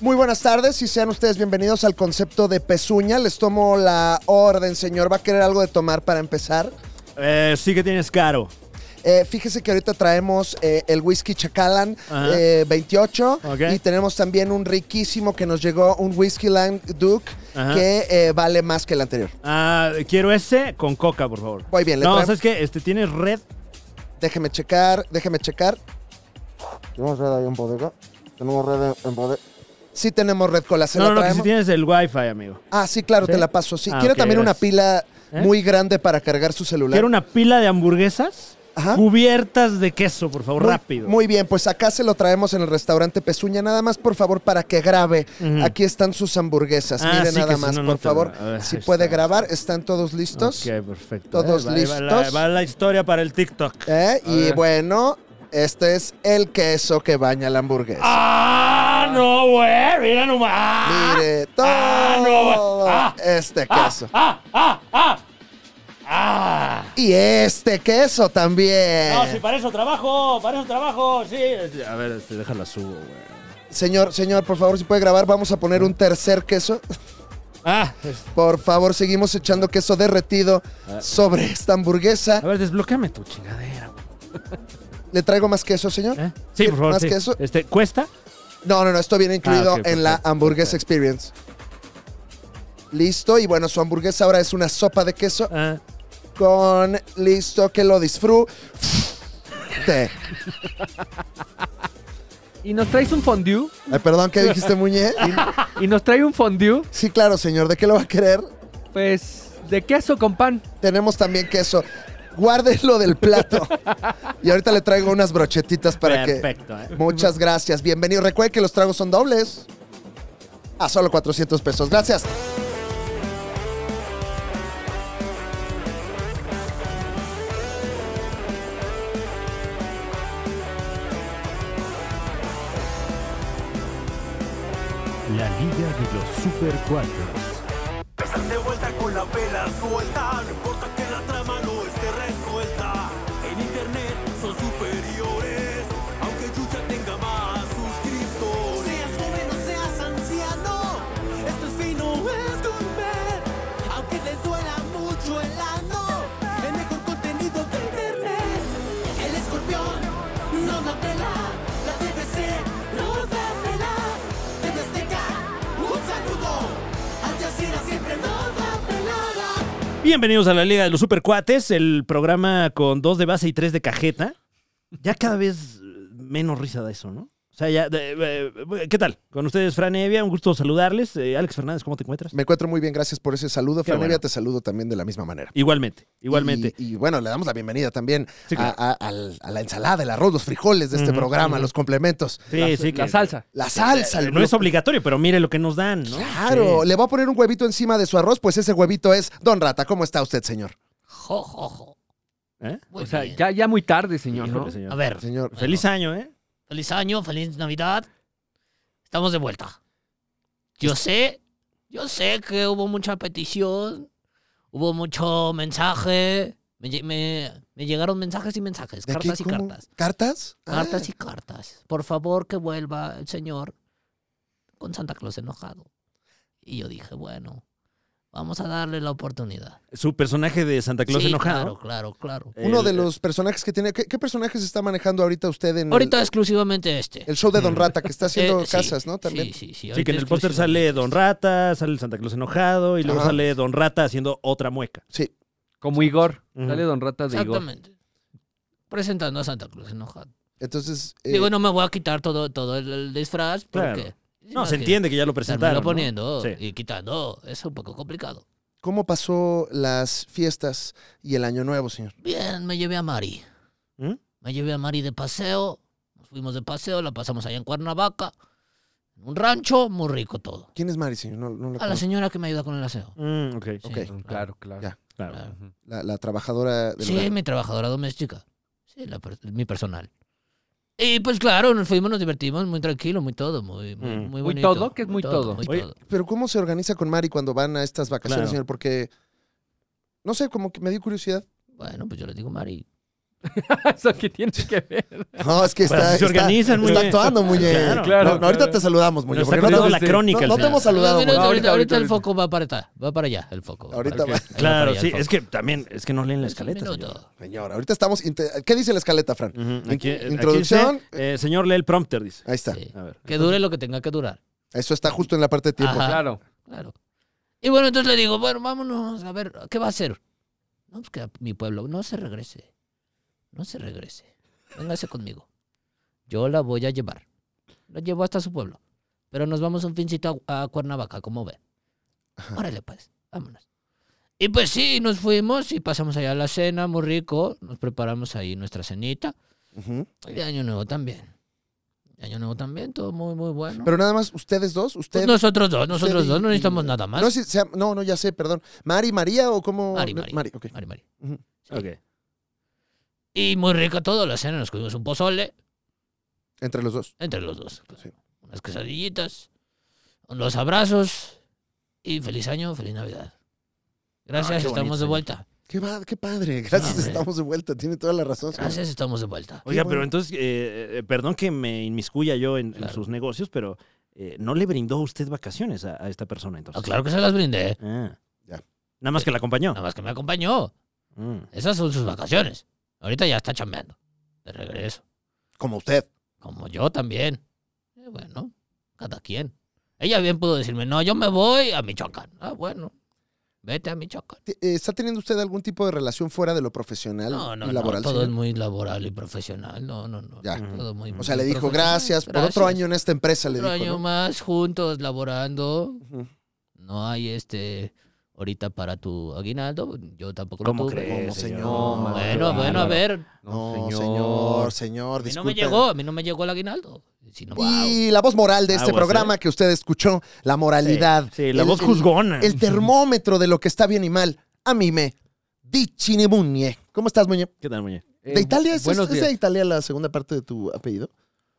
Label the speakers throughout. Speaker 1: Muy buenas tardes y sean ustedes bienvenidos al concepto de pezuña. Les tomo la orden, señor. ¿Va a querer algo de tomar para empezar?
Speaker 2: Eh, sí que tienes caro.
Speaker 1: Eh, fíjese que ahorita traemos eh, el whisky Chacalan
Speaker 2: Ajá.
Speaker 1: eh, 28
Speaker 2: Ok.
Speaker 1: y tenemos también un riquísimo que nos llegó, un whisky Land Duke,
Speaker 2: Ajá.
Speaker 1: que eh, vale más que el anterior.
Speaker 2: Ah, quiero ese con coca, por favor.
Speaker 1: Muy bien, le
Speaker 2: No,
Speaker 1: traemos-
Speaker 2: ¿sabes qué? Este, ¿Tienes red?
Speaker 1: Déjeme checar, déjeme checar.
Speaker 3: Tenemos red ahí en bodega. Tenemos red en, en bodega.
Speaker 1: Sí tenemos Red Cola, se
Speaker 2: no,
Speaker 1: la
Speaker 2: no, no, que
Speaker 1: traemos.
Speaker 2: si tienes el wifi, amigo.
Speaker 1: Ah, sí, claro,
Speaker 2: ¿Sí?
Speaker 1: te la paso. Sí,
Speaker 2: Ah,
Speaker 1: quiero
Speaker 2: ok,
Speaker 1: también una
Speaker 2: gracias.
Speaker 1: pila
Speaker 2: ¿Eh?
Speaker 1: muy grande para cargar su celular.
Speaker 2: Quiero una pila de hamburguesas
Speaker 1: Ajá.
Speaker 2: cubiertas de queso, por favor,
Speaker 1: Muy-
Speaker 2: rápido.
Speaker 1: Muy bien, pues acá se lo traemos en el restaurante Pezuña. Nada más, por favor, para que grabe.
Speaker 2: Ujú.
Speaker 1: Aquí están sus hamburguesas.
Speaker 2: Ah,
Speaker 1: Mire
Speaker 2: sí,
Speaker 1: nada
Speaker 2: que si
Speaker 1: más,
Speaker 2: no, no
Speaker 1: por
Speaker 2: te-
Speaker 1: favor.
Speaker 2: a ver,
Speaker 1: si
Speaker 2: ahí
Speaker 1: puede
Speaker 2: está.
Speaker 1: grabar, están todos listos.
Speaker 2: Ok, perfecto.
Speaker 1: Todos
Speaker 2: Eh, va- ahí va la-
Speaker 1: listos.
Speaker 2: Va, la historia para el TikTok.
Speaker 1: ¿Eh?
Speaker 2: A
Speaker 1: Y
Speaker 2: ver.
Speaker 1: bueno, este es el queso que baña la hamburguesa.
Speaker 2: ¡Ah, no, güey! ¡Mira nomás!
Speaker 1: Mire, todo
Speaker 2: Ah, no, ah,
Speaker 1: este queso.
Speaker 2: ¡Ah, ah, ah! ¡Ah!
Speaker 1: Y este queso también.
Speaker 2: No, sí, para eso trabajo, para eso trabajo, sí. A ver, este, déjala subo, güey.
Speaker 1: Señor, señor, por favor, si puede grabar, vamos a poner un tercer queso.
Speaker 2: Ah,
Speaker 1: Por favor, seguimos echando queso derretido
Speaker 2: Ah.
Speaker 1: sobre esta hamburguesa.
Speaker 2: a ver, desbloqueame tu chingadera, güey.
Speaker 1: ¿Le traigo más queso, señor?
Speaker 2: ¿Eh? Sí, por favor,
Speaker 1: ¿Más
Speaker 2: sí.
Speaker 1: queso?
Speaker 2: Este, ¿Cuesta?
Speaker 1: No, no, no, esto viene incluido
Speaker 2: Ah, ok,
Speaker 1: en la
Speaker 2: perfecto,
Speaker 1: Hamburguesa Experience. Listo, y bueno, su hamburguesa ahora es una sopa de queso
Speaker 2: Ah,
Speaker 1: con listo, que lo disfrute.
Speaker 4: Y nos traes un fondue.
Speaker 1: Ay, perdón, ¿qué dijiste, Muñe?
Speaker 4: Y nos trae un fondue,
Speaker 1: Sí, claro, señor, ¿de qué lo va a querer?
Speaker 4: pues, de queso con pan.
Speaker 1: Tenemos también queso. Guárdelo del plato. Y ahorita le traigo unas brochetitas para que.
Speaker 2: perfecto. eh.
Speaker 1: Muchas gracias, bienvenido. Recuerde que los tragos son dobles. A solo 400 pesos. Gracias.
Speaker 2: La Liga de los Super Cuatros.
Speaker 5: Están de vuelta con la vela suelta, no importa que la trama no esté resuelta. En internet son superiores, aunque Yuya tenga más suscriptores. Seas joven o seas anciano, esto es fino, es comer. Aunque les duela mucho el ano, el mejor contenido de internet. El escorpión no la pela, la TVC nos da pela. TV Azteca, un saludo. Al Jazeera siempre nos da pelada.
Speaker 2: Bienvenidos a la Liga de los Super Cuates, el programa con dos de base y tres de cajeta. Ya cada vez eh, menos risa da eso, ¿no? O sea, ya. de- eh, ¿Qué tal? Con ustedes, Fran Evia, un gusto saludarles. Eh, Alex Fernández, ¿cómo te encuentras?
Speaker 1: Me encuentro muy bien, gracias por ese saludo.
Speaker 2: Qué
Speaker 1: Fran Evia,
Speaker 2: bueno.
Speaker 1: te saludo también de la misma manera.
Speaker 2: Igualmente, igualmente.
Speaker 1: Y, y bueno, le damos la bienvenida también
Speaker 2: Sí,
Speaker 1: a,
Speaker 2: claro.
Speaker 1: a- al- a la ensalada, el arroz, los frijoles de este
Speaker 2: Ujú,
Speaker 1: programa,
Speaker 2: ujú.
Speaker 1: los complementos,
Speaker 2: sí,
Speaker 4: la,
Speaker 2: sí, que-
Speaker 4: Pues, la salsa.
Speaker 1: la salsa. el
Speaker 2: No es
Speaker 1: blo-
Speaker 2: obligatorio, pero mire lo que nos dan, ¿no?
Speaker 1: Claro,
Speaker 2: Sí.
Speaker 1: le voy a poner un huevito encima de su arroz, pues ese huevito es Don Rata. ¿Cómo está usted, señor?
Speaker 6: Jo, jo, jo.
Speaker 2: ¿Eh?
Speaker 6: Muy
Speaker 4: o sea,
Speaker 6: bien.
Speaker 4: ya, ya muy tarde, señor,
Speaker 2: Híjole,
Speaker 4: ¿no?
Speaker 2: señor.
Speaker 6: A ver,
Speaker 1: Señor,
Speaker 2: Feliz año, ¿eh?
Speaker 6: feliz año, feliz Navidad. Estamos de vuelta. Yo sé, yo sé que hubo mucha petición, hubo mucho mensaje. Me, lle- me- me llegaron mensajes y mensajes,
Speaker 1: ¿de
Speaker 6: cartas
Speaker 1: qué?
Speaker 6: y
Speaker 1: ¿Cómo?
Speaker 6: cartas.
Speaker 1: ¿Cartas? Ah,
Speaker 6: Cartas y cartas. Por favor, que vuelva el señor con Santa Claus enojado. Y yo dije, bueno, vamos a darle la oportunidad.
Speaker 2: Su personaje de Santa Claus
Speaker 6: Sí,
Speaker 2: enojado.
Speaker 6: Claro, claro, claro.
Speaker 1: Uno
Speaker 2: El-
Speaker 1: de los personajes que tiene. ¿Qué, qué personajes está manejando ahorita usted en el-
Speaker 6: Ahorita exclusivamente este.
Speaker 1: el, show de Don Rata que está haciendo
Speaker 6: Eh, sí,
Speaker 1: casas, ¿no? También.
Speaker 6: Sí, sí, sí.
Speaker 2: Sí,
Speaker 6: ahorita
Speaker 2: que en el póster sale
Speaker 6: exclusivamente
Speaker 2: Don
Speaker 6: este.
Speaker 2: Rata, sale el Santa Claus enojado y luego
Speaker 1: Ajá.
Speaker 2: sale Don Rata haciendo otra mueca.
Speaker 4: Como Igor.
Speaker 2: Ujú.
Speaker 4: Sale Don Rata de Igor.
Speaker 6: Exactamente. Presentando a Santa Cruz enojado.
Speaker 1: Entonces. eh,
Speaker 6: Digo, no me voy a quitar todo, todo el, el disfraz
Speaker 2: Claro.
Speaker 6: porque...
Speaker 2: No,
Speaker 6: imagínate,
Speaker 2: se entiende que ya lo presentaron.
Speaker 6: estármelo
Speaker 2: ¿no?
Speaker 6: poniendo
Speaker 2: Sí.
Speaker 6: y quitando es un poco complicado.
Speaker 1: ¿Cómo pasó las fiestas y el Año Nuevo, señor?
Speaker 6: Bien, me llevé a Mari.
Speaker 2: ¿Mm?
Speaker 6: Me llevé a Mari de paseo. Nos fuimos de paseo, la pasamos allá en Cuernavaca. en Un rancho, muy rico todo.
Speaker 1: ¿Quién es Mari, señor? No, no la,
Speaker 6: A la
Speaker 1: conozco.
Speaker 6: señora que me ayuda con el aseo.
Speaker 2: Mm, ok,
Speaker 6: Sí,
Speaker 1: Ok.
Speaker 4: Mm, Claro, claro.
Speaker 1: Ya.
Speaker 2: claro.
Speaker 6: claro.
Speaker 1: La- la trabajadora del hogar.
Speaker 6: Sí, mi trabajadora doméstica. Sí, la per- mi personal. Y pues claro, nos fuimos, nos divertimos, muy tranquilo, muy todo, muy, muy,
Speaker 2: Mm.
Speaker 6: muy
Speaker 4: Muy
Speaker 6: bonito.
Speaker 4: todo, ¿qué es muy todo?
Speaker 6: muy
Speaker 2: Oye,
Speaker 6: todo.
Speaker 1: Pero ¿cómo se organiza con Mari cuando van a estas vacaciones,
Speaker 2: Claro.
Speaker 1: señor? Porque, no sé, como que me dio curiosidad.
Speaker 6: Bueno, pues yo le digo, Mari,
Speaker 4: ¿Eso qué tiene que ver?
Speaker 1: No, es que está,
Speaker 2: Pues, se
Speaker 1: está-
Speaker 2: organizan, Muñe.
Speaker 1: está actuando, Muñe.
Speaker 2: Claro,
Speaker 4: claro,
Speaker 1: No, no, ahorita
Speaker 4: claro.
Speaker 1: te saludamos, Muñe.
Speaker 2: Nos está
Speaker 1: porque no, te-
Speaker 2: contando
Speaker 4: te-
Speaker 2: la crónica.
Speaker 1: no-
Speaker 2: el
Speaker 1: no te
Speaker 2: señor.
Speaker 1: hemos saludado,
Speaker 6: Ahorita,
Speaker 1: Muñe.
Speaker 4: Ahorita,
Speaker 6: ahorita, ahorita el
Speaker 4: ahorita.
Speaker 6: foco va para allá. Va para allá el foco.
Speaker 1: Ahorita
Speaker 4: Ok.
Speaker 1: va.
Speaker 2: Claro, sí. Es que también, es que no leen la escaleta. señor.
Speaker 1: Señor, ahorita estamos. inte- ¿Qué dice la escaleta, Fran?
Speaker 2: Ujú, aquí-
Speaker 1: In-
Speaker 2: aquí
Speaker 1: Introducción.
Speaker 2: dice, eh, señor, lee el prompter, dice.
Speaker 1: Ahí está.
Speaker 6: Sí.
Speaker 2: A ver.
Speaker 6: Que dure lo que tenga que durar.
Speaker 1: Eso está justo en la parte de tiempo.
Speaker 6: Ajá.
Speaker 4: Claro.
Speaker 6: Claro. Y bueno, entonces le digo, bueno, vámonos, a ver, ¿qué va a hacer? No, pues que a mi pueblo, no se regrese. No se regrese. Véngase conmigo. Yo la voy a llevar. La llevo hasta su pueblo. Pero nos vamos un fincito a, a Cuernavaca, como ve. Órale, pues, vámonos. Y pues sí, nos fuimos y pasamos allá a la cena, muy rico. Nos preparamos ahí nuestra cenita.
Speaker 1: Ujú.
Speaker 6: Y Año Nuevo también. Año Nuevo también, todo muy, muy bueno.
Speaker 1: Pero nada más, ustedes dos,
Speaker 6: Pues
Speaker 1: usted.
Speaker 6: nosotros dos, nosotros
Speaker 1: usted
Speaker 6: dos,
Speaker 1: y-
Speaker 6: no necesitamos
Speaker 1: y-
Speaker 6: nada más.
Speaker 1: No, si sea- no, no, ya sé, perdón. ¿Mari, María o cómo?
Speaker 6: Mari,
Speaker 1: No,
Speaker 6: Mari.
Speaker 1: ok.
Speaker 6: Mari, Mari.
Speaker 2: Ok.
Speaker 6: Y muy rico todo, la cena, nos comimos un pozole
Speaker 1: Entre los dos.
Speaker 6: entre los dos. claro.
Speaker 1: Sí.
Speaker 6: Unas quesadillitas, los abrazos y feliz año, feliz Navidad. Gracias, estamos de vuelta.
Speaker 1: Qué, va- qué padre. Gracias,
Speaker 6: hombre.
Speaker 1: estamos de vuelta. Tiene toda la razón. señor.
Speaker 6: Gracias, estamos de vuelta.
Speaker 2: Oiga,
Speaker 1: bueno.
Speaker 2: pero entonces, eh, eh, perdón que me inmiscuya yo en, en
Speaker 6: Claro.
Speaker 2: sus negocios, pero eh, no le brindó usted vacaciones a, a esta persona entonces.
Speaker 6: Ah, claro Ah. que se las brindé,
Speaker 2: Ah.
Speaker 1: Ya.
Speaker 2: Nada más que la acompañó.
Speaker 6: nada más que me acompañó.
Speaker 2: Mm.
Speaker 6: Esas son sus vacaciones. Ahorita ya está chambeando. De regreso.
Speaker 1: Como usted.
Speaker 6: Como yo también. Eh, bueno, cada quien. Ella bien pudo decirme, no, yo me voy a Michoacán. Ah, bueno. Vete a Michoacán.
Speaker 1: T- eh, ¿Está teniendo usted algún tipo de relación fuera de lo profesional
Speaker 6: No, no,
Speaker 1: y laboral?
Speaker 6: no, todo es
Speaker 1: señor?
Speaker 6: muy laboral y profesional. No, no, no.
Speaker 1: Ya.
Speaker 6: Todo muy
Speaker 1: O sea, le
Speaker 6: muy
Speaker 1: dijo
Speaker 6: profesional.
Speaker 1: gracias, por otro
Speaker 6: Gracias.
Speaker 1: año en esta empresa, le
Speaker 6: Otro
Speaker 1: dijo.
Speaker 6: año
Speaker 1: ¿no?
Speaker 6: más juntos, laborando.
Speaker 1: Ujú.
Speaker 6: No hay este ahorita para tu aguinaldo. Yo tampoco
Speaker 2: ¿Cómo
Speaker 6: lo tuve.
Speaker 2: cree,
Speaker 1: ¿Cómo,
Speaker 2: señor?
Speaker 1: señor?
Speaker 4: No, madre,
Speaker 6: Bueno,
Speaker 4: qué
Speaker 6: bueno, a
Speaker 4: bárbaro.
Speaker 6: ver. A
Speaker 1: No, señor, señor,
Speaker 6: mí no me
Speaker 1: disculpe.
Speaker 6: llegó, a mí no me llegó el aguinaldo. Si no, wow.
Speaker 1: Y la voz moral de este
Speaker 6: ¿eh?
Speaker 2: Aguas,
Speaker 1: programa que usted escuchó, la moralidad.
Speaker 2: Sí, la
Speaker 1: el-
Speaker 2: voz
Speaker 1: el-
Speaker 2: juzgona.
Speaker 1: El, termómetro de lo que está bien y mal. A mí me. Dicine Muñe. ¿Cómo estás, Muñe?
Speaker 2: ¿Qué tal, Muñe?
Speaker 4: Eh,
Speaker 1: ¿De Italia? ¿Es,
Speaker 4: buenos
Speaker 1: es- es
Speaker 4: días.
Speaker 1: de Italia la segunda parte de tu apellido?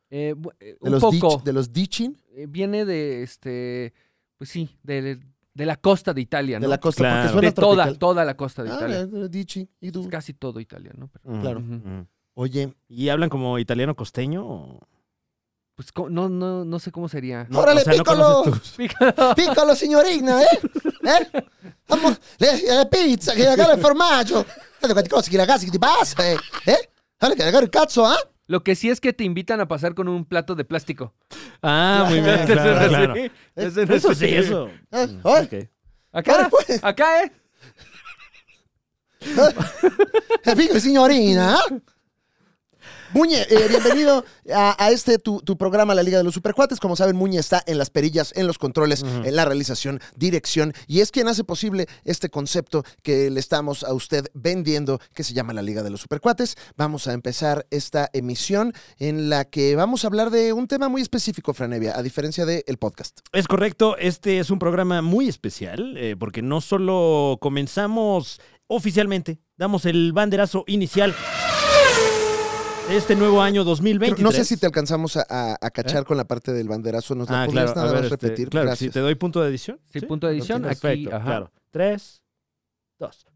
Speaker 4: Eh, bu- eh,
Speaker 1: ¿De
Speaker 4: un
Speaker 1: los
Speaker 4: poco.
Speaker 1: Dich- ¿De los Dicin?
Speaker 4: Eh, viene de este, pues sí, de, de la costa de Italia, ¿no?
Speaker 1: De la costa,
Speaker 2: Claro.
Speaker 1: porque suena
Speaker 4: De toda,
Speaker 1: tropical.
Speaker 4: toda la costa de
Speaker 1: Ah,
Speaker 4: Italia.
Speaker 1: de- de Dicin. ¿Y tú?
Speaker 4: Es casi todo Italia, ¿no? Pero,
Speaker 2: Ujú,
Speaker 1: Claro.
Speaker 2: ujú.
Speaker 1: Oye,
Speaker 2: ¿Y hablan como italiano costeño? o-
Speaker 4: pues co- no, no, no sé cómo sería.
Speaker 2: No,
Speaker 1: ¡Órale,
Speaker 2: o sea, no
Speaker 1: pícalo!
Speaker 2: conoces tus-
Speaker 1: piccolo signorina, eh? Eh? Amor, le, eh, pizza, che ragazzi il formaggio. Guarda quante cose che ragazzi che ti passa, eh? Eh? Guarda che ragazzi il cazzo, eh?
Speaker 4: Lo que sí es que te invitan a pasar con un plato de plástico.
Speaker 2: Ah, muy bien,
Speaker 4: Ese no
Speaker 2: claro,
Speaker 4: es
Speaker 2: claro.
Speaker 4: así,
Speaker 1: Es-
Speaker 4: ese no es
Speaker 2: Eso sí,
Speaker 4: así.
Speaker 2: eso. pues.
Speaker 1: Eh,
Speaker 2: Mm,
Speaker 1: oye.
Speaker 2: ok.
Speaker 1: Guarda
Speaker 4: Acá,
Speaker 1: poi,
Speaker 4: acá, ¿eh?
Speaker 1: eh, piccolo signorina, eh? Muñe, eh, bienvenido a, a este tu, tu programa La Liga de los Supercuates. Como saben, Muñe está en las perillas, en los controles, en la realización, dirección y es quien hace posible este concepto que le estamos a usted vendiendo que se llama La Liga de los Supercuates. Vamos a empezar esta emisión en la que vamos a hablar de un tema muy específico, Franevia, a diferencia del podcast.
Speaker 2: Es correcto, este es un programa muy especial eh, porque no solo comenzamos oficialmente, damos el banderazo inicial de este nuevo año
Speaker 1: Creo-
Speaker 2: 2023.
Speaker 1: No sé si te alcanzamos a, a- a cachar con la parte del banderazo. ¿Nos la
Speaker 2: ¿Eh? Ah,
Speaker 1: podrías
Speaker 2: claro, a
Speaker 1: nada
Speaker 2: ver,
Speaker 1: más
Speaker 2: este,
Speaker 1: repetir?
Speaker 2: claro, si
Speaker 1: Gracias.
Speaker 2: te doy punto de edición.
Speaker 4: Sí, punto de
Speaker 1: lo
Speaker 4: edición.
Speaker 1: tienes.
Speaker 4: Aquí,
Speaker 2: Perfecto,
Speaker 4: ajá.
Speaker 2: claro. Tres, dos.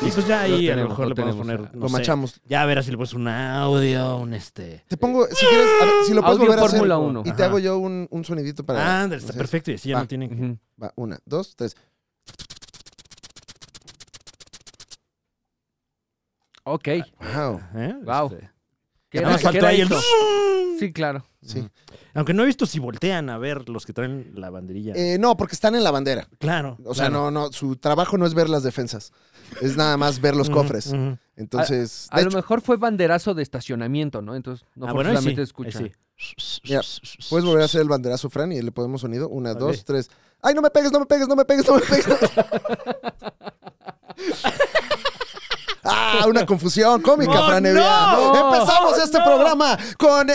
Speaker 2: Y pues ya ahí
Speaker 4: Lo
Speaker 2: a lo
Speaker 4: tenemos,
Speaker 2: mejor
Speaker 4: lo
Speaker 2: le podemos
Speaker 4: tenemos,
Speaker 2: poner,
Speaker 4: ah.
Speaker 2: no
Speaker 1: Lo
Speaker 2: sé,
Speaker 1: machamos.
Speaker 2: ya verás si le pones un audio, un este...
Speaker 1: Te pongo, si quieres, a ver, si lo puedes
Speaker 4: Audio
Speaker 1: volver a hacer.
Speaker 4: Fórmula 1.
Speaker 1: Y te
Speaker 2: Ajá.
Speaker 1: hago yo un, un sonidito para.
Speaker 2: Ah, está
Speaker 1: no sé.
Speaker 2: perfecto y así ya
Speaker 1: Va.
Speaker 2: no tienen que...
Speaker 4: Ujú.
Speaker 1: Va, una, dos, tres.
Speaker 4: Ok.
Speaker 1: Wow.
Speaker 2: ¿eh?
Speaker 4: Wow.
Speaker 2: Este,
Speaker 4: ¿Qué
Speaker 2: nada más
Speaker 4: era-
Speaker 2: faltó
Speaker 4: qué era
Speaker 2: ahí el...
Speaker 4: eso? Sí, claro.
Speaker 1: Sí.
Speaker 2: Aunque no he visto si voltean a ver los que traen la banderilla.
Speaker 1: Eh, no, porque están en la bandera.
Speaker 2: claro.
Speaker 1: O sea,
Speaker 2: claro.
Speaker 1: no, no, su trabajo no es ver las defensas. Es nada más ver los
Speaker 2: Ujú,
Speaker 1: cofres.
Speaker 2: ujú.
Speaker 1: Entonces,
Speaker 4: A
Speaker 1: de
Speaker 4: lo
Speaker 1: hecho,
Speaker 4: mejor fue banderazo de estacionamiento, ¿no? Entonces, no
Speaker 2: Ah,
Speaker 4: solamente
Speaker 2: bueno, ahí sí, ahí
Speaker 4: escucha.
Speaker 2: sí.
Speaker 1: Mira, puedes volver a hacer el banderazo, Fran, y le podemos sonido. Una, dos, tres. ¡Ay, no me pegues, no me pegues, no me pegues, no me pegues! no me pegues! ¡Ah, una confusión cómica,
Speaker 2: ¡Oh,
Speaker 1: Fran
Speaker 2: no!
Speaker 1: Evia!
Speaker 2: ¡Oh,
Speaker 1: Empezamos este
Speaker 2: no!
Speaker 1: programa con eh,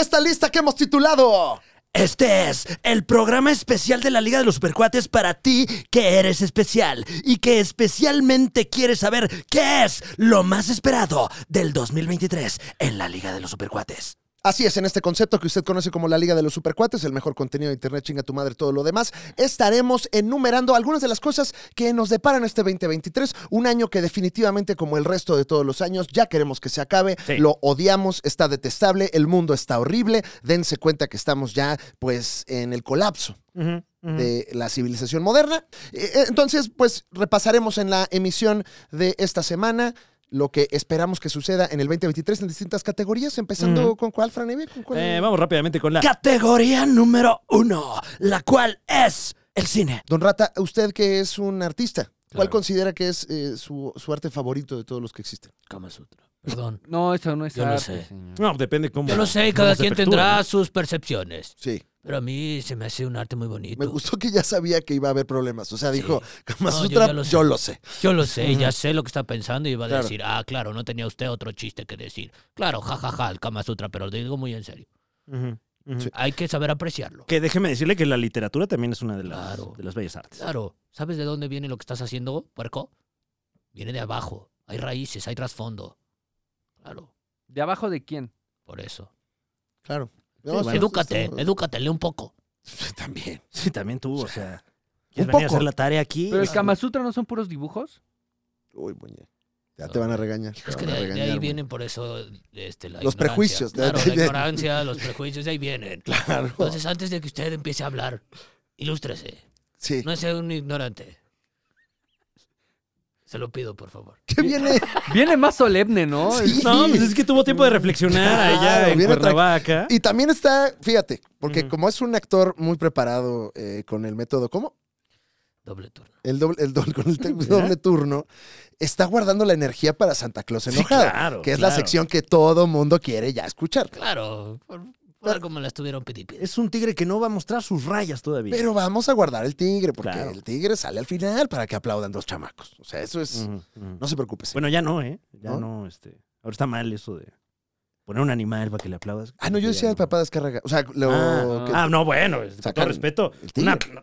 Speaker 1: esta lista que hemos titulado...
Speaker 2: Este es el programa especial de la Liga de los Supercuates para ti que eres especial y que especialmente quieres saber qué es lo más esperado del 2023 en la Liga de los Supercuates.
Speaker 1: Así es, en este concepto que usted conoce como la Liga de los Supercuates, el mejor contenido de Internet, chinga tu madre, todo lo demás, estaremos enumerando algunas de las cosas que nos deparan este 2023, un año que definitivamente, como el resto de todos los años, ya queremos que se acabe,
Speaker 2: Sí.
Speaker 1: lo odiamos, está detestable, el mundo está horrible, dense cuenta que estamos ya, pues, en el colapso
Speaker 2: Ujú, ujú.
Speaker 1: de
Speaker 6: Mm.
Speaker 1: la civilización moderna. Eh, eh, Entonces, pues repasaremos en la emisión de esta semana lo que esperamos que suceda en el 2023 en distintas categorías, empezando con cuál, Fran Evia? ¿Con cuál?
Speaker 2: Eh, vamos rápidamente con la categoría número uno, la cual es el cine.
Speaker 1: Don Rata, usted que es un artista, ¿cuál considera que es eh, su, su arte favorito de todos los que existen?
Speaker 6: Kama Sutra. Perdón.
Speaker 4: No, eso no es
Speaker 6: Yo no
Speaker 4: arte,
Speaker 6: sé.
Speaker 4: señor.
Speaker 2: No, depende cómo.
Speaker 6: Yo lo sé,
Speaker 2: cómo
Speaker 6: cada
Speaker 2: se
Speaker 6: quien
Speaker 2: efectúa,
Speaker 6: tendrá
Speaker 2: ¿no?
Speaker 6: sus percepciones.
Speaker 1: Sí.
Speaker 6: Pero a mí se me hace un arte muy bonito.
Speaker 1: Me gustó que ya sabía que iba a haber problemas. O sea, dijo, Kama
Speaker 6: No, yo
Speaker 1: Sutra,
Speaker 6: ya lo sé.
Speaker 1: yo lo sé.
Speaker 6: Yo lo sé, ya sé lo que está pensando y va a
Speaker 1: Claro.
Speaker 6: decir, ah, claro, no tenía usted otro chiste que decir. Claro, jajaja, el Kama Sutra, pero lo digo muy en serio.
Speaker 2: Ujú, ujú.
Speaker 1: Sí.
Speaker 6: Hay que saber apreciarlo.
Speaker 2: Que déjeme decirle que la literatura también es una de las,
Speaker 6: Claro.
Speaker 2: de las bellas artes.
Speaker 6: Claro, ¿sabes de dónde viene lo que estás haciendo, puerco? Viene de abajo. Hay raíces, hay trasfondo. Claro,
Speaker 4: ¿De abajo de quién?
Speaker 6: por eso.
Speaker 1: Claro. No,
Speaker 6: Sí,
Speaker 1: o sea,
Speaker 6: edúcate,
Speaker 1: esto-
Speaker 6: edúcate, lee un poco.
Speaker 1: También.
Speaker 2: Sí, también tú, o sea.
Speaker 1: un
Speaker 2: ¿Quieres venir
Speaker 1: poco.
Speaker 2: a hacer la tarea aquí?
Speaker 4: Pero el
Speaker 2: Claro.
Speaker 4: Kama Sutra no son puros dibujos.
Speaker 1: Uy, muñe. Ya te van a regañar. te
Speaker 6: Es que
Speaker 1: van a
Speaker 6: de, de
Speaker 1: regañar,
Speaker 6: ahí
Speaker 1: muñe.
Speaker 6: vienen por eso este, la
Speaker 1: Los
Speaker 6: ignorancia.
Speaker 1: prejuicios, de-
Speaker 6: Claro,
Speaker 1: de- de-
Speaker 6: la ignorancia, los prejuicios, de ahí vienen.
Speaker 1: Claro.
Speaker 6: Entonces, antes de que usted empiece a hablar, ilústrese.
Speaker 1: Sí.
Speaker 6: No sea un ignorante. Se lo pido, por favor.
Speaker 1: ¿Qué viene?
Speaker 4: Viene más solemne, ¿no?
Speaker 1: Sí.
Speaker 4: Es-
Speaker 2: No, pues es que tuvo tiempo de reflexionar
Speaker 1: Claro,
Speaker 2: allá en
Speaker 1: viene otra-
Speaker 2: Cuernavaca.
Speaker 1: Y también está, fíjate, porque
Speaker 2: Ujú.
Speaker 1: como es un actor muy preparado eh, con el método, ¿cómo?
Speaker 6: Doble turno.
Speaker 1: El doble, el doble- con el te- doble turno, está guardando la energía para Santa Claus
Speaker 2: Sí,
Speaker 1: enojado,
Speaker 2: claro,
Speaker 1: que es la
Speaker 2: claro.
Speaker 1: sección que todo mundo quiere ya escuchar.
Speaker 6: Claro, por, por algo me la estuvieron pidiendo.
Speaker 2: Es un tigre que no va a mostrar sus rayas todavía.
Speaker 1: Pero vamos a guardar el tigre, porque
Speaker 2: Claro.
Speaker 1: el tigre sale al final para que aplaudan dos chamacos. O sea, eso es...
Speaker 2: Ujú, ujú.
Speaker 1: No se preocupe.
Speaker 2: Bueno, ya no, ¿eh? Ya
Speaker 1: ¿No?
Speaker 2: no, este. Ahora está mal eso de poner un animal para que le aplaudas.
Speaker 1: ah, no, yo
Speaker 2: Ya
Speaker 1: decía el papá de Azcárraga. O sea, lo...
Speaker 2: Ah,
Speaker 1: que-
Speaker 2: ah, no, bueno, este, con
Speaker 1: Sacar
Speaker 2: todo respeto.
Speaker 1: el tigre.
Speaker 2: Una, no,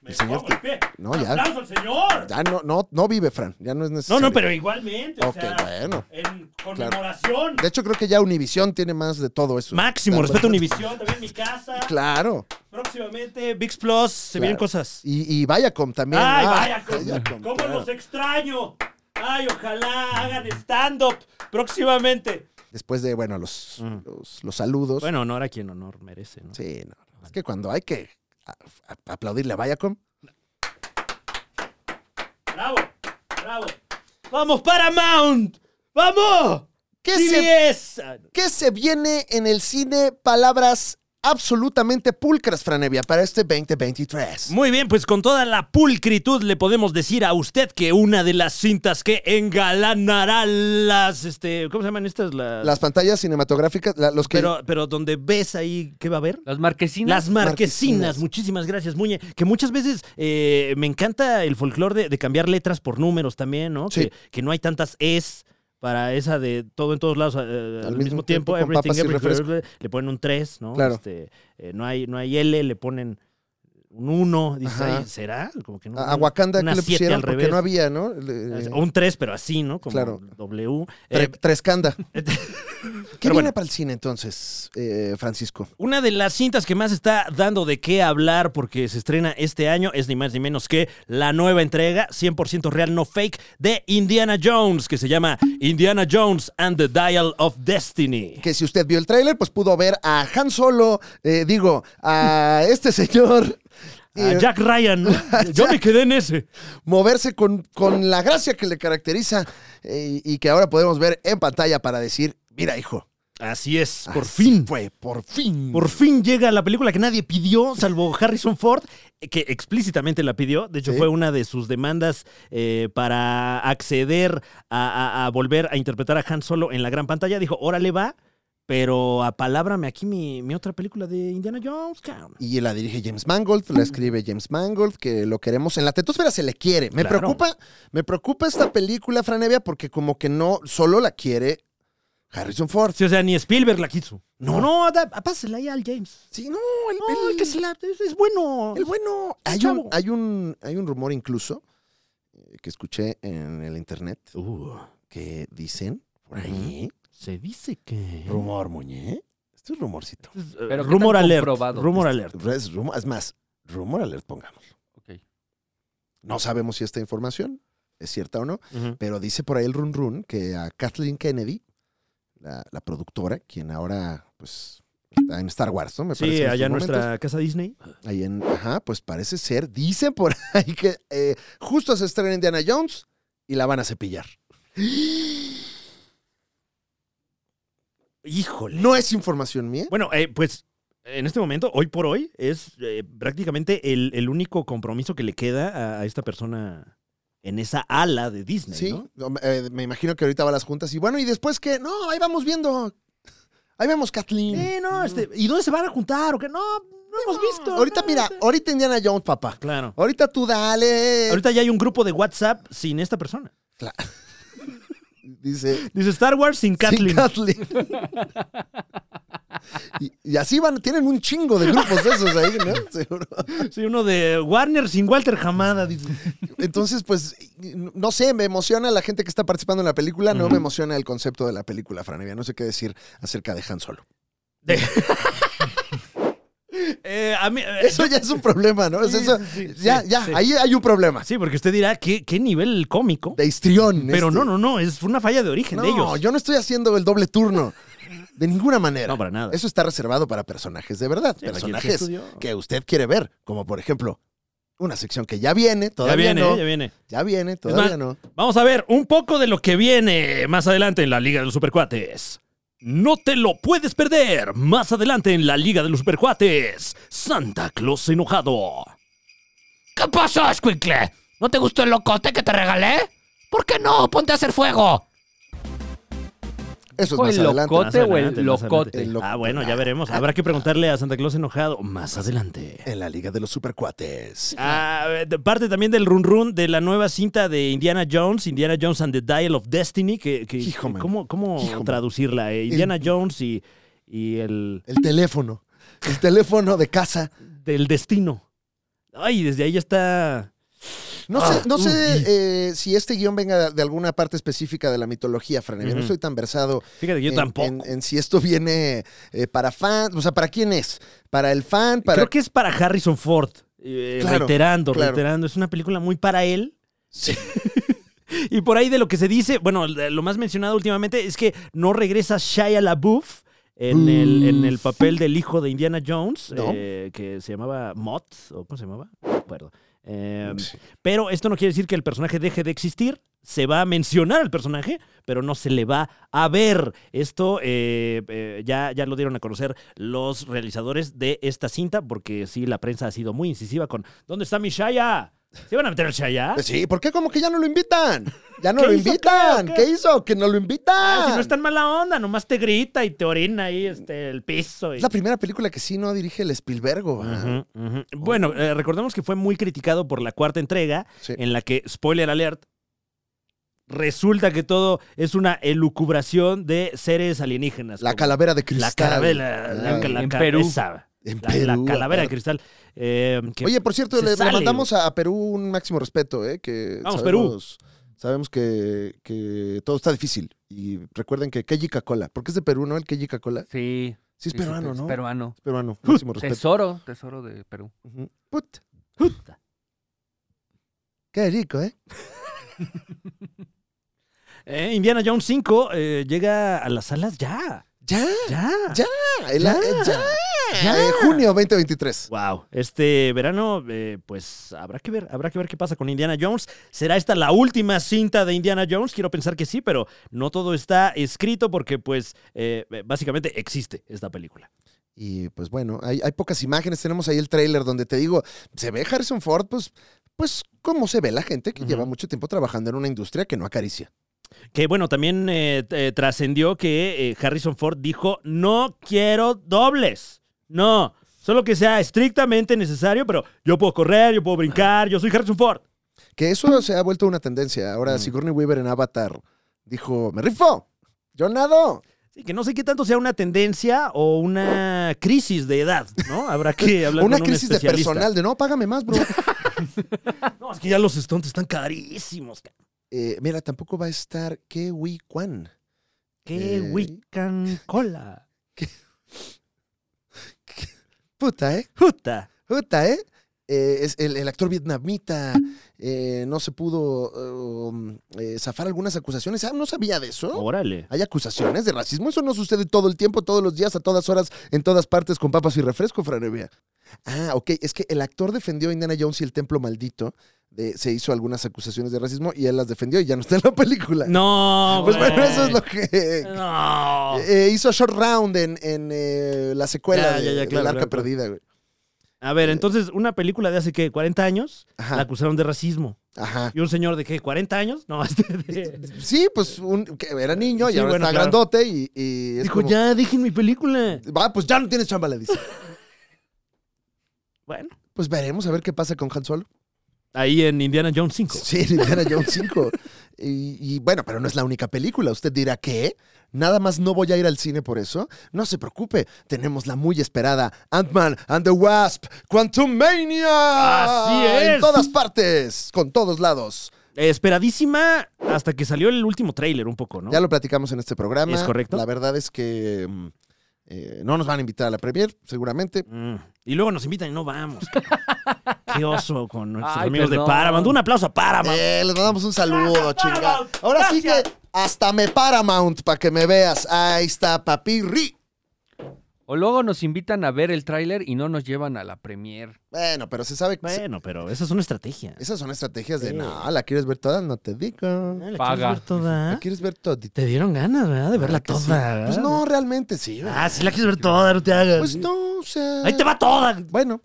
Speaker 2: me
Speaker 1: señor
Speaker 2: pongo el pie.
Speaker 1: no, ya.
Speaker 2: ¡Aplauso al señor!
Speaker 1: Ya no, no, no vive, Fran. Ya no es
Speaker 2: No,
Speaker 1: necesario.
Speaker 2: no, pero igualmente.
Speaker 1: Ok,
Speaker 2: o sea,
Speaker 1: bueno.
Speaker 2: En conmemoración.
Speaker 1: De hecho, creo que ya Univisión tiene más de todo eso.
Speaker 2: Máximo,
Speaker 1: Está-
Speaker 2: respeto a Univisión, también mi casa.
Speaker 1: Claro.
Speaker 2: Próximamente, VIX Plus, se
Speaker 1: Claro.
Speaker 2: vienen cosas.
Speaker 1: Y, y Viacom también.
Speaker 2: ¡Ay,
Speaker 1: Ah,
Speaker 2: vaya, cómo,
Speaker 1: Viacom,
Speaker 2: cómo
Speaker 1: claro.
Speaker 2: los extraño! ¡Ay, ojalá hagan stand-up próximamente!
Speaker 1: Después de, bueno, los,
Speaker 2: Mm.
Speaker 1: los, los saludos.
Speaker 2: Bueno, honor a quien honor merece, ¿no?
Speaker 1: Sí, no. Es que cuando hay que a- a- aplaudirle a Viacom.
Speaker 2: ¡Bravo! ¡Bravo! ¡Vamos, Paramount! ¡Vamos!
Speaker 1: ¿Qué se,
Speaker 2: ¡CBS! Ah, no.
Speaker 1: ¿Qué se viene en el cine? Palabras absolutamente pulcras, Franevia, para este 2023.
Speaker 2: Muy bien, pues con toda la pulcritud le podemos decir a usted que una de las cintas que engalanará las, este, ¿cómo se llaman estas? Las,
Speaker 1: Las pantallas cinematográficas, la- los que...
Speaker 2: pero, pero donde ves ahí, ¿qué va a haber?
Speaker 4: Las marquesinas.
Speaker 2: Las marquesinas.
Speaker 1: Marquesinas.
Speaker 2: muchísimas gracias, Muñe. Que muchas veces eh, me encanta el folclore de, de cambiar letras por números también, ¿no?
Speaker 1: Sí.
Speaker 2: Que, que no hay tantas es para esa de todo en todos lados eh, al, mismo, tiempo.
Speaker 1: con papas y refresco.
Speaker 2: everywhere, le ponen un 3, ¿no?
Speaker 1: Claro.
Speaker 2: Este, eh, no, hay, no hay L, le ponen un 1. Dices,
Speaker 1: Ajá.
Speaker 2: "Ay, ¿será? Como que no.
Speaker 1: a, a Wakanda
Speaker 2: una
Speaker 1: que le
Speaker 2: siete
Speaker 1: pusieron
Speaker 2: al
Speaker 1: porque
Speaker 2: revés.
Speaker 1: no había, ¿no? Le-
Speaker 2: O un 3, pero así, ¿no? Como
Speaker 1: Claro.
Speaker 2: W. Eh,
Speaker 1: Tre- Trescanda. ¿Qué viene
Speaker 2: Pero bueno.
Speaker 1: para el cine entonces, eh, Francisco?
Speaker 2: Una de las cintas que más está dando de qué hablar porque se estrena este año es ni más ni menos que la nueva entrega 100% real, no fake, de Indiana Jones, que se llama Indiana Jones and the Dial of Destiny.
Speaker 1: Que si usted vio el tráiler, pues pudo ver a Han Solo, eh, digo, a este señor
Speaker 2: A
Speaker 1: eh,
Speaker 2: Jack Ryan, ¿no? yo me quedé en ese.
Speaker 1: moverse con, con la gracia que le caracteriza eh, y que ahora podemos ver en pantalla para decir, mira hijo,
Speaker 2: Así es, por
Speaker 1: así
Speaker 2: fin.
Speaker 1: Fue, por fin.
Speaker 2: Por fin llega la película que nadie pidió, salvo Harrison Ford, que explícitamente la pidió. De hecho,
Speaker 1: Sí.
Speaker 2: fue una de sus demandas eh, para acceder a, a- a volver a interpretar a Han Solo en la gran pantalla. Dijo, órale va, pero apalábrame aquí mi, mi otra película de Indiana Jones, cabrón".
Speaker 1: Y la dirige James Mangold,
Speaker 2: Mm.
Speaker 1: la escribe James Mangold, que lo queremos en la tetosfera, se le quiere. Me
Speaker 2: Claro.
Speaker 1: preocupa, me preocupa esta película, Franevia, porque como que no, solo la quiere Harrison Ford.
Speaker 2: Sí, o sea, ni Spielberg la quiso.
Speaker 1: No.
Speaker 2: No, no, da- pásela ahí al James.
Speaker 1: Sí, no, el,
Speaker 2: No,
Speaker 1: el-
Speaker 2: el que se la- es, es bueno.
Speaker 1: El bueno. Hay
Speaker 2: chavo.
Speaker 1: un, hay, un, hay un rumor incluso eh, que escuché en el internet
Speaker 2: Uh,
Speaker 1: que dicen por ahí.
Speaker 2: se dice que...
Speaker 1: Rumor, muñe. Esto es rumorcito.
Speaker 4: Pero
Speaker 2: Pero
Speaker 4: ¿qué
Speaker 2: rumor
Speaker 4: tan
Speaker 2: alert.
Speaker 4: comprobado?
Speaker 2: Rumor alert.
Speaker 1: Es, rumo- es más, rumor alert, pongámoslo.
Speaker 4: Ok.
Speaker 1: No sabemos si esta información es cierta o no, pero dice por ahí el run run que a Kathleen Kennedy, la, la productora, quien ahora pues está en Star Wars, ¿no? Me parece
Speaker 2: Sí,
Speaker 1: en estos
Speaker 2: allá en
Speaker 1: momentos.
Speaker 2: nuestra casa Disney.
Speaker 1: Ahí en, ajá, pues parece ser, dicen por ahí que eh, justo se estrena Indiana Jones y la van a cepillar.
Speaker 2: Híjole.
Speaker 1: No es información mía.
Speaker 2: Bueno, eh, pues en este momento, hoy por hoy, es eh, prácticamente el, el único compromiso que le queda a, a esta persona en esa ala de Disney,
Speaker 1: Sí,
Speaker 2: ¿no?
Speaker 1: no, eh, me imagino que ahorita va a las juntas y bueno, ¿y después qué? No, ahí vamos viendo. Ahí vemos Kathleen.
Speaker 2: Eh, no, este, ¿y dónde se van a juntar? ¿O qué? No, no hemos visto.
Speaker 1: Ahorita,
Speaker 2: no,
Speaker 1: mira,
Speaker 2: este-
Speaker 1: ahorita Indiana Jones, papá.
Speaker 2: Claro.
Speaker 1: Ahorita tú dale.
Speaker 2: Ahorita ya hay un grupo de WhatsApp sin esta persona.
Speaker 1: Dice.
Speaker 2: Dice Star Wars sin Kathleen.
Speaker 1: "Sí, Kathleen". y, y así van, tienen un chingo de grupos de esos ahí, ¿no? Seguro.
Speaker 2: Sí, uno de Warner sin Walter Hamada. dice.
Speaker 1: Entonces, pues, no sé, me emociona la gente que está participando en la película, no me emociona el concepto de la película, Franevia. No sé qué decir acerca de Han Solo.
Speaker 2: Eh, a mí- eh,
Speaker 1: Eso ya es un problema, ¿no? Es
Speaker 2: Sí,
Speaker 1: eso-
Speaker 2: sí, sí,
Speaker 1: ya,
Speaker 2: sí,
Speaker 1: ya,
Speaker 2: sí.
Speaker 1: ahí hay un problema.
Speaker 2: Sí, porque usted dirá, ¿qué, qué nivel cómico?
Speaker 1: De histrión.
Speaker 2: Pero
Speaker 1: este.
Speaker 2: no, no, no, es una falla de origen
Speaker 1: No,
Speaker 2: de ellos.
Speaker 1: yo no estoy haciendo el doble turno. De ninguna manera.
Speaker 2: No, para nada.
Speaker 1: Eso está reservado para personajes de verdad.
Speaker 2: Sí, para quien sí
Speaker 1: personajes
Speaker 2: estudió.
Speaker 1: que usted quiere ver. Como por ejemplo, una sección que ya viene,
Speaker 2: Ya
Speaker 1: todavía
Speaker 2: viene,
Speaker 1: no.
Speaker 2: eh, ya viene.
Speaker 1: ya viene, todavía
Speaker 2: más,
Speaker 1: no.
Speaker 2: Vamos a ver un poco de lo que viene más adelante en la Liga de los Supercuates. No te lo puedes perder más adelante en la Liga de los Supercuates. Santa Claus enojado.
Speaker 6: ¿Qué pasó, Squinkle? ¿No te gustó el locote que te regalé? ¿Por qué no? Ponte a hacer fuego.
Speaker 1: Eso es
Speaker 4: ¿Fue
Speaker 1: más
Speaker 4: el
Speaker 1: adelante.
Speaker 4: locote
Speaker 2: Más
Speaker 4: o el
Speaker 2: adelante, más
Speaker 4: locote?
Speaker 2: adelante.
Speaker 1: El locote.
Speaker 2: Ah, bueno, ya veremos. Habrá que preguntarle a Santa Claus enojado más adelante.
Speaker 1: En la Liga de los Supercuates.
Speaker 2: Ah, de parte también del run run de la nueva cinta de Indiana Jones, Indiana Jones and the Dial of Destiny, que, que-
Speaker 1: Hijo, man.
Speaker 2: ¿cómo, cómo
Speaker 1: Hijo, man.
Speaker 2: traducirla? Eh, Indiana Jones y, y el
Speaker 1: El teléfono. El teléfono de casa.
Speaker 2: del destino. Ay, desde ahí ya está.
Speaker 1: No
Speaker 2: Ah,
Speaker 1: sé, no
Speaker 2: uy.
Speaker 1: sé eh, si este guión venga de alguna parte específica de la mitología, Franevia. No
Speaker 2: Ujú.
Speaker 1: estoy tan versado
Speaker 2: Fíjate, que yo
Speaker 1: en,
Speaker 2: tampoco.
Speaker 1: en- en si esto viene eh, para fans. O sea, ¿para quién es? ¿Para el fan? ¿Para
Speaker 2: Creo que es para Harrison Ford. eh,
Speaker 1: Claro,
Speaker 2: reiterando,
Speaker 1: claro.
Speaker 2: reiterando. Es una película muy para él.
Speaker 1: Sí.
Speaker 2: y por ahí de lo que se dice, bueno, de lo más mencionado últimamente es que no regresa Shia LaBeouf en, el, en el papel del hijo de Indiana Jones,
Speaker 1: No.
Speaker 2: eh, que se llamaba Mott, o ¿cómo se llamaba? No me acuerdo. Eh, pero esto no quiere decir que el personaje deje de existir. Se va a mencionar al personaje, pero no se le va a ver. Esto eh, eh, ya, ya lo dieron a conocer los realizadores de esta cinta, porque sí, la prensa ha sido muy incisiva con ¿Dónde está mi Shaya? ¿Se van a meter al Shaya?
Speaker 1: Pues sí, ¿por qué como que ya no lo invitan? Ya no
Speaker 2: ¿Qué
Speaker 1: lo
Speaker 2: hizo? ¿Qué?
Speaker 1: invitan. ¿Qué,
Speaker 2: ¿Qué?
Speaker 1: hizo? Que no lo invitan.
Speaker 2: Ah, si no es tan mala onda, nomás te grita y te orina ahí este, el piso. y-
Speaker 1: Es la primera película que sí no dirige el Spielberg. ¿verdad?
Speaker 2: Ujú, ujú. Bueno, eh, recordemos que fue muy criticado por la cuarta entrega,
Speaker 1: Sí.
Speaker 2: en la que, spoiler alert, resulta que todo es una elucubración de seres alienígenas.
Speaker 1: La
Speaker 2: como
Speaker 1: calavera de
Speaker 2: La
Speaker 1: cristal.
Speaker 2: calavera, la,
Speaker 1: Ah,
Speaker 2: la
Speaker 4: en Perú.
Speaker 2: cabeza,
Speaker 1: en
Speaker 2: la, la
Speaker 1: Perú,
Speaker 2: calavera de
Speaker 1: aparte.
Speaker 2: cristal. eh, que-
Speaker 1: Oye, por cierto,
Speaker 2: se
Speaker 1: le, le
Speaker 2: sale,
Speaker 1: mandamos a, a Perú un máximo respeto, ¿eh? Que
Speaker 2: Vamos,
Speaker 1: sabemos, Sabemos que, que todo está difícil. Y recuerden que Keiji Cacola, porque es de Perú, ¿no? El Keiji Cacola.
Speaker 4: Sí.
Speaker 1: Sí, es
Speaker 4: sí,
Speaker 1: peruano,
Speaker 4: es
Speaker 1: ¿no?
Speaker 4: Peruano.
Speaker 1: Es peruano. Máximo
Speaker 2: Pues
Speaker 1: respeto.
Speaker 4: Tesoro, tesoro de Perú.
Speaker 1: Ujú. Put. Qué rico, ¿eh?
Speaker 2: eh, Indiana Jones 5 eh, llega a las salas ya.
Speaker 1: Ya,
Speaker 2: Ya.
Speaker 1: Ya. el-
Speaker 2: Ya.
Speaker 1: eh, ya.
Speaker 2: Ya.
Speaker 1: Eh, junio 2023.
Speaker 2: Wow, este verano, eh, pues habrá que ver, habrá que ver qué pasa con Indiana Jones. ¿Será esta la última cinta de Indiana Jones? Quiero pensar que sí, pero no todo está escrito porque, pues, eh, básicamente existe esta película.
Speaker 1: Y pues bueno, hay, hay pocas imágenes. Tenemos ahí el tráiler donde te digo, se ve Harrison Ford, pues, pues como se ve la gente que
Speaker 2: Ujú.
Speaker 1: lleva mucho tiempo trabajando en una industria que no acaricia.
Speaker 2: Que bueno, también eh, t- eh, trascendió que eh, Harrison Ford dijo: No quiero dobles. No, solo que sea estrictamente necesario, pero yo puedo correr, yo puedo brincar, yo soy Harrison Ford.
Speaker 1: Que eso se ha vuelto una tendencia. Ahora Sigourney Weaver en Avatar dijo, me rifo, yo nado.
Speaker 2: Sí, que no sé qué tanto sea una tendencia o una crisis de edad, ¿no? Habrá que hablar
Speaker 1: Una
Speaker 2: con un
Speaker 1: crisis de
Speaker 2: especialista.
Speaker 1: personal, de no, págame más, bro.
Speaker 2: No, es que ya los stunts están carísimos. ca-
Speaker 1: Eh, mira, tampoco va a estar Kewi Kwan.
Speaker 2: Qué
Speaker 1: Eh.
Speaker 2: Wiccan cola.
Speaker 1: Puta, ¿eh?
Speaker 2: Puta.
Speaker 1: Puta, ¿eh? Eh, es el, el actor vietnamita eh, no se pudo um, eh, zafar algunas acusaciones. Ah, no sabía de eso.
Speaker 2: Órale.
Speaker 1: Hay acusaciones de racismo. Eso no sucede todo el tiempo, todos los días, a todas horas, en todas partes, con papas y refresco, Franevia. Ah, ok. Es que el actor defendió a Indiana Jones y el templo maldito. de- se hizo algunas acusaciones de racismo y él las defendió y ya no está en la película.
Speaker 2: No,
Speaker 1: Pues bueno,
Speaker 2: güey.
Speaker 1: eso es lo que.
Speaker 2: No.
Speaker 1: Eh, hizo Short Round en, en, eh, la secuela
Speaker 2: Ya,
Speaker 1: de,
Speaker 2: ya, ya,
Speaker 1: del
Speaker 2: claro,
Speaker 1: Arca
Speaker 2: claro, claro.
Speaker 1: Perdida, güey.
Speaker 2: A ver, entonces, una película de hace, ¿qué? 40 años,
Speaker 1: Ajá.
Speaker 2: la acusaron de racismo.
Speaker 1: Ajá.
Speaker 2: Y un señor de, ¿qué? ¿40 años? No, este de...
Speaker 1: Sí, pues un, que era niño y
Speaker 2: Sí,
Speaker 1: ahora
Speaker 2: bueno,
Speaker 1: está
Speaker 2: claro.
Speaker 1: grandote y, y es
Speaker 2: Dijo,
Speaker 1: como,
Speaker 2: ya, dejen mi película.
Speaker 1: Va, pues ya no tienes chamba, le dice.
Speaker 2: Bueno.
Speaker 1: Pues veremos a ver qué pasa con Han Solo.
Speaker 2: Ahí en Indiana Jones 5.
Speaker 1: Sí, en Indiana Jones 5. Y, y bueno, pero no es la única película. Usted dirá, ¿qué? Nada más no voy a ir al cine por eso. No se preocupe, tenemos la muy esperada Ant-Man and the Wasp, Quantum Mania.
Speaker 2: Así es.
Speaker 1: En todas partes, con todos lados.
Speaker 2: Eh, esperadísima hasta que salió el último tráiler un poco, ¿no?
Speaker 1: Ya lo platicamos en este programa.
Speaker 2: Es correcto.
Speaker 1: La verdad es que mm, eh, no nos van a invitar a la premier, seguramente.
Speaker 2: Mm. Y luego nos invitan y no vamos. cabrón. Qué oso con nuestros
Speaker 4: Ay,
Speaker 2: amigos
Speaker 4: perdón.
Speaker 2: de Paramount. Un aplauso a Paramount.
Speaker 1: Eh, les mandamos un saludo, chingada. Ahora sí que
Speaker 2: Gracias.
Speaker 1: hasta me Paramount para que me veas. Ahí está, papirri.
Speaker 4: O luego nos invitan a ver el tráiler y no nos llevan a la premier.
Speaker 1: Bueno, pero se sabe que se-
Speaker 2: Bueno, pero esa es una estrategia.
Speaker 1: esas son estrategias de
Speaker 2: Sí.
Speaker 1: no, la quieres ver toda, no te digo.
Speaker 2: Ah, ¿la
Speaker 4: Paga.
Speaker 2: quieres ver toda?
Speaker 1: La quieres ver todita.
Speaker 2: Te dieron ganas, ¿verdad? De verla
Speaker 1: Ah, que
Speaker 2: toda.
Speaker 1: sí.
Speaker 2: ¿verdad?
Speaker 1: Pues no, realmente sí. güey.
Speaker 2: Ah, sí la quieres ver toda, no te hagas.
Speaker 1: Pues no, o sea.
Speaker 2: Ahí te va toda.
Speaker 1: Bueno.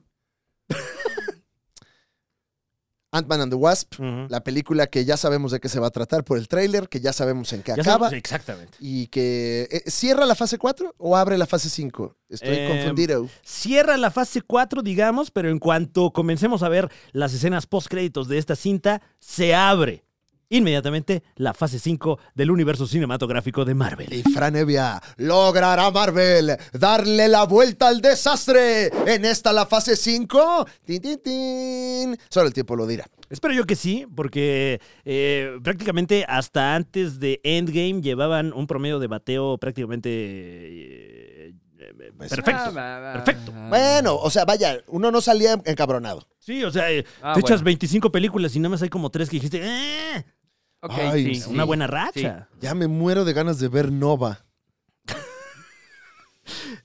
Speaker 1: Ant-Man and the Wasp,
Speaker 2: Ujú.
Speaker 1: la película que ya sabemos de qué se va a tratar por el tráiler, que ya sabemos en qué
Speaker 2: Ya
Speaker 1: acaba
Speaker 2: sabes- exactamente.
Speaker 1: y que eh, cierra la fase 4 o abre la fase 5. Estoy
Speaker 2: Eh,
Speaker 1: confundido.
Speaker 2: Cierra la fase 4, digamos, pero en cuanto comencemos a ver las escenas post créditos de esta cinta, se abre inmediatamente la fase 5 del universo cinematográfico de Marvel.
Speaker 1: Y Fran Evia logrará Marvel darle la vuelta al desastre en esta la fase 5. Tin, tin, tin. Solo el tiempo lo dirá.
Speaker 2: Espero yo que sí, porque eh, prácticamente hasta antes de Endgame llevaban un promedio de bateo prácticamente eh, eh,
Speaker 1: Pues-
Speaker 4: Ah,
Speaker 2: perfecto. Perfecto.
Speaker 1: Bueno, o sea, vaya, uno no salía encabronado.
Speaker 2: Sí, o sea, eh,
Speaker 4: Ah,
Speaker 2: te echas
Speaker 4: bueno.
Speaker 2: 25 películas y nada más hay como tres que dijiste, "Eh,
Speaker 4: Ok,
Speaker 1: Ay,
Speaker 4: sí,
Speaker 1: sí.
Speaker 2: una
Speaker 4: sí.
Speaker 2: buena racha.
Speaker 1: Ya me muero de ganas de ver Nova.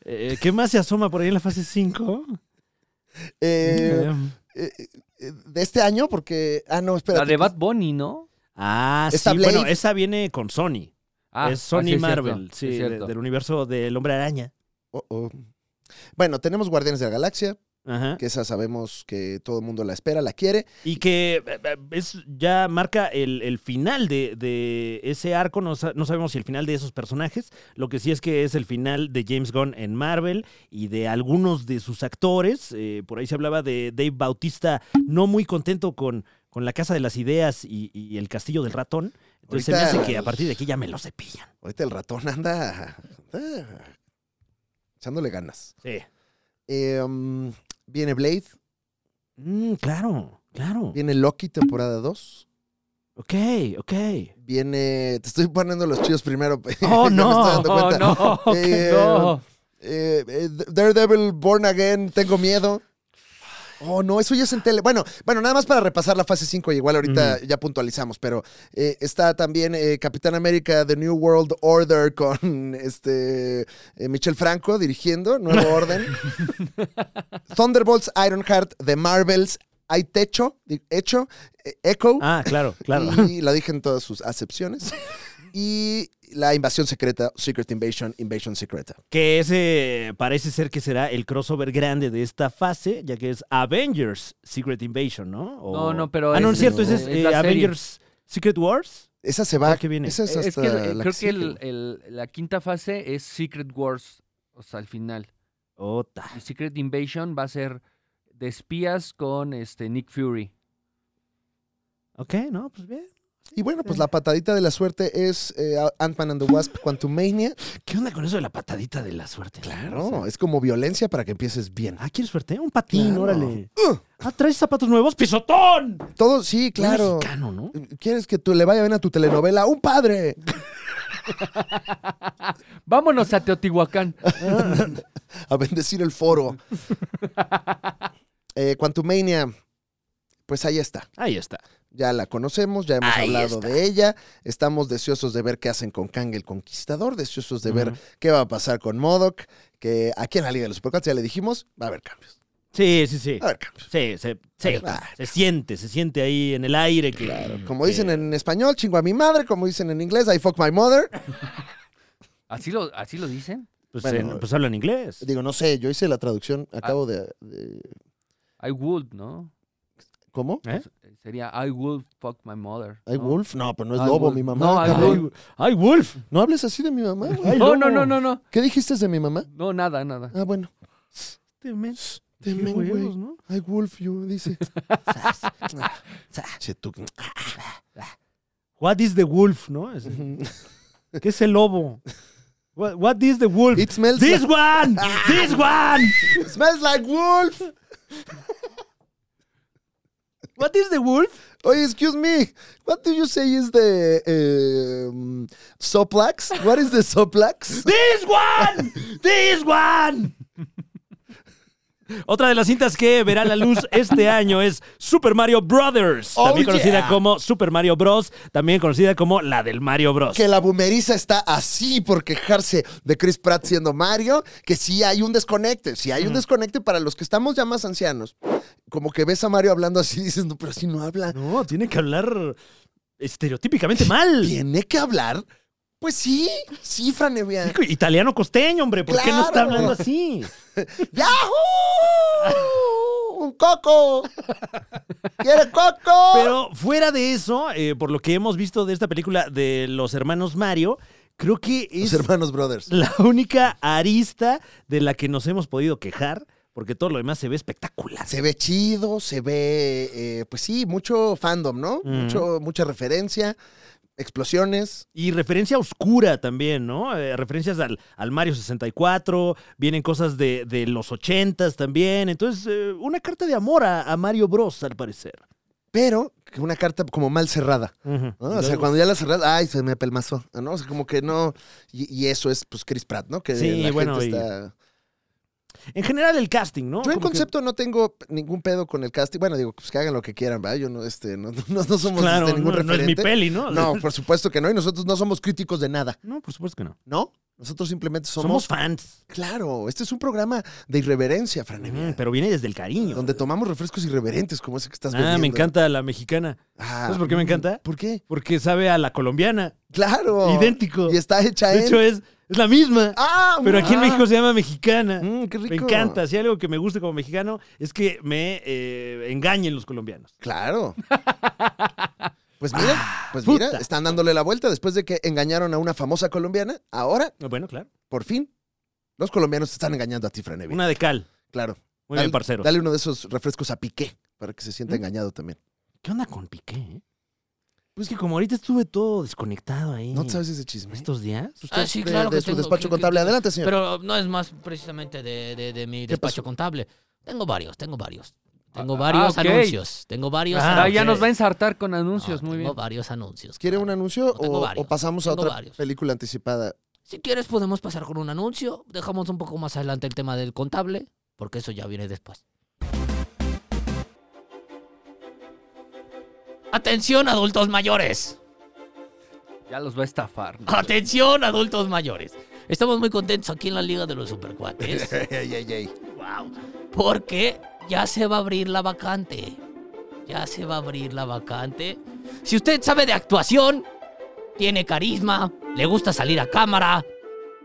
Speaker 2: Eh, ¿Qué más se asoma por ahí en la fase 5?
Speaker 1: Eh, eh, eh, de este año, porque. Ah, no, espera.
Speaker 4: La de Bad Bunny, ¿no?
Speaker 2: Ah,
Speaker 1: Está
Speaker 2: sí.
Speaker 1: Blade.
Speaker 2: Bueno, esa viene con Sony.
Speaker 4: Ah,
Speaker 2: es
Speaker 4: ah,
Speaker 2: Sony
Speaker 4: sí, es cierto,
Speaker 2: Marvel, sí,
Speaker 4: es
Speaker 2: de-
Speaker 4: cierto.
Speaker 2: del universo del Hombre Araña.
Speaker 1: Oh, oh. Bueno, tenemos Guardianes de la Galaxia,
Speaker 2: Ajá.
Speaker 1: que esa sabemos que todo el mundo la espera, la quiere.
Speaker 2: Y que eh, eh, es, ya marca el, el final de, de ese arco. No, sa- no sabemos si el final de esos personajes. Lo que sí es que es el final de James Gunn en Marvel y de algunos de sus actores. Eh, por ahí se hablaba de Dave Bautista, no muy contento con, con la Casa de las Ideas y, y el Castillo del Ratón. Entonces se me
Speaker 1: Ahorita-
Speaker 2: hace que a partir de aquí ya me lo cepillan.
Speaker 1: Ahorita el ratón anda. anda echándole ganas.
Speaker 2: Sí.
Speaker 1: Eh, mm, viene Blade,
Speaker 2: Mm, claro, claro.
Speaker 1: viene Loki, temporada 2.
Speaker 2: Ok, ok.
Speaker 1: Viene. Te estoy poniendo los chidos primero. ya
Speaker 2: Oh,
Speaker 1: me estoy
Speaker 2: no,
Speaker 1: dando cuenta.
Speaker 4: no,
Speaker 1: Eh,
Speaker 4: no.
Speaker 1: Eh, eh, Daredevil, Born Again, Tengo Miedo. Oh, no, eso ya es en tele. Bueno, bueno, nada más para repasar la fase 5, igual ahorita ya puntualizamos, pero eh, está también eh, Capitán América, The New World Order con este eh, Michel Franco dirigiendo, Nuevo Orden. Thunderbolts, Ironheart, The Marvels, Hay Techo, di- Hecho, eh, Echo.
Speaker 2: Ah, claro, claro.
Speaker 1: Y la dije en todas sus acepciones. Y la invasión secreta, Secret Invasion, Invasion Secreta.
Speaker 2: Que ese parece ser que será el crossover grande de esta fase, ya que es Avengers Secret Invasion, ¿no? O-
Speaker 4: No, no, pero
Speaker 2: Ah, no,
Speaker 4: es-
Speaker 2: es cierto, ese es,
Speaker 4: es
Speaker 2: eh,
Speaker 4: la serie.
Speaker 2: Avengers Secret Wars.
Speaker 1: Esa se va.
Speaker 2: Ah, qué viene.
Speaker 1: Esa es,
Speaker 4: Eh, es
Speaker 1: hasta
Speaker 4: que eh,
Speaker 1: la
Speaker 4: creo que
Speaker 1: sigue,
Speaker 4: el-
Speaker 1: güey.
Speaker 4: el- la quinta fase es Secret Wars, o sea, al final.
Speaker 2: Ota.
Speaker 4: Y Secret Invasion va a ser de espías con este Nick Fury.
Speaker 2: Ok, no, pues bien.
Speaker 1: Y bueno,
Speaker 4: eh.
Speaker 1: pues la patadita de la suerte es eh, Ant-Man and the Wasp Quantumania.
Speaker 2: ¿Qué onda con eso de la patadita de la suerte?
Speaker 1: Claro,
Speaker 2: O sea,
Speaker 1: es como violencia para que empieces bien.
Speaker 2: ah, ¿quieres suerte? Un patín,
Speaker 1: Claro.
Speaker 2: órale. Ah, ¿traes zapatos nuevos? ¡Pisotón!
Speaker 1: Todo, sí, claro.
Speaker 2: Mexicano, ¿no?
Speaker 1: ¿Quieres que tú le vaya bien a tu telenovela? ¡Un padre!
Speaker 4: Vámonos a Teotihuacán.
Speaker 1: a bendecir el foro. Eh, Quantumania, pues ahí está.
Speaker 2: Ahí está.
Speaker 1: Ya la conocemos, ya hemos
Speaker 6: Ahí
Speaker 1: hablado
Speaker 6: está.
Speaker 1: de ella. Estamos deseosos de ver qué hacen con Kang el Conquistador, deseosos de ver qué va a pasar con Modoc, que aquí en la Liga de los Supercuates ya le dijimos, va a haber cambios.
Speaker 2: Sí, sí, sí.
Speaker 1: Va a haber cambios.
Speaker 2: Sí, se, sí.
Speaker 1: Claro.
Speaker 2: se siente, se siente ahí en el aire. Que,
Speaker 1: Como
Speaker 2: que-
Speaker 1: dicen en español, chingo a mi madre. Como dicen en inglés, I fuck my mother.
Speaker 4: ¿Así lo, así lo dicen?
Speaker 2: Pues,
Speaker 1: bueno,
Speaker 2: en- pues hablan inglés.
Speaker 1: Digo, no sé, yo hice la traducción, acabo de, de-
Speaker 4: I would, ¿no?
Speaker 1: ¿Cómo?
Speaker 2: ¿Eh?
Speaker 4: Sería I would fuck my mother.
Speaker 1: ¿Hay
Speaker 4: ¿no?
Speaker 1: wolf? No, pero no es
Speaker 4: I
Speaker 1: lobo,
Speaker 4: would-
Speaker 1: mi
Speaker 4: No,
Speaker 1: mamá.
Speaker 4: I
Speaker 1: cabrón.
Speaker 4: would-
Speaker 2: ¡Ay, Wolf!
Speaker 1: No hables así de mi mamá. güey.
Speaker 4: no, no, no, no, no.
Speaker 1: ¿Qué dijiste de mi mamá?
Speaker 4: No, nada, nada.
Speaker 1: Ah, bueno.
Speaker 2: Te men-
Speaker 1: Te
Speaker 2: qué
Speaker 1: men, güey.
Speaker 2: huevos, ¿no?
Speaker 1: I wolf you, dice. Che, tú.
Speaker 2: What is the wolf, ¿no? Es- ¿Qué es el lobo? What, what is the wolf?
Speaker 1: It smells
Speaker 2: This one! This one!
Speaker 1: like, smells like wolf.
Speaker 2: What is the wolf?
Speaker 1: Oye, excuse me. What do you say is the um, soplax? What is the soplax?
Speaker 2: This one! This one! Otra de las cintas que verá la luz este año es Super Mario Brothers,
Speaker 1: Oh,
Speaker 2: también conocida
Speaker 1: yeah.
Speaker 2: como Super Mario Bros, también conocida como la del Mario Bros.
Speaker 1: que la boomeriza está así por quejarse de Chris Pratt siendo Mario, que sí hay un desconecte, sí hay un desconecte para los que estamos ya más ancianos. Como que ves a Mario hablando así y dices, no, pero así no habla.
Speaker 2: No, tiene que hablar estereotípicamente mal.
Speaker 1: ¿Tiene que hablar? Pues sí, sí, Franevia.
Speaker 2: Hijo, Italiano costeño, hombre, ¿por qué no está
Speaker 1: Claro.
Speaker 2: hablando así?
Speaker 1: ¡Yahoo! ¡Un coco! ¿Quiere coco?
Speaker 2: Pero fuera de eso, eh, por lo que hemos visto de esta película de los hermanos Mario, creo que
Speaker 1: Los
Speaker 2: es
Speaker 1: hermanos brothers.
Speaker 2: la única arista de la que nos hemos podido quejar, porque todo lo demás se ve espectacular.
Speaker 1: Se ve chido, se ve, eh, pues sí, mucho fandom, ¿no? Mucho, mucha referencia, explosiones.
Speaker 2: Y referencia oscura también, ¿no? Eh, referencias al, al Mario 64, vienen cosas de, de los 80s también. Entonces, eh, una carta de amor a, a Mario Bros, al parecer.
Speaker 1: pero que una carta como mal cerrada. ¿no? Ah, O sea, cuando ya la cerras, ay, se me pelmazó. ¿no? O sea, como que no. Y, y eso es, pues, Chris Pratt, ¿no? Que
Speaker 2: Sí,
Speaker 1: la
Speaker 2: bueno, y-
Speaker 1: gente está.
Speaker 2: En general, el casting, ¿no?
Speaker 1: Yo en
Speaker 2: Como que-
Speaker 1: concepto no tengo ningún pedo con el casting. Bueno, digo, pues que hagan lo que quieran, ¿verdad? Yo no, este, no, no, no somos
Speaker 2: claro,
Speaker 1: este,
Speaker 2: no,
Speaker 1: ningún
Speaker 2: no es mi
Speaker 1: referente.
Speaker 2: peli, ¿no?
Speaker 1: No, por supuesto que no. Y nosotros no somos críticos de nada,
Speaker 2: No, por supuesto que no.
Speaker 1: ¿no? Nosotros simplemente somos.
Speaker 2: Somos, fans.
Speaker 1: Claro, este es un programa de irreverencia, Franevia.
Speaker 2: Mm, pero viene desde el cariño.
Speaker 1: Donde tomamos refrescos irreverentes como ese que estás
Speaker 2: Ah,
Speaker 1: bebiendo.
Speaker 2: me encanta la mexicana.
Speaker 1: Ah,
Speaker 2: ¿Sabes por qué me encanta?
Speaker 1: ¿Por qué?
Speaker 2: Porque sabe a la colombiana.
Speaker 1: Claro.
Speaker 2: Idéntico.
Speaker 1: Oh, Y está hecha
Speaker 2: De
Speaker 1: él.
Speaker 2: hecho, es, es la misma.
Speaker 1: Ah,
Speaker 2: pero aquí en
Speaker 1: ah.
Speaker 2: México se llama mexicana.
Speaker 1: Mm, qué
Speaker 2: Me
Speaker 1: rico.
Speaker 2: encanta. Si hay algo que me guste como mexicano es que me eh, engañen los colombianos.
Speaker 1: Claro. Pues mira, pues
Speaker 2: puta.
Speaker 1: mira, están dándole la vuelta después de que engañaron a una famosa colombiana. Ahora,
Speaker 2: Ah, Bueno, claro.
Speaker 1: por fin, los colombianos te están engañando a ti, Franevi.
Speaker 2: Una de cal.
Speaker 1: Claro.
Speaker 2: Muy
Speaker 1: Dale-
Speaker 2: bien, parcero.
Speaker 1: Dale uno de esos refrescos a Piqué para que se sienta
Speaker 2: Mm.
Speaker 1: engañado también.
Speaker 2: ¿Qué onda con Piqué? eh? Pues que como ahorita estuve todo desconectado ahí.
Speaker 1: ¿No ¿eh? te sabes ese chisme?
Speaker 2: Estos días.
Speaker 1: Usted
Speaker 6: Ah, sí,
Speaker 1: es de-
Speaker 6: claro
Speaker 1: De,
Speaker 6: que
Speaker 1: su
Speaker 6: tengo-
Speaker 1: despacho
Speaker 6: que-
Speaker 1: contable.
Speaker 6: que-
Speaker 1: Adelante, señor.
Speaker 6: Pero no es más precisamente de, de- de mi despacho
Speaker 1: pasó?
Speaker 6: contable. Tengo varios, tengo varios. Tengo
Speaker 4: ah,
Speaker 6: varios
Speaker 4: ok.
Speaker 6: anuncios. Tengo varios
Speaker 2: Ah,
Speaker 4: Ah, ya
Speaker 6: anuncios.
Speaker 4: nos va a ensartar con
Speaker 6: No,
Speaker 4: anuncios, muy bien.
Speaker 6: Tengo varios anuncios.
Speaker 1: ¿Quiere un
Speaker 6: claro.
Speaker 1: anuncio
Speaker 6: No, tengo
Speaker 1: o,
Speaker 6: varios,
Speaker 1: o pasamos a
Speaker 6: tengo
Speaker 1: otra
Speaker 6: varios.
Speaker 1: película anticipada?
Speaker 6: Si quieres podemos pasar con un anuncio. Dejamos un poco más adelante el tema del contable, porque eso ya viene después. Atención adultos mayores.
Speaker 4: Ya los va a estafar. ¿no?
Speaker 6: Atención adultos mayores. Estamos muy contentos aquí en la Liga de los Supercuates.
Speaker 1: Ey, ey, ey.
Speaker 6: Wow. Porque ya se va a abrir la vacante. Ya se va a abrir la vacante. Si usted sabe de actuación, tiene carisma, le gusta salir a cámara,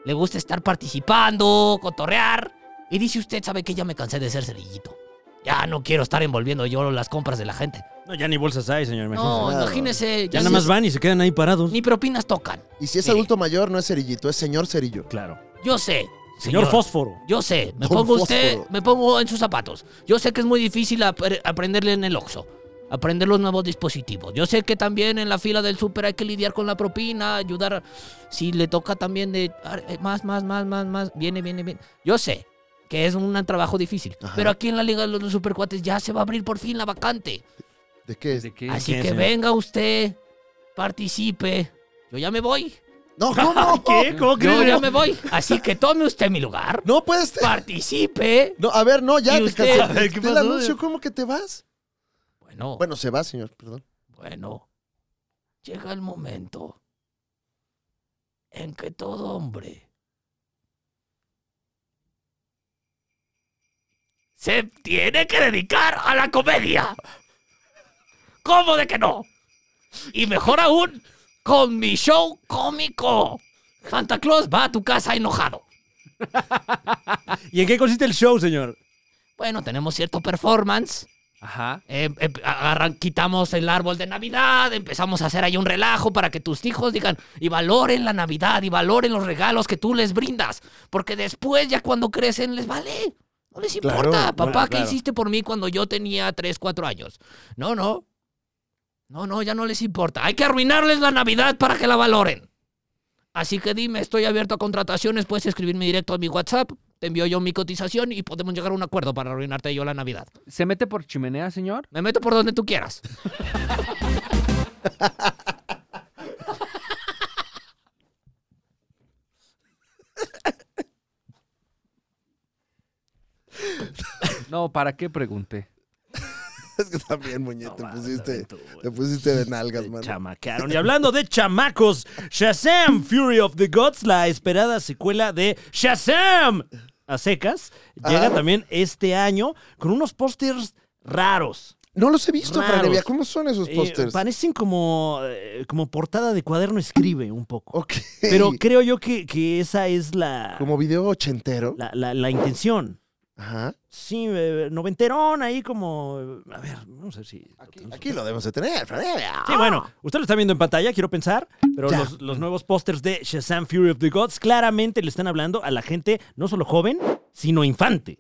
Speaker 6: le gusta estar participando, cotorrear. Y dice usted, sabe que ya me cansé de ser cerillito. Ya no quiero estar envolviendo yo las compras de la gente.
Speaker 2: No, ya ni bolsas hay, señor. imagínate.
Speaker 6: No,
Speaker 1: Claro.
Speaker 6: imagínese.
Speaker 2: ya
Speaker 6: ni-
Speaker 2: nada más van y se quedan ahí parados.
Speaker 6: Ni propinas tocan.
Speaker 1: Y si es
Speaker 6: Mire.
Speaker 1: adulto mayor, no es cerillito, es señor cerillo.
Speaker 2: Claro.
Speaker 6: Yo sé.
Speaker 2: Señor, Fósforo.
Speaker 6: Yo sé, me
Speaker 1: Don
Speaker 6: pongo usted,
Speaker 1: Fósforo.
Speaker 6: me pongo en sus zapatos. Yo sé que es muy difícil apre- aprenderle en el Oxxo, aprender los nuevos dispositivos. Yo sé que también en la fila del súper hay que lidiar con la propina, ayudar a- si le toca también de ah, eh, más, más, más, más, más, viene, viene, viene. Yo sé que es un trabajo difícil,
Speaker 1: Ajá.
Speaker 6: pero aquí en la Liga de los Supercuates ya se va a abrir por fin la vacante.
Speaker 1: ¿De qué es?
Speaker 4: ¿De qué?
Speaker 6: Así
Speaker 2: sí,
Speaker 6: que
Speaker 2: sí.
Speaker 6: venga usted, participe. Yo ya me voy.
Speaker 1: No, ¿cómo?
Speaker 2: ¿Qué? ¿Cómo
Speaker 6: Yo
Speaker 2: crees?
Speaker 6: ya me voy. Así que tome usted mi lugar.
Speaker 1: No puedes. te-
Speaker 6: Participe.
Speaker 1: No, a ver, no, ya
Speaker 6: ¿Y
Speaker 1: te
Speaker 6: usted?
Speaker 1: cansé.
Speaker 2: Ay, ¿qué
Speaker 1: El
Speaker 2: pasó?
Speaker 1: anuncio, ¿cómo que te vas?
Speaker 6: Bueno, bueno,
Speaker 1: Bueno, se va, señor, perdón.
Speaker 6: Llega el momento en que todo hombre se tiene que dedicar a la comedia. ¿Cómo de que no? Y mejor aún, con mi show cómico. Santa Claus va a tu casa enojado.
Speaker 2: ¿Y en qué consiste el show, señor?
Speaker 6: Bueno, tenemos cierto performance.
Speaker 4: Ajá.
Speaker 6: Eh, eh, agarran- quitamos el árbol de Navidad, empezamos a hacer ahí un relajo para que tus hijos digan y valoren la Navidad y valoren los regalos que tú les brindas, porque después ya cuando crecen les vale. No les
Speaker 1: Claro,
Speaker 6: importa, papá,
Speaker 2: bueno,
Speaker 6: ¿qué
Speaker 2: claro.
Speaker 6: hiciste por mí cuando yo tenía 3, 4 años? No, no. No, no, ya no les importa. Hay que arruinarles la Navidad para que la valoren. Así que dime, estoy abierto a contrataciones, puedes escribirme directo a mi WhatsApp, te envío yo mi cotización y podemos llegar a un acuerdo para arruinarte yo la Navidad.
Speaker 4: ¿Se mete por chimenea, señor?
Speaker 6: Me meto por donde tú quieras.
Speaker 4: No, ¿para qué pregunté?
Speaker 1: Es que también, muñe,
Speaker 2: Ah,
Speaker 1: te pusiste,
Speaker 2: pues.
Speaker 1: te pusiste de nalgas, mano.
Speaker 2: Chamacaron. Y hablando de chamacos, Shazam, Fury of the Gods, la esperada secuela de Shazam a secas, llega
Speaker 1: Ah.
Speaker 2: también este año con unos pósters raros.
Speaker 1: No los he visto,
Speaker 2: Raros.
Speaker 1: Franevia. ¿Cómo son esos
Speaker 2: Eh,
Speaker 1: pósters?
Speaker 2: parecen como, eh, como portada de cuaderno escribe un poco.
Speaker 1: Ok.
Speaker 2: Pero creo yo que, que esa es la,
Speaker 1: Como video ochentero.
Speaker 2: la, la- la intención.
Speaker 1: Ajá.
Speaker 2: Sí, eh, noventerón ahí como... eh, A ver, vamos a ver si...
Speaker 1: Aquí, aquí lo debemos de tener, Franevia.
Speaker 2: Sí, bueno, usted lo está viendo en pantalla, quiero pensar, pero
Speaker 1: Ya.
Speaker 2: los, los nuevos pósters de Shazam Fury of the Gods claramente le están hablando a la gente no solo joven, sino infante.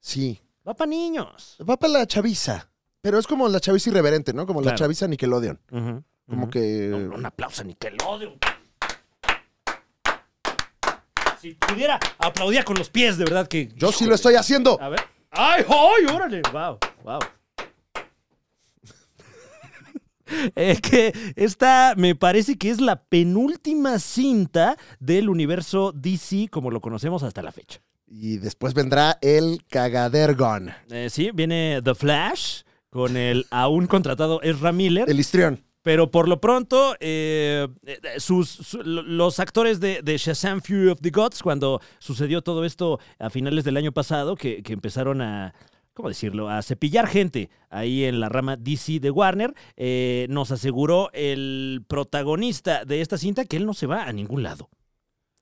Speaker 1: Sí.
Speaker 2: Va para niños.
Speaker 1: Va para la chaviza. Pero es como la chaviza irreverente, ¿no? Como la
Speaker 2: Claro.
Speaker 1: chaviza Nickelodeon.
Speaker 2: Ujú,
Speaker 1: Como
Speaker 2: ujú.
Speaker 1: que.
Speaker 2: Un, un aplauso a Nickelodeon. Si pudiera, aplaudía con los pies, de verdad que...
Speaker 1: Yo sí lo estoy haciendo.
Speaker 2: A ver. ¡Ay, ay, órale! ¡Wow, wow! Es que esta me parece que es la penúltima cinta del universo DC como lo conocemos hasta la fecha.
Speaker 1: Y después vendrá el cagadergon.
Speaker 2: Eh, sí, viene The Flash con el aún contratado Ezra Miller,
Speaker 1: El histrión.
Speaker 2: pero por lo pronto eh, eh, sus, su- lo- los actores de, de Shazam Fury of the Gods, cuando sucedió todo esto a finales del año pasado, que, que empezaron a... ¿Cómo decirlo? A cepillar gente ahí en la rama DC de Warner. eh, nos aseguró el protagonista de esta cinta que él no se va a ningún lado.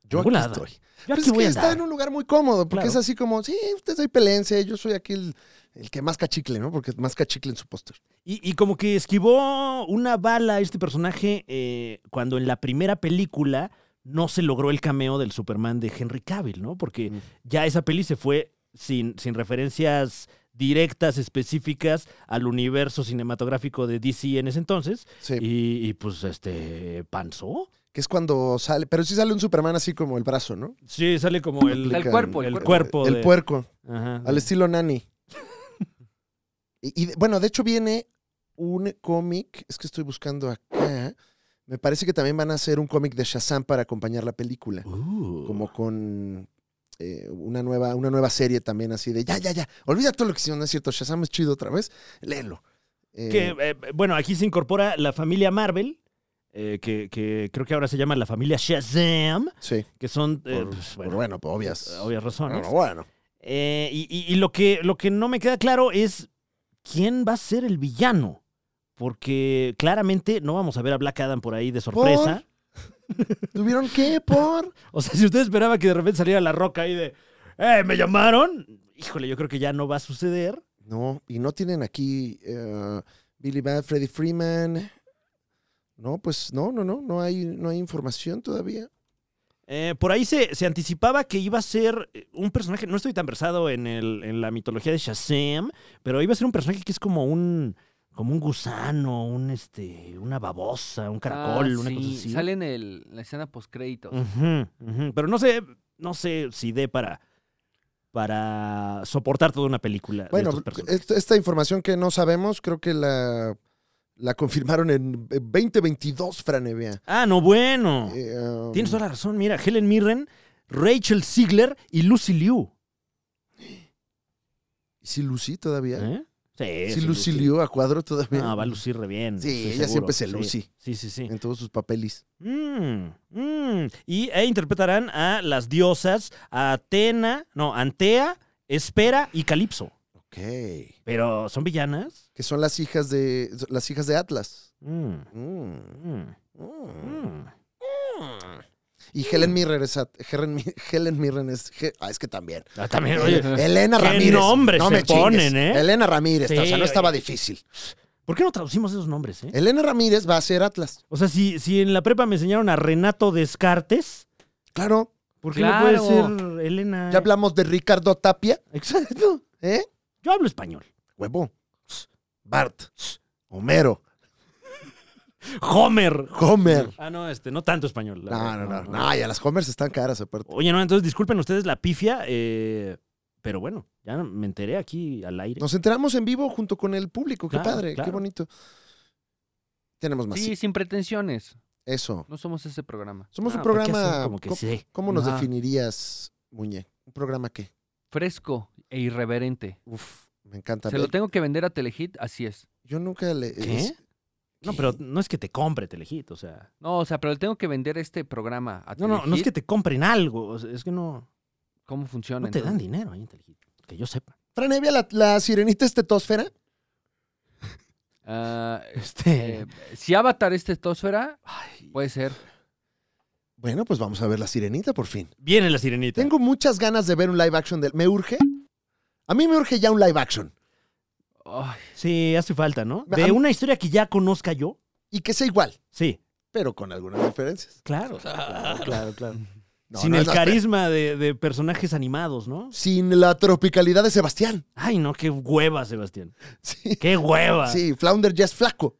Speaker 1: Yo aquí
Speaker 2: Ningún lado.
Speaker 1: estoy.
Speaker 2: Yo
Speaker 1: Pero
Speaker 2: aquí
Speaker 1: Pues es
Speaker 2: voy
Speaker 1: que
Speaker 2: a
Speaker 1: está
Speaker 2: andar.
Speaker 1: en un lugar muy cómodo, porque
Speaker 2: Claro.
Speaker 1: es así como, sí, usted soy pelense, yo soy aquí el, el que más cachicle, ¿no? Porque más cachicle en su póster.
Speaker 2: Y, y como que esquivó una bala este personaje eh, cuando en la primera película no se logró el cameo del Superman de Henry Cavill, ¿no? Porque
Speaker 1: Mm.
Speaker 2: ya esa peli se fue sin, sin referencias directas, específicas al universo cinematográfico de DC en ese entonces.
Speaker 1: Sí.
Speaker 2: Y, y, pues, este, panzó.
Speaker 1: Que es cuando sale, pero sí sale un Superman así como el brazo, ¿no?
Speaker 2: Sí, sale como el,
Speaker 1: Aplican-
Speaker 4: El cuerpo, el
Speaker 2: el
Speaker 4: cuerpo.
Speaker 2: cuerpo.
Speaker 1: El
Speaker 2: de-
Speaker 1: puerco,
Speaker 2: Ajá.
Speaker 1: al estilo Nani. y, y, bueno, de hecho viene un cómic, es que estoy buscando acá. Me parece que también van a hacer un cómic de Shazam para acompañar la película.
Speaker 2: Uh.
Speaker 1: como con eh, una, nueva, una nueva serie también así de ya, ya, ya, olvida todo lo que hicieron, no es cierto, Shazam es chido otra vez, léelo. Eh,
Speaker 2: Que, eh, bueno, aquí se incorpora la familia Marvel, eh, que, que creo que ahora se llama la familia Shazam,
Speaker 1: sí,
Speaker 2: que son, eh,
Speaker 1: por,
Speaker 2: pues,
Speaker 1: por
Speaker 2: bueno, eh,
Speaker 1: bueno, por obvias,
Speaker 2: obvias razones.
Speaker 1: Bueno, bueno.
Speaker 2: Eh, y y- y lo, que, lo que no me queda claro es quién va a ser el villano, porque claramente no vamos a ver a Black Adam por ahí de sorpresa.
Speaker 1: ¿Tuvieron qué por?
Speaker 2: O sea, si usted esperaba que de repente saliera la roca ahí de, ¡eh, me llamaron! Híjole, yo creo que ya no va a suceder.
Speaker 1: No, y no tienen aquí eh, Billy Bad, Freddy Freeman. No, pues no, no, no, no hay, no hay información todavía.
Speaker 2: Eh, por ahí se, se anticipaba que iba a ser eh, un personaje, no estoy tan versado en, el- en la mitología de Shazam, pero iba a ser un personaje que es como un como un gusano, un este, una babosa, un caracol,
Speaker 4: Ah,
Speaker 2: una cosa
Speaker 4: sí,
Speaker 2: así. Mm,
Speaker 4: Sale en el- la escena postcréditos.
Speaker 2: Ujú, ujú, Pero no sé, no sé si dé para, para soportar toda una película. de
Speaker 1: Bueno, eh,
Speaker 2: estos personajes.
Speaker 1: esta, esta información que no sabemos, creo que la, La confirmaron en eh, 2022, Franevia.
Speaker 2: Ah, no, bueno.
Speaker 1: eh,
Speaker 2: Tienes toda la razón. Mira, Helen Mirren, Rachel Ziegler y Lucy Liu.
Speaker 1: Si Lucy todavía.
Speaker 2: ¿Eh? Sí.
Speaker 1: Si
Speaker 2: sí,
Speaker 1: Lucy Liu a cuadro todavía.
Speaker 2: No, Ah, va a lucir re bien.
Speaker 1: Sí,
Speaker 2: estoy
Speaker 1: ella siempre se
Speaker 2: Sí.
Speaker 1: luce.
Speaker 2: Sí, sí, sí.
Speaker 1: En todos sus papeles.
Speaker 2: Mm, mm. Y e interpretarán a las diosas Atena, no, Antea, Espera y Calipso.
Speaker 1: Ok. Que
Speaker 2: Pero son villanas.
Speaker 1: son las hijas de. Las hijas de Atlas.
Speaker 2: Mm,
Speaker 1: Mm,
Speaker 2: mm,
Speaker 1: mm.
Speaker 2: mm.
Speaker 1: Y Helen Mirren es. at- Helen, Mi- Helen Mirren es. Ge- ah, es que también.
Speaker 2: Ah, también, oye,
Speaker 1: Elena
Speaker 2: qué
Speaker 1: Ramírez.
Speaker 2: nombres
Speaker 1: no
Speaker 2: se
Speaker 1: me chingues.
Speaker 2: ponen, ¿eh?
Speaker 1: Elena Ramírez.
Speaker 2: Sí,
Speaker 1: o sea, no estaba difícil.
Speaker 2: ¿por qué no traducimos esos nombres, eh?
Speaker 1: Elena Ramírez va a ser Atlas.
Speaker 2: O sea, si, si en la prepa me enseñaron a Renato Descartes,
Speaker 1: Claro.
Speaker 2: ¿por qué
Speaker 4: Claro.
Speaker 2: no puede ser Elena?
Speaker 1: Ya hablamos de Ricardo Tapia.
Speaker 2: Exacto.
Speaker 1: ¿Eh?
Speaker 2: Yo hablo español.
Speaker 1: Huevo. Bart. Homero.
Speaker 2: Homer.
Speaker 1: Homer.
Speaker 2: Ah, no, este, no tanto español. la
Speaker 1: No,
Speaker 2: verdad,
Speaker 1: no, no. No, ya las Homers están caras aparte.
Speaker 2: Oye, no, entonces disculpen ustedes la pifia, eh, pero bueno, ya me enteré aquí al aire.
Speaker 1: Nos enteramos en vivo junto con el público. Qué
Speaker 2: Claro,
Speaker 1: padre,
Speaker 2: claro.
Speaker 1: qué bonito. Tenemos más.
Speaker 4: Sí, sin pretensiones.
Speaker 1: Eso.
Speaker 4: No somos ese programa.
Speaker 1: Somos
Speaker 2: Ah,
Speaker 1: un
Speaker 2: ¿para qué
Speaker 1: programa.
Speaker 2: hacer Como que
Speaker 1: ¿cómo,
Speaker 2: sí.
Speaker 1: cómo nos
Speaker 4: Ajá.
Speaker 1: definirías, Muñe? ¿Un programa qué?
Speaker 4: Fresco e irreverente.
Speaker 1: Uf, me encanta.
Speaker 4: Se lo tengo que vender a Telehit, así es.
Speaker 1: Yo nunca le.
Speaker 2: ¿Qué?
Speaker 1: es-
Speaker 2: No, pero no es que te compre Telehit, o sea.
Speaker 4: No, o sea, pero le tengo que vender este programa a
Speaker 2: No, no, no es
Speaker 4: Telehit.
Speaker 2: que te compren algo, o sea, es que no,
Speaker 4: ¿Cómo funciona?
Speaker 2: no te dan
Speaker 4: entonces?
Speaker 2: dinero ahí en Telehit, que yo sepa.
Speaker 1: Fran Evia, la, la sirenita es tetosfera.
Speaker 4: Ah,
Speaker 2: Este,
Speaker 4: eh, si Avatar es tetosfera, puede ser.
Speaker 1: Bueno, pues vamos a ver la sirenita por fin.
Speaker 2: Viene la sirenita.
Speaker 1: Tengo muchas ganas de ver un live action del. ¿Me urge? A mí me urge ya un live action.
Speaker 4: Ay,
Speaker 2: Sí, hace falta, ¿no?
Speaker 1: A
Speaker 2: De
Speaker 1: mí-
Speaker 2: una historia que ya conozca yo.
Speaker 1: Y que sea igual,
Speaker 2: Sí,
Speaker 1: pero con algunas diferencias.
Speaker 2: claro. Claro, claro, claro.
Speaker 1: No,
Speaker 2: Sin
Speaker 1: no,
Speaker 2: el
Speaker 1: no, espera.
Speaker 2: carisma de, de personajes animados, ¿no?
Speaker 1: Sin la tropicalidad de Sebastián.
Speaker 2: Ay, no, qué hueva, Sebastián.
Speaker 1: Sí.
Speaker 2: Qué hueva.
Speaker 1: Sí, Flounder ya es flaco.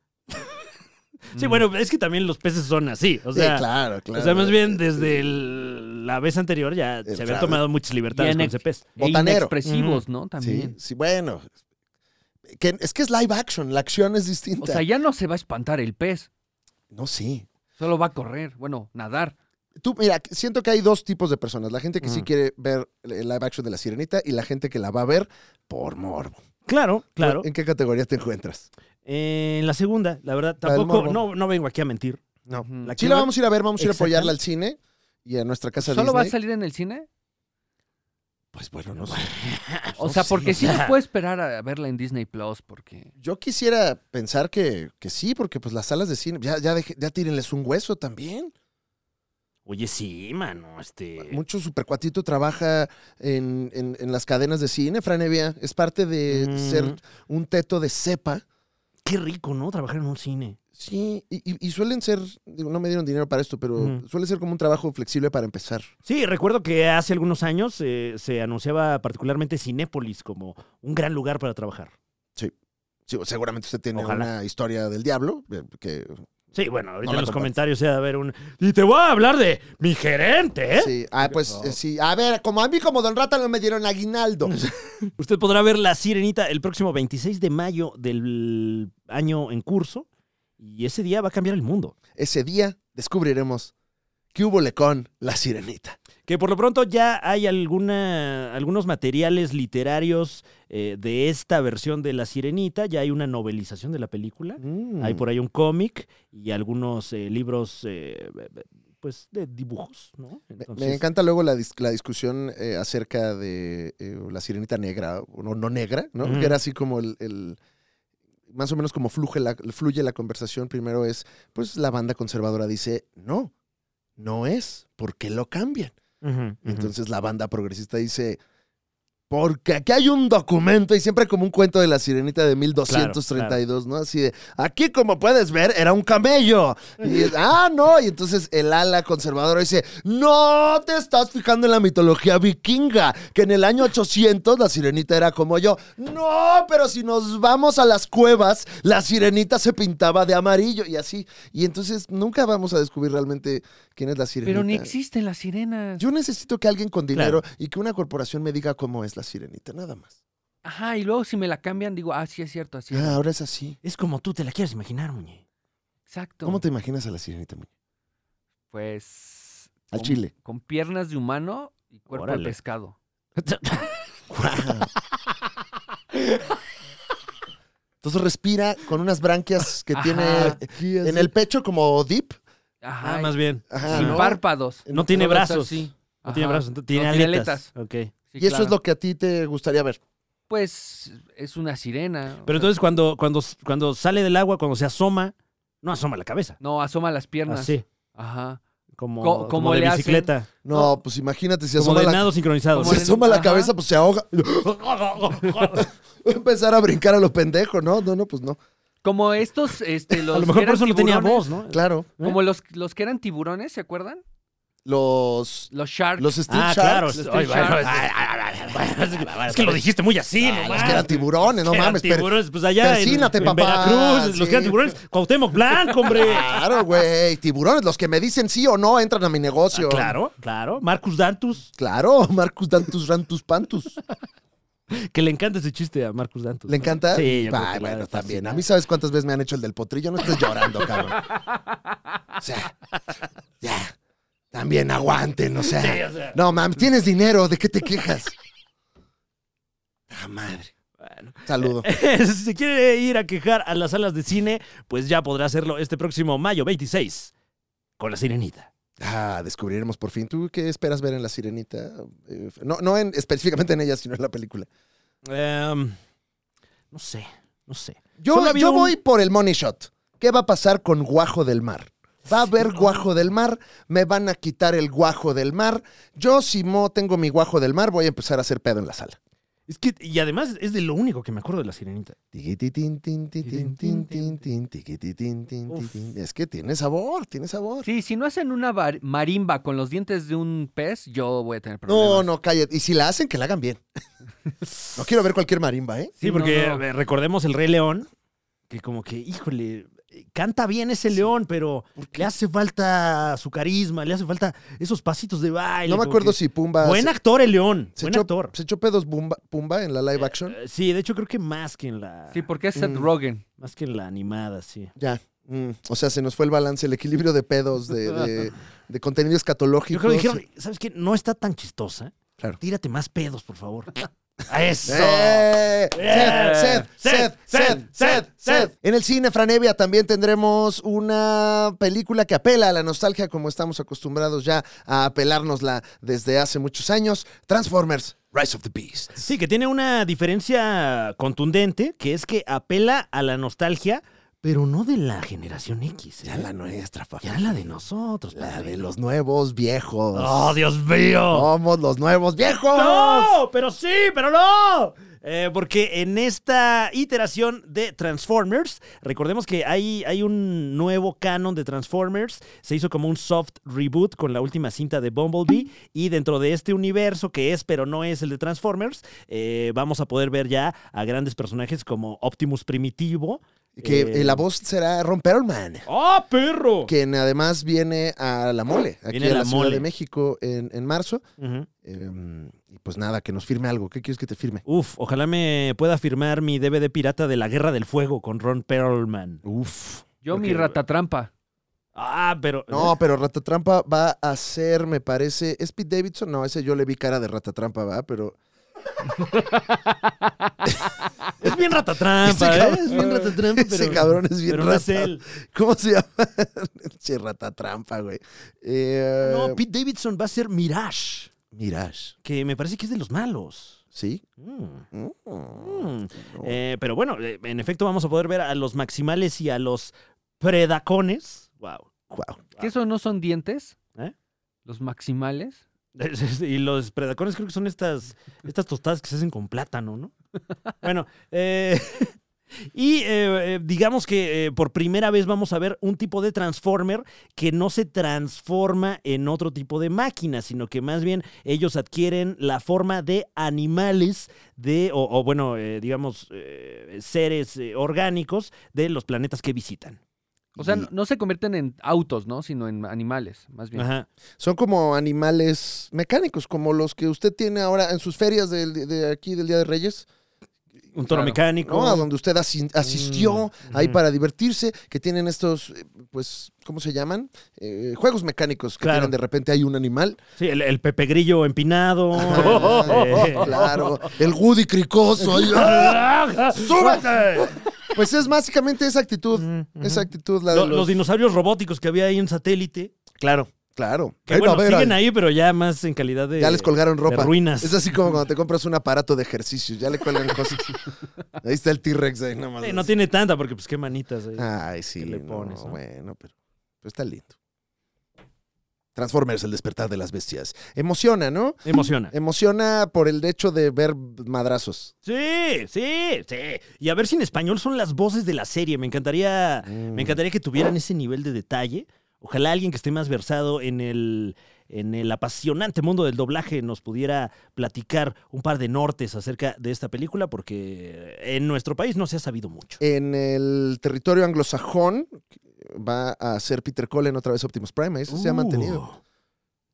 Speaker 2: Sí,
Speaker 4: Mm.
Speaker 2: bueno, es que también los peces son así. O sea,
Speaker 1: sí, claro, claro.
Speaker 2: o sea más bien desde el- la vez anterior ya se habían
Speaker 1: Fra-
Speaker 2: tomado muchas libertades
Speaker 4: Bien
Speaker 2: con
Speaker 4: ex-
Speaker 2: ese pez.
Speaker 4: e
Speaker 1: Botanero.
Speaker 4: inexpresivos, ¿no?
Speaker 1: Sí,
Speaker 4: También.
Speaker 1: sí, bueno. Que- es que es live action, la acción es distinta.
Speaker 4: O sea, ya no se va a espantar el pez.
Speaker 1: No, sí.
Speaker 4: Solo va a correr, bueno, nadar.
Speaker 1: Tú, mira, siento que hay dos tipos de personas. La gente que sí
Speaker 2: Mm.
Speaker 1: quiere ver el live action de La Sirenita y la gente que la va a ver por morbo.
Speaker 2: Claro,
Speaker 1: Pues,
Speaker 2: claro.
Speaker 1: ¿En qué categoría te encuentras?
Speaker 2: Eh, en la segunda, la verdad,
Speaker 1: La del
Speaker 2: tampoco,
Speaker 1: morbo.
Speaker 2: no, no vengo aquí a mentir.
Speaker 1: No.
Speaker 4: Ujú.
Speaker 2: La
Speaker 1: Sí
Speaker 2: que
Speaker 1: la
Speaker 2: va-
Speaker 1: vamos a ir a ver, vamos a ir a
Speaker 2: Exacto.
Speaker 1: apoyarla al cine y a nuestra casa
Speaker 4: ¿Solo va a
Speaker 1: Disney.
Speaker 4: salir en el cine?
Speaker 1: Pues bueno, no sé.
Speaker 4: O
Speaker 1: Pues No
Speaker 4: sea,
Speaker 1: sé,
Speaker 4: porque
Speaker 1: o
Speaker 4: sí se
Speaker 2: sea.
Speaker 4: puede esperar a verla en Disney Plus, porque.
Speaker 1: Yo quisiera pensar que, que sí, porque pues las salas de cine, ya, ya, deje- ya tírenles un hueso también.
Speaker 2: Oye, sí, mano, este.
Speaker 1: Mucho supercuatito trabaja en, en- en las cadenas de cine, Franevia. Es parte de
Speaker 2: Mm.
Speaker 1: ser un teto de cepa.
Speaker 2: Qué rico, ¿no? Trabajar en un cine.
Speaker 1: Sí, y, y- y suelen ser, digo, no me dieron dinero para esto, pero
Speaker 2: Ujú.
Speaker 1: suele ser como un trabajo flexible para empezar.
Speaker 2: Sí, recuerdo que hace algunos años eh, se anunciaba particularmente Cinépolis como un gran lugar para trabajar.
Speaker 1: Sí, seguramente usted tiene
Speaker 2: Ojalá.
Speaker 1: una historia del diablo, eh, que
Speaker 2: Sí, bueno, ahorita
Speaker 1: No la
Speaker 2: en los
Speaker 1: comparto.
Speaker 2: comentarios se ha de haber un. Y te voy a hablar de mi gerente, ¿eh?
Speaker 1: sí, ah, pues eh, sí, a ver, como a mí como Don Rata no me dieron
Speaker 2: Mm.
Speaker 1: aguinaldo.
Speaker 2: Usted podrá ver La Sirenita el próximo 26 de mayo del año en curso y ese día va a cambiar el mundo.
Speaker 1: Ese día descubriremos que hubo lecón la sirenita.
Speaker 2: Que por lo pronto ya hay alguna, algunos materiales literarios eh, de esta versión de La Sirenita, ya hay una novelización de la película,
Speaker 1: Mm.
Speaker 2: hay por ahí un cómic y algunos eh, libros, eh, pues, de dibujos, ¿no?
Speaker 1: Me-
Speaker 2: Entonces,
Speaker 1: Me encanta luego la, dis- la discusión eh, acerca de eh, la sirenita negra o no, no negra, ¿no?
Speaker 2: Ujú.
Speaker 1: Que era así como el, el- más o menos como fluye la, fluye la conversación. Primero es, pues la banda conservadora dice, no, no es, ¿por qué lo cambian?
Speaker 2: ujú, ujú.
Speaker 1: Y Entonces la banda progresista dice, porque aquí hay un documento y siempre como un cuento de la sirenita de 1232, ¿no? Así de, aquí como puedes ver era un camello. Y es, ah, no, y entonces el ala conservadora dice, no te estás fijando en la mitología vikinga, que en el año 800 la sirenita era como yo. No, pero si nos vamos a las cuevas, la sirenita se pintaba de amarillo y así. Y entonces nunca vamos a descubrir realmente quién es la sirenita.
Speaker 4: Pero ni existen las sirenas.
Speaker 1: Yo necesito que alguien con dinero y que una corporación me diga cómo es la sirenita, nada más.
Speaker 4: Ajá, y luego si me la cambian, digo, ah, sí es cierto, así es.
Speaker 1: Ah, ahora es así.
Speaker 2: Es como tú te la quieres imaginar, Muñe.
Speaker 4: Exacto.
Speaker 1: ¿Cómo te imaginas a la sirenita, Muñe?
Speaker 4: Pues.
Speaker 1: Al
Speaker 4: con-
Speaker 1: chile.
Speaker 4: Con piernas de humano y cuerpo
Speaker 2: Órale.
Speaker 4: de pescado.
Speaker 1: Guau. Entonces respira con unas branquias que
Speaker 4: Ajá.
Speaker 1: tiene en el pecho como deep.
Speaker 4: Ajá.
Speaker 2: Ah, más bien.
Speaker 1: Ajá,
Speaker 4: Sin
Speaker 1: ¿no?
Speaker 4: párpados.
Speaker 2: No tiene
Speaker 4: Solo es
Speaker 2: brazos.
Speaker 4: así.
Speaker 2: No tiene
Speaker 4: Ajá.
Speaker 2: brazos, entonces tiene
Speaker 4: No tiene
Speaker 2: aletas.
Speaker 4: aletas.
Speaker 2: Ok.
Speaker 4: Sí,
Speaker 1: Y eso es
Speaker 4: claro.
Speaker 1: lo que a ti te gustaría ver.
Speaker 4: Pues es una sirena. o
Speaker 2: Pero
Speaker 4: sea,
Speaker 2: entonces cuando, cuando, cuando sale del agua, cuando se asoma, no asoma la cabeza.
Speaker 4: No, asoma las piernas.
Speaker 2: Así,
Speaker 4: Ajá.
Speaker 2: como,
Speaker 4: Co-
Speaker 2: como,
Speaker 4: como le
Speaker 2: de
Speaker 4: hacen.
Speaker 2: bicicleta.
Speaker 1: No, pues imagínate si
Speaker 2: Como
Speaker 1: asoma,
Speaker 2: de
Speaker 1: la,
Speaker 2: nado sincronizado.
Speaker 4: como
Speaker 1: si
Speaker 4: de-
Speaker 1: asoma la
Speaker 4: Ajá.
Speaker 1: cabeza, pues se ahoga. Empezar a brincar a los pendejos, ¿no? No, no, pues no.
Speaker 4: Como estos, este, los
Speaker 2: A lo
Speaker 4: que
Speaker 2: mejor por
Speaker 4: eran
Speaker 2: eso no tenía voz,
Speaker 4: tiburones,
Speaker 2: ¿no?
Speaker 1: Claro.
Speaker 4: Como los, los que eran tiburones, ¿se acuerdan?
Speaker 1: Los,
Speaker 4: Los sharks.
Speaker 1: los Steel
Speaker 2: Ah,
Speaker 1: Sharks,
Speaker 2: claro.
Speaker 4: Los
Speaker 2: Ay,
Speaker 4: Steel
Speaker 2: bueno,
Speaker 4: Sharks.
Speaker 2: ay, ay, ay, ay, Es que lo dijiste muy así, no
Speaker 1: los que eran tiburones, no mames. pero-
Speaker 2: tiburones, pues allá en,
Speaker 1: persínate,
Speaker 2: en
Speaker 1: papá,
Speaker 2: Veracruz, los
Speaker 1: sí.
Speaker 2: que eran tiburones, Cuauhtémoc Blanco, hombre.
Speaker 1: Claro, güey. Tiburones, los que me dicen sí o no entran a mi negocio.
Speaker 2: Ah, Claro, claro. Marcus Dantus,
Speaker 1: Claro, Marcus Dantus Rantus Pantus.
Speaker 2: que le encanta ese chiste a Marcus Dantus.
Speaker 1: ¿Le encanta?
Speaker 2: Sí, yo creo
Speaker 1: Ay,
Speaker 2: que le ha
Speaker 1: bueno,
Speaker 2: de
Speaker 1: también.
Speaker 2: fascinar.
Speaker 1: A mí, ¿sabes cuántas veces me han hecho el del potrillo? No estés llorando, cabrón. O sea, ya. También aguanten, o sea.
Speaker 2: Sí, o sea.
Speaker 1: No, mames, tienes dinero, ¿de qué te quejas? Ah, madre. Saludo.
Speaker 2: si se quiere ir a quejar a las salas de cine, pues ya podrá hacerlo este próximo mayo 26 con la sirenita.
Speaker 1: Ah, descubriremos por fin. ¿Tú qué esperas ver en La Sirenita? Eh, No, no en, específicamente en ella, sino en la película.
Speaker 2: Em, no sé, no sé.
Speaker 1: Yo,
Speaker 2: Solo había
Speaker 1: yo
Speaker 2: un-
Speaker 1: voy por el money shot. ¿Qué va a pasar con Guajo del Mar? Va a haber guajo del mar, me van a quitar el guajo del mar. Yo, si no tengo mi guajo del mar, voy a empezar a hacer pedo en la sala.
Speaker 2: Es que, y además es de lo único que me acuerdo de la sirenita.
Speaker 1: Tiquititín, tin, tin, tin, tin, tin, tin, tiquititín, tin, tin,
Speaker 2: Uf.
Speaker 1: tin. Es que tiene sabor, tiene sabor.
Speaker 4: Sí, si no hacen una bar- marimba con los dientes de un pez, yo voy a tener problemas.
Speaker 1: No, no, cállate. Y si la hacen, que la hagan bien. No quiero ver cualquier marimba, ¿eh?
Speaker 2: Sí,
Speaker 4: Sí, no,
Speaker 2: porque
Speaker 4: no.
Speaker 2: eh, recordemos el Rey León, que como que, híjole, eh, canta bien ese león, pero le hace falta su carisma, le hace falta esos pasitos de baile.
Speaker 1: No me
Speaker 2: como
Speaker 1: acuerdo
Speaker 2: que-
Speaker 1: si Pumba.
Speaker 2: Buen
Speaker 1: se-
Speaker 2: actor el león,
Speaker 1: se
Speaker 2: buen
Speaker 1: echó-
Speaker 2: actor.
Speaker 1: Se echó pedos Pumba, Pumba en la live action.
Speaker 2: Eh, Sí, de hecho creo que más que en la
Speaker 4: Sí, porque es Seth
Speaker 1: Mm.
Speaker 4: Rogen.
Speaker 2: más que en la animada, sí.
Speaker 1: Ya. Mm, O sea, se nos fue el balance, el equilibrio de pedos, de, de- de contenido escatológico.
Speaker 2: Yo creo que dijeron, ¿sabes qué? No está tan chistosa.
Speaker 1: Claro.
Speaker 2: Tírate más pedos, por favor. ¡A eso!
Speaker 1: ¡Eh!
Speaker 2: ¡Eh!
Speaker 1: Sed, sed,
Speaker 2: Sed,
Speaker 1: sed,
Speaker 2: sed,
Speaker 1: sed, sed.
Speaker 2: sed.
Speaker 1: En el cine Franevia también tendremos una película que apela a la nostalgia como estamos acostumbrados ya a apelárnosla desde hace muchos años, Transformers Rise of the Beast.
Speaker 2: Sí, que tiene una diferencia contundente, que es que apela a la nostalgia, pero no de la generación X. ¿eh?
Speaker 1: Ya la nuestra, papá.
Speaker 2: Ya la de nosotros,
Speaker 1: La
Speaker 2: padre.
Speaker 1: de los nuevos viejos.
Speaker 2: ¡Oh, Dios mío!
Speaker 1: Somos los nuevos viejos.
Speaker 2: ¡No! ¡Pero sí, pero no! Eh, porque en esta iteración de Transformers, recordemos que hay, hay un nuevo canon de Transformers. Se hizo como un soft reboot con la última cinta de Bumblebee. Y dentro de este universo, que es pero no es el de Transformers, eh, vamos a poder ver ya a grandes personajes como Optimus Primitivo.
Speaker 1: Que
Speaker 2: eh,
Speaker 1: eh, la voz será Ron Perlman.
Speaker 2: ¡Ah, perro!
Speaker 1: Quien además viene a La Mole, aquí
Speaker 2: Viene
Speaker 1: a
Speaker 2: a
Speaker 1: la,
Speaker 2: La
Speaker 1: Ciudad
Speaker 2: Mole.
Speaker 1: de México en, en marzo.
Speaker 2: Ujú.
Speaker 1: Eh, y pues nada, que nos firme algo. ¿Qué quieres que te firme?
Speaker 2: Uf, ojalá me pueda firmar mi DVD pirata de La Guerra del Fuego con Ron Perlman.
Speaker 1: Uf.
Speaker 4: Yo mi
Speaker 2: Ok.
Speaker 4: ratatrampa.
Speaker 2: Ah, pero.
Speaker 1: No, pero Ratatrampa va a ser, me parece. ¿Es Pete Davidson? No, ese yo le vi cara de Ratatrampa, ¿verdad? Pero.
Speaker 2: Es bien ratatrampa.
Speaker 1: Ese
Speaker 2: ¿eh?
Speaker 1: cabrón es bien ratatrampa, Ese cabrón es bien
Speaker 2: pero no es
Speaker 1: rata.
Speaker 2: él.
Speaker 1: ¿Cómo se llama? che, Ratatrampa, güey. Eh,
Speaker 2: No, Pete Davidson va a ser Mirage,
Speaker 1: Mirage.
Speaker 2: que me parece que es de los malos.
Speaker 1: ¿Sí?
Speaker 2: Mm,
Speaker 1: Mm.
Speaker 2: mm. Eh, pero bueno, eh, en efecto vamos a poder ver a los maximales y a los predacones. Wow.
Speaker 1: Guau.
Speaker 4: ¿Que esos no son dientes?
Speaker 2: ¿Eh?
Speaker 4: Los maximales.
Speaker 2: Y los predacones creo que son estas, estas tostadas que se hacen con plátano, ¿no? Bueno, eh, y eh, eh, digamos que eh, por primera vez vamos a ver un tipo de Transformer que no se transforma en otro tipo de máquina, sino que más bien ellos adquieren la forma de animales de, o, o bueno, eh, digamos, eh, seres eh, orgánicos de los planetas que visitan.
Speaker 4: O sea,
Speaker 1: Y-
Speaker 4: no, no se convierten en autos, ¿no? Sino en animales, más bien.
Speaker 2: Ajá.
Speaker 1: Son como animales mecánicos, como los que usted tiene ahora en sus ferias del- de, aquí del Día de Reyes,
Speaker 2: Un toro
Speaker 4: Claro.
Speaker 2: mecánico.
Speaker 1: ¿no? A donde usted asi- asistió ahí
Speaker 2: Mm, ujú.
Speaker 1: para divertirse, que tienen estos, eh, pues, ¿cómo se llaman? Eh, juegos mecánicos que
Speaker 2: Claro.
Speaker 1: tienen de repente hay un animal.
Speaker 2: Sí, el, el Pepe Grillo empinado.
Speaker 1: Ajá,
Speaker 2: Eh,
Speaker 1: Ah, claro. El Woody cricoso. ahí, ¡ah! ¡Súbete! Pues es básicamente esa actitud. Esa actitud la de
Speaker 2: Mm, Lo-
Speaker 1: los,
Speaker 2: los dinosaurios robóticos que había ahí en satélite. Claro.
Speaker 1: Claro.
Speaker 2: Que
Speaker 1: Ahí va a
Speaker 2: bueno,
Speaker 1: haber
Speaker 2: siguen
Speaker 1: al-
Speaker 2: ahí, pero ya más en calidad de.
Speaker 1: Ya les colgaron ropa.
Speaker 2: ruinas.
Speaker 1: Es así como cuando te compras un aparato de ejercicio. Ya le cuelgan cosas. ahí está el T-Rex ahí nomás.
Speaker 2: Sí, no tiene tanta, porque pues qué manitas ahí.
Speaker 1: Ay, sí.
Speaker 2: le
Speaker 1: no,
Speaker 2: pones, ¿no?
Speaker 1: Bueno, pero, pero está lindo. Transformers, el despertar de las bestias. Emociona, ¿no?
Speaker 2: Emociona.
Speaker 1: Emociona por el hecho de ver madrazos.
Speaker 2: Sí, sí, sí. Y a ver si en español son las voces de la serie. Me encantaría,
Speaker 1: Mm.
Speaker 2: me encantaría que tuvieran ese nivel de detalle. Ojalá alguien que esté más versado en el, en el apasionante mundo del doblaje nos pudiera platicar un par de nortes acerca de esta película, porque en nuestro país no se ha sabido mucho.
Speaker 1: En el territorio anglosajón va a ser Peter Cullen otra vez Optimus Prime. Eso se ha
Speaker 2: Uh.
Speaker 1: mantenido.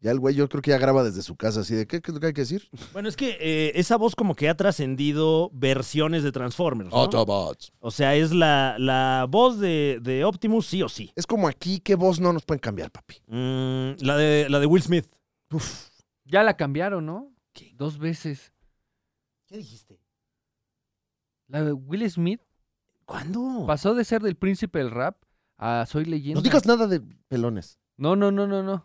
Speaker 1: Ya el güey yo creo que ya graba desde su casa. Así de, ¿qué, qué es lo que hay que decir?
Speaker 2: Bueno, es que eh, esa voz como que ha trascendido versiones de Transformers. ¿no?
Speaker 1: Autobots.
Speaker 2: O sea, es la, la voz de, de Optimus, sí o sí.
Speaker 1: Es como aquí, ¿qué voz no nos pueden cambiar, papi?
Speaker 2: Mm, la, de, la de Will Smith. Uf.
Speaker 4: Ya la cambiaron, ¿no? Dos veces.
Speaker 2: ¿Qué dijiste?
Speaker 4: La de Will Smith
Speaker 2: ¿Cuándo?
Speaker 4: pasó de ser del príncipe del rap a Soy leyenda.
Speaker 1: No digas nada de pelones.
Speaker 4: No, no, no, no, no.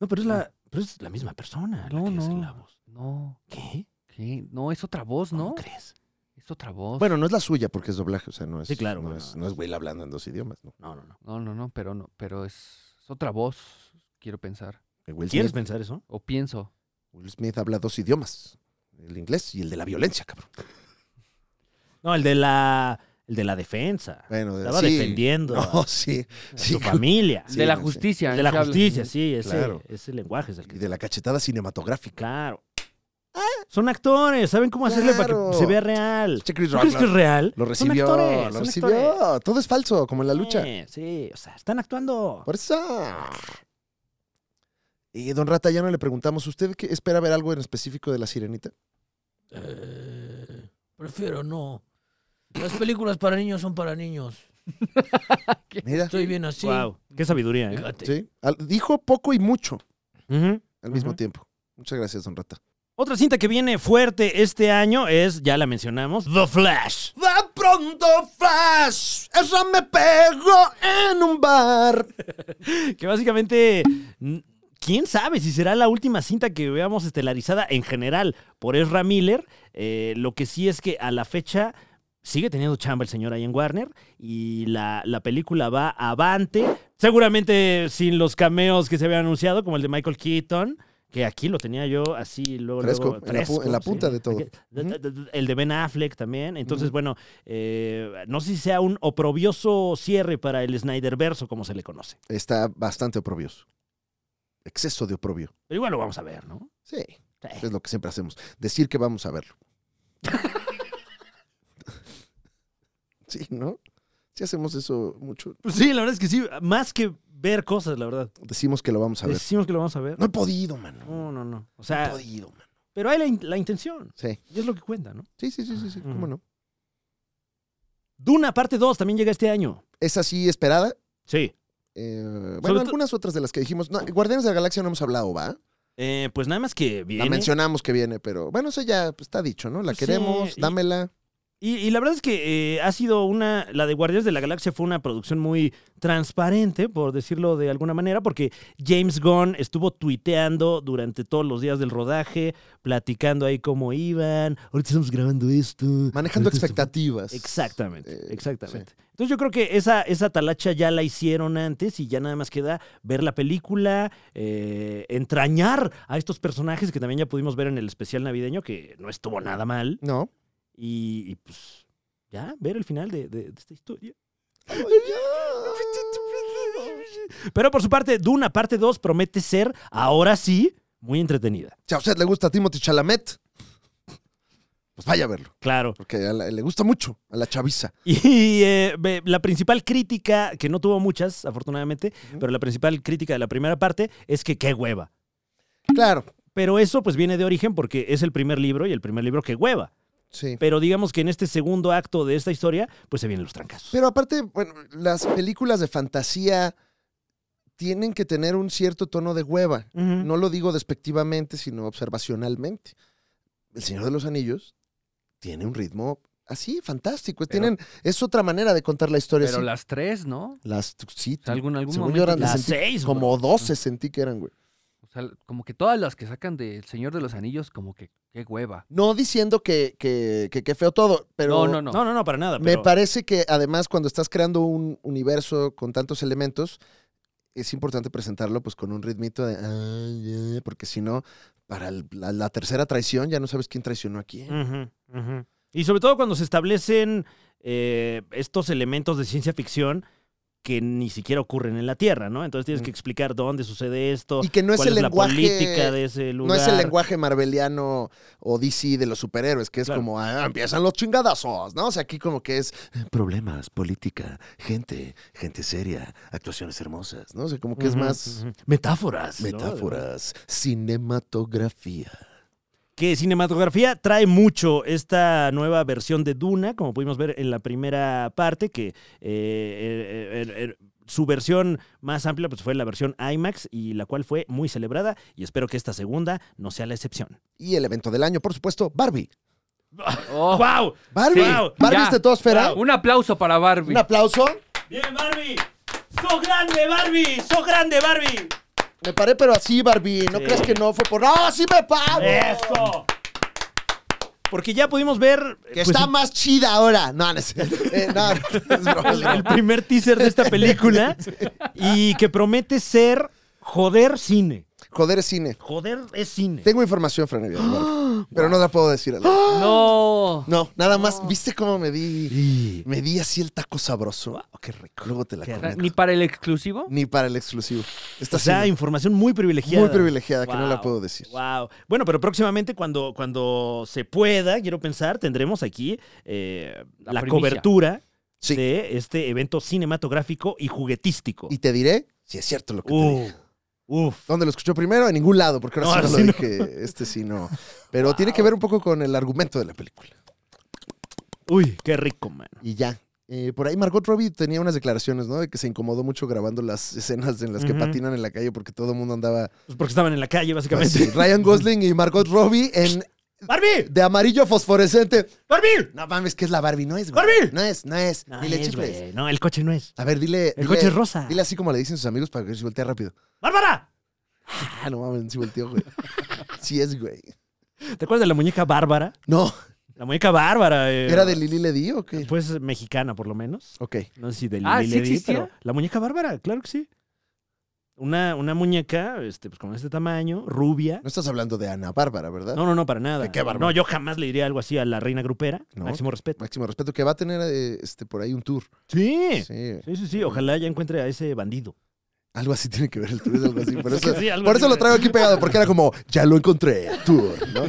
Speaker 2: No, pero es la, pero es la misma persona la
Speaker 4: No,
Speaker 2: que hace
Speaker 4: no.
Speaker 2: la voz.
Speaker 4: No.
Speaker 2: ¿Qué?
Speaker 4: ¿Qué? No, es otra voz,
Speaker 2: ¿Cómo
Speaker 4: ¿no?
Speaker 2: crees?
Speaker 4: Es otra voz.
Speaker 1: Bueno, no es la suya porque es doblaje, o sea, no es.
Speaker 2: Sí, claro,
Speaker 1: No,
Speaker 2: bueno,
Speaker 1: es, no es Will hablando en dos idiomas, ¿no?
Speaker 2: No, no, no.
Speaker 4: No, no, no, pero no, pero es, es otra voz, quiero pensar.
Speaker 1: Que Will
Speaker 2: ¿Quieres
Speaker 1: Smith,
Speaker 2: pensar eso?
Speaker 4: O pienso.
Speaker 1: Will Smith habla dos idiomas: el inglés y el de la violencia, cabrón.
Speaker 2: No, el de la, el de la defensa.
Speaker 1: Bueno, de-
Speaker 2: Estaba
Speaker 1: sí.
Speaker 2: defendiendo
Speaker 1: No,
Speaker 2: a,
Speaker 1: sí.
Speaker 2: a
Speaker 1: sí,
Speaker 2: su
Speaker 1: claro.
Speaker 2: familia.
Speaker 1: Sí,
Speaker 4: de la
Speaker 1: no sé.
Speaker 4: justicia.
Speaker 2: El de la
Speaker 4: se habla.
Speaker 2: justicia, sí, ese,
Speaker 1: Claro.
Speaker 2: ese lenguaje es el
Speaker 1: Y
Speaker 2: que...
Speaker 1: de la cachetada cinematográfica.
Speaker 2: Claro. Son actores, saben cómo hacerle para
Speaker 1: Ah. Claro.
Speaker 2: que se vea real.
Speaker 1: Che, Chris
Speaker 2: ¿Tú crees
Speaker 1: Rock
Speaker 2: que es real?
Speaker 1: Lo
Speaker 2: Son
Speaker 1: recibió, lo
Speaker 2: actores, son actores. Eh.
Speaker 1: recibió. Todo es falso, como en la lucha.
Speaker 2: Sí, sí, o sea, están actuando.
Speaker 1: Por eso. Y don Rata, ya no le preguntamos, ¿usted qué espera ver algo en específico de la sirenita?
Speaker 6: Eh, prefiero no. Las películas para niños son para niños.
Speaker 1: Mira,
Speaker 6: Estoy bien así.
Speaker 2: Wow, qué sabiduría, ¿eh?
Speaker 6: Fíjate.
Speaker 1: sí. Al- dijo poco y mucho
Speaker 2: Ujú.
Speaker 1: al mismo
Speaker 2: Ujú.
Speaker 1: tiempo. Muchas gracias, don Rata.
Speaker 2: Otra cinta que viene fuerte este año es, ya la mencionamos, The Flash.
Speaker 1: Va pronto, Flash. Esa me pegó en un bar.
Speaker 2: Que básicamente, n- quién sabe si será la última cinta que veamos estelarizada en general por Ezra Miller. Eh, lo que sí es que a la fecha sigue teniendo chamba el señor ahí en Warner y la, la película va avante. Seguramente sin los cameos que se habían anunciado, como el de Michael Keaton. Que aquí lo tenía yo así, luego.
Speaker 1: Fresco,
Speaker 2: luego,
Speaker 1: en la pu- en la punta de todo.
Speaker 2: Aquí- El de Ben Affleck también. Entonces, bueno, eh, no sé si sea un oprobioso cierre para el Snyder verso, como se le conoce.
Speaker 1: Está bastante oprobioso. Exceso de oprobio.
Speaker 2: Pero igual lo vamos a ver, ¿no?
Speaker 1: Sí, es lo que siempre hacemos. Decir que vamos a verlo. sí, ¿no? Sí hacemos eso mucho.
Speaker 2: Pues sí, la verdad es que sí. Más que ver cosas, la verdad.
Speaker 1: Decimos que lo vamos a ver.
Speaker 2: Decimos que lo vamos a ver.
Speaker 1: No he podido, mano.
Speaker 2: No, no, no. O
Speaker 1: No he
Speaker 2: sea,
Speaker 1: podido, mano.
Speaker 2: pero hay la, in- la intención.
Speaker 1: Sí,
Speaker 2: Y es lo que cuenta, ¿no?
Speaker 1: sí, sí, sí, sí, sí, ¿Cómo
Speaker 2: Ujú.
Speaker 1: no?
Speaker 2: Duna parte 2 también llega este año.
Speaker 1: Es así esperada.
Speaker 2: Sí.
Speaker 1: Eh,
Speaker 2: Sobre
Speaker 1: bueno,
Speaker 2: to-
Speaker 1: algunas otras de las que dijimos. No, Guardianes de la Galaxia no hemos hablado, ¿va?
Speaker 2: Eh, pues nada más que viene.
Speaker 1: La mencionamos que viene, pero bueno, eso ya pues, está dicho, ¿no? La
Speaker 2: Sí,
Speaker 1: queremos,
Speaker 2: y-
Speaker 1: dámela.
Speaker 2: Y, y la verdad es que eh, ha sido una. La de Guardianes de la Galaxia fue una producción muy transparente, por decirlo de alguna manera, porque James Gunn estuvo tuiteando durante todos los días del rodaje, platicando ahí cómo iban. Ahorita estamos grabando esto.
Speaker 1: Manejando
Speaker 2: Ahorita estamos-
Speaker 1: expectativas.
Speaker 2: Exactamente,
Speaker 1: Eh,
Speaker 2: exactamente. Entonces yo creo que esa, esa talacha ya la hicieron antes y ya nada más queda ver la película, eh, entrañar a estos personajes que también ya pudimos ver en el especial navideño, que no estuvo nada mal,
Speaker 1: No.
Speaker 2: y, y, pues ya ver el final de, de- de esta historia. Pero por su parte, Duna parte 2 promete ser, ahora sí, muy entretenida.
Speaker 1: Si a usted le gusta Timothy Chalamet, pues vaya a verlo,
Speaker 2: Claro.
Speaker 1: porque a la- le gusta mucho a la chaviza.
Speaker 2: Y eh, ve- la principal crítica, que no tuvo muchas, afortunadamente, pero la principal crítica de la primera parte es que qué hueva.
Speaker 1: Claro,
Speaker 2: Pero eso pues viene de origen porque es el primer libro y el primer libro que hueva.
Speaker 1: Sí.
Speaker 2: Pero digamos que en este segundo acto de esta historia, pues se vienen los trancazos.
Speaker 1: Pero aparte, bueno, las películas de fantasía tienen que tener un cierto tono de hueva.
Speaker 2: Ujú.
Speaker 1: No lo digo despectivamente, sino observacionalmente. El Señor de los Anillos tiene un ritmo así, fantástico.
Speaker 4: Pero-
Speaker 1: Tienen, es otra manera de contar la historia.
Speaker 4: Pero
Speaker 1: sí.
Speaker 4: las tres, ¿no?
Speaker 1: Las tu- sí,
Speaker 4: O sea, algún, algún
Speaker 1: según
Speaker 4: momento.
Speaker 1: yo eran
Speaker 4: ya-
Speaker 2: las
Speaker 1: sentí
Speaker 2: seis, bro.
Speaker 1: como 12 sentí que eran, güey.
Speaker 4: o sea, como que todas las que sacan del Señor de los Anillos, como que qué hueva.
Speaker 1: No diciendo que que, que- que feo todo, pero
Speaker 4: no, no, no.
Speaker 2: No, no, no, para nada.
Speaker 1: me
Speaker 2: Ah, pero-
Speaker 1: parece que además cuando estás creando un universo con tantos elementos, es importante presentarlo pues con un ritmito de... "Ay, ay", porque si no, para el- la, la tercera traición ya no sabes quién traicionó a quién.
Speaker 2: Ujú, ujú. Y sobre todo cuando se establecen eh, estos elementos de ciencia ficción que ni siquiera ocurren en la Tierra, ¿no? Entonces tienes que explicar dónde sucede esto,
Speaker 1: Mm. Y que no es
Speaker 2: cuál
Speaker 1: el
Speaker 2: es
Speaker 1: lenguaje...
Speaker 2: la política de ese
Speaker 1: No
Speaker 2: lugar.
Speaker 1: es el lenguaje marveliano o DC de los superhéroes, que es
Speaker 2: Claro.
Speaker 1: como "Ah, empiezan los chingadazos, ¿no? O sea, aquí como que es eh, problemas, política, gente, gente seria, actuaciones hermosas, ¿no? O sea, como que es
Speaker 2: Ujú,
Speaker 1: más
Speaker 2: ujú. Metáforas. ¿no?
Speaker 1: metáforas, cinematografía.
Speaker 2: Que cinematografía trae mucho esta nueva versión de Duna, como pudimos ver en la primera parte, que eh, eh, eh, eh, su versión más amplia pues, fue la versión IMAX y la cual fue muy celebrada y espero que esta segunda no sea la excepción.
Speaker 1: Y el evento del año, por supuesto, Barbie.
Speaker 4: Oh,
Speaker 2: ¡Wow!
Speaker 1: Barbie,
Speaker 2: Sí,
Speaker 1: Barbie
Speaker 4: ya.
Speaker 1: Estetosfera.
Speaker 4: un aplauso para Barbie.
Speaker 1: Un aplauso.
Speaker 2: ¡Bien, Barbie! ¡Sos grande, Barbie! ¡Sos grande, Barbie!
Speaker 1: Me paré, pero así, Barbie. ¿No
Speaker 2: Sí. Eh,
Speaker 1: crees que no fue por. ¡Ah, sí me pago!
Speaker 2: ¡Eso! Porque ya pudimos ver
Speaker 1: Que
Speaker 2: pues,
Speaker 1: está más chida ahora. No, no es, eh, no, es broma, es
Speaker 2: el, el
Speaker 1: broma.
Speaker 2: primer teaser de esta película y que promete ser joder cine.
Speaker 1: Joder, es cine.
Speaker 2: Joder es cine.
Speaker 1: Tengo información, Fran Evia, de Barbie, pero no la puedo decir. al aire.
Speaker 4: No.
Speaker 1: ¡Ah! No, nada más. ¿Viste cómo me di?
Speaker 2: Y-
Speaker 1: Me di así el taco sabroso. qué rico. Luego te la
Speaker 2: Qué
Speaker 1: comento.
Speaker 4: Ni para el exclusivo.
Speaker 1: Ni para el exclusivo. Está
Speaker 2: O sea,
Speaker 1: así,
Speaker 2: información muy privilegiada.
Speaker 1: muy privilegiada que no la
Speaker 2: Wow,
Speaker 1: puedo decir.
Speaker 2: Wow. Bueno, pero próximamente, cuando, cuando se pueda, quiero pensar, tendremos aquí eh, la,
Speaker 4: La primicia.
Speaker 2: cobertura
Speaker 1: Sí.
Speaker 2: de este evento cinematográfico y juguetístico.
Speaker 1: Y te diré si es cierto lo que te
Speaker 2: Uh,
Speaker 1: dije.
Speaker 2: uf.
Speaker 1: ¿Dónde lo escuchó primero? En ningún lado, porque ahora
Speaker 2: No,
Speaker 1: sí no lo
Speaker 2: ahora
Speaker 1: dije. Este sí no. Pero tiene que ver un poco con el argumento de la película.
Speaker 2: Uy, qué rico, man.
Speaker 1: Y ya. Eh, por ahí Margot Robbie tenía unas declaraciones, ¿no? De que se incomodó mucho grabando las escenas en las que
Speaker 2: Ujú.
Speaker 1: patinan en la calle porque todo el mundo andaba
Speaker 2: Pues porque estaban en la calle, básicamente.
Speaker 1: así. Ryan Gosling y Margot Robbie en
Speaker 2: ¡Barbie!
Speaker 1: de amarillo fosforescente.
Speaker 2: ¡Barbie!
Speaker 1: No mames, que es la Barbie, no es, güey.
Speaker 2: ¡Barbie!
Speaker 1: No es, no es.
Speaker 2: No,
Speaker 1: dile
Speaker 2: es,
Speaker 1: chifles.
Speaker 2: güey. No, el coche no es.
Speaker 1: A ver, dile.
Speaker 2: El
Speaker 1: dile-
Speaker 2: coche es rosa.
Speaker 1: Dile así como le dicen sus amigos para que se voltee rápido.
Speaker 2: ¡Bárbara!
Speaker 1: Ah, no mames, sí volteó, güey. Sí es, güey.
Speaker 2: ¿Te acuerdas de la muñeca Bárbara?
Speaker 1: No,
Speaker 2: La muñeca Bárbara. eh,
Speaker 1: ¿era de Lili Ledi o qué?
Speaker 2: Pues mexicana, por lo menos.
Speaker 1: Ok.
Speaker 2: No sé si de
Speaker 4: Ah,
Speaker 2: Lili
Speaker 4: ¿sí
Speaker 2: Ledi,
Speaker 4: existía?
Speaker 2: pero la muñeca Bárbara, claro que sí. Una, una muñeca este, pues, con este tamaño, rubia.
Speaker 1: No estás hablando de Ana Bárbara, ¿verdad?
Speaker 2: No, no, no, para nada.
Speaker 1: Qué- qué bárbaro.
Speaker 2: no, yo jamás le diría algo así a la reina grupera.
Speaker 1: No.
Speaker 2: Máximo respeto.
Speaker 1: Máximo respeto, que va a tener eh, este, por ahí un tour.
Speaker 2: Sí. sí.
Speaker 1: Sí.
Speaker 2: Sí, sí, Ojalá ya encuentre a ese bandido.
Speaker 1: Algo así tiene que ver el tour, es algo así. Por
Speaker 2: Es que
Speaker 1: eso,
Speaker 2: sí, algo
Speaker 1: por
Speaker 2: así
Speaker 1: eso lo
Speaker 2: tiene.
Speaker 1: traigo aquí pegado, porque era como, ya lo encontré, tour, ¿no?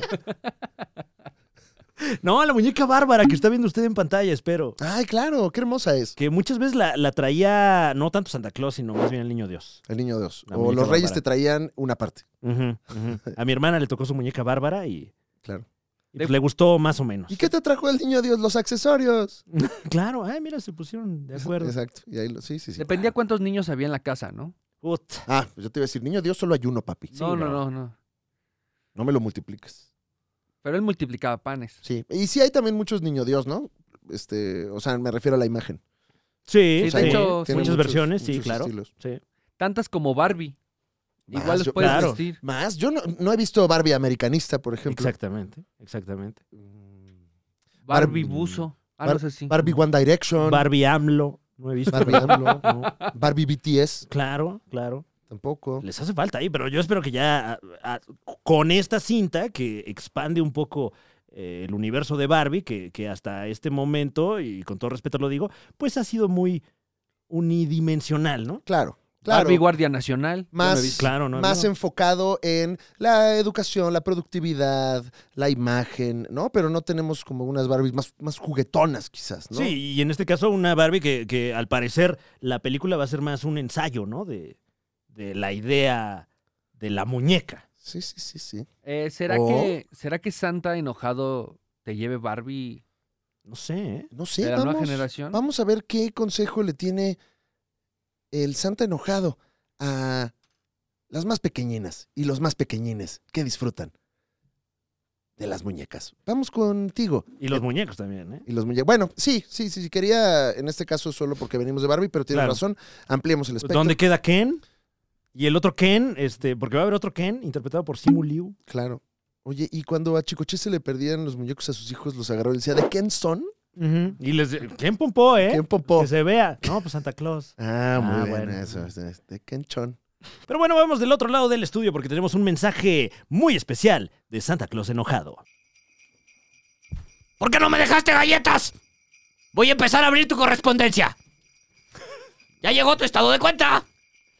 Speaker 2: No, la muñeca Bárbara que está viendo usted en pantalla, espero.
Speaker 1: Ay, claro, qué hermosa es.
Speaker 2: Que muchas veces la, la traía no tanto Santa Claus, sino más bien el niño Dios.
Speaker 1: El niño Dios.
Speaker 2: La
Speaker 1: o
Speaker 2: muñeca
Speaker 1: los reyes
Speaker 2: Bárbara.
Speaker 1: te traían una parte.
Speaker 2: Ujú, ujú. A mi hermana le tocó su muñeca Bárbara y,
Speaker 1: Claro.
Speaker 2: y, pues, le gustó más o menos.
Speaker 1: ¿Y qué te trajo el niño Dios? Los accesorios.
Speaker 2: Claro, ay, mira, se pusieron de acuerdo.
Speaker 1: Exacto. Y ahí lo, sí, sí, sí.
Speaker 4: Dependía cuántos niños había en la casa, ¿no?
Speaker 2: Ut.
Speaker 1: Ah, pues yo te iba a decir, niño Dios solo hay uno, papi.
Speaker 4: no, no,
Speaker 2: no.
Speaker 4: no, no.
Speaker 1: No me lo multipliques.
Speaker 4: Pero él multiplicaba panes.
Speaker 1: Sí. Y sí hay también muchos niño Dios, ¿no? Este, o sea, me refiero a la imagen.
Speaker 2: Sí,
Speaker 4: Sí,
Speaker 2: sí.
Speaker 4: de
Speaker 1: hay-
Speaker 4: hecho,
Speaker 1: tiene
Speaker 2: muchas versiones, sí,
Speaker 1: muchos
Speaker 2: claro.
Speaker 1: estilos.
Speaker 2: Sí.
Speaker 4: Tantas como Barbie. Igual
Speaker 1: Más,
Speaker 4: los
Speaker 1: Ah, yo-
Speaker 4: puedes
Speaker 2: claro.
Speaker 4: vestir.
Speaker 1: Más, yo no, no he visto Barbie americanista, por ejemplo.
Speaker 2: Exactamente, exactamente.
Speaker 1: Barbie-
Speaker 4: Barbie buzo. Ah,
Speaker 1: Bar-
Speaker 4: no sé si.
Speaker 1: Barbie One Direction.
Speaker 2: Barbie AMLO, no he visto.
Speaker 1: Barbie
Speaker 2: pero-
Speaker 1: AMLO.
Speaker 2: no.
Speaker 1: Barbie BTS,
Speaker 2: Claro, claro.
Speaker 1: tampoco.
Speaker 2: Les hace falta ahí, pero yo espero que ya a- a- con esta cinta que expande un poco eh, el universo de Barbie, que, que hasta este momento, y con todo respeto lo digo, pues ha sido muy unidimensional, ¿no?
Speaker 1: Claro, claro.
Speaker 4: Barbie Guardia Nacional.
Speaker 1: más
Speaker 2: Claro, ¿no?
Speaker 1: más
Speaker 2: No.
Speaker 1: enfocado en la educación, la productividad, la imagen, ¿no? Pero no tenemos como unas Barbies más, más juguetonas, quizás, ¿no?
Speaker 2: Sí, y en este caso una Barbie que, que al parecer la película va a ser más un ensayo, ¿no? De, de la idea de la muñeca.
Speaker 1: Sí, sí, sí, sí.
Speaker 4: Eh, ¿será,
Speaker 1: O-
Speaker 4: que, ¿Será que Santa enojado te lleve Barbie
Speaker 2: No sé, ¿eh?
Speaker 1: No sé,
Speaker 4: de la nueva
Speaker 1: vamos,
Speaker 4: generación.
Speaker 1: vamos a ver qué consejo le tiene el Santa enojado a las más pequeñinas y los más pequeñines que disfrutan de las muñecas. Vamos contigo.
Speaker 2: Y los muñecos también, ¿eh?
Speaker 1: Y los muñe- Bueno, sí, sí, sí, sí, quería en este caso solo porque venimos de Barbie, pero tienes
Speaker 2: Claro. Pues,
Speaker 1: razón. Ampliemos el espectro.
Speaker 2: ¿Dónde queda Ken? Y el otro Ken, este, porque va a haber otro Ken interpretado por Simu Liu.
Speaker 1: Claro. Oye, y cuando a Chicoche se le perdían los muñecos a sus hijos, los agarró y decía, ¿de quién son?
Speaker 2: Y les ¿quién pompó, eh?
Speaker 1: ¿Quién popó?
Speaker 2: Que se vea. No, pues Santa Claus.
Speaker 1: Ah, muy
Speaker 2: Ah,
Speaker 1: bien,
Speaker 2: bueno.
Speaker 1: eso. eso, ¿De quién son?
Speaker 2: Pero bueno, vamos del otro lado del estudio porque tenemos un mensaje muy especial de Santa Claus enojado.
Speaker 6: ¿Por qué no me dejaste galletas? Voy a empezar a abrir tu correspondencia. Ya llegó tu estado de cuenta.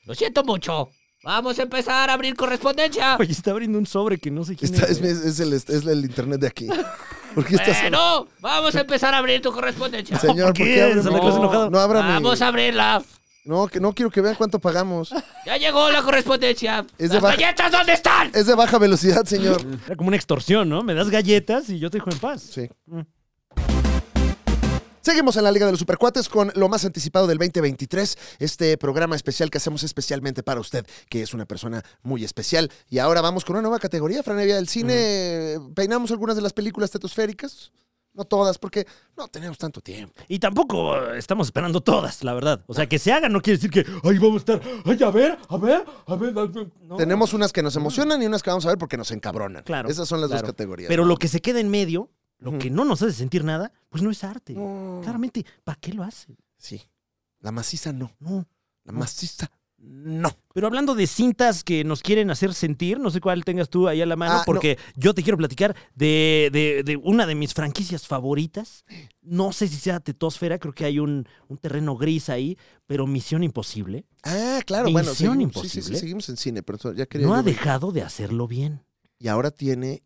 Speaker 6: Lo siento mucho. Vamos a empezar a abrir correspondencia.
Speaker 2: Oye, está abriendo un sobre que no sé quién
Speaker 1: Está-
Speaker 2: es.
Speaker 1: es, es el, es el internet de aquí. Porque estás...
Speaker 6: Bueno, vamos a empezar a abrir tu correspondencia.
Speaker 1: Señor, ¿por
Speaker 2: ¿por
Speaker 1: qué,
Speaker 2: qué?
Speaker 1: abre
Speaker 2: Santa
Speaker 1: mi-
Speaker 2: Claus enojado.
Speaker 1: No, abra mi-
Speaker 6: Vamos a abrirla.
Speaker 1: No, que no quiero que vean cuánto pagamos.
Speaker 6: Ya llegó la correspondencia.
Speaker 1: Es de
Speaker 6: ¿Las
Speaker 1: baja-
Speaker 6: galletas dónde están?
Speaker 1: Es de baja velocidad, señor.
Speaker 2: Era como una extorsión, ¿no? Me das galletas y yo te dejo en paz.
Speaker 1: Sí. Mm. Seguimos en la Liga de los Supercuates con lo más anticipado del 2023, este programa especial que hacemos especialmente para usted, que es una persona muy especial. Y ahora vamos con una nueva categoría, Franevia del cine.
Speaker 2: Mm.
Speaker 1: Peinamos algunas de las películas tetosféricas, no todas, porque no tenemos tanto tiempo.
Speaker 2: Y tampoco eh, estamos esperando todas, la verdad. O sea, que se haga no quiere decir que ahí vamos a estar. Ay, a ver, a ver, a ver. a ver". No.
Speaker 1: Tenemos unas que nos emocionan y unas que vamos a ver porque nos encabronan.
Speaker 2: Oh. Claro,
Speaker 1: Esas son las
Speaker 2: claro.
Speaker 1: dos categorías.
Speaker 2: Pero lo que se queda en medio, lo
Speaker 1: Ujú.
Speaker 2: que no nos hace sentir nada, pues no es arte.
Speaker 1: No.
Speaker 2: Claramente, ¿para qué lo hace?
Speaker 1: Sí. La maciza no.
Speaker 2: No.
Speaker 1: La maciza no.
Speaker 2: Pero hablando de cintas que nos quieren hacer sentir, no sé cuál tengas tú ahí a la mano,
Speaker 1: Ah, no.
Speaker 2: porque yo te quiero platicar de, de- de una de mis franquicias favoritas. No sé si sea Tetosfera, creo que hay un, un terreno gris ahí, pero Misión Imposible
Speaker 1: Ah, claro, bueno,
Speaker 2: Misión
Speaker 1: seguimos, sí, sí, sí,
Speaker 2: Imposible.
Speaker 1: seguimos en cine, pero eso ya quería
Speaker 2: no
Speaker 1: yo
Speaker 2: ha
Speaker 1: ver.
Speaker 2: dejado de hacerlo bien.
Speaker 1: Y ahora tiene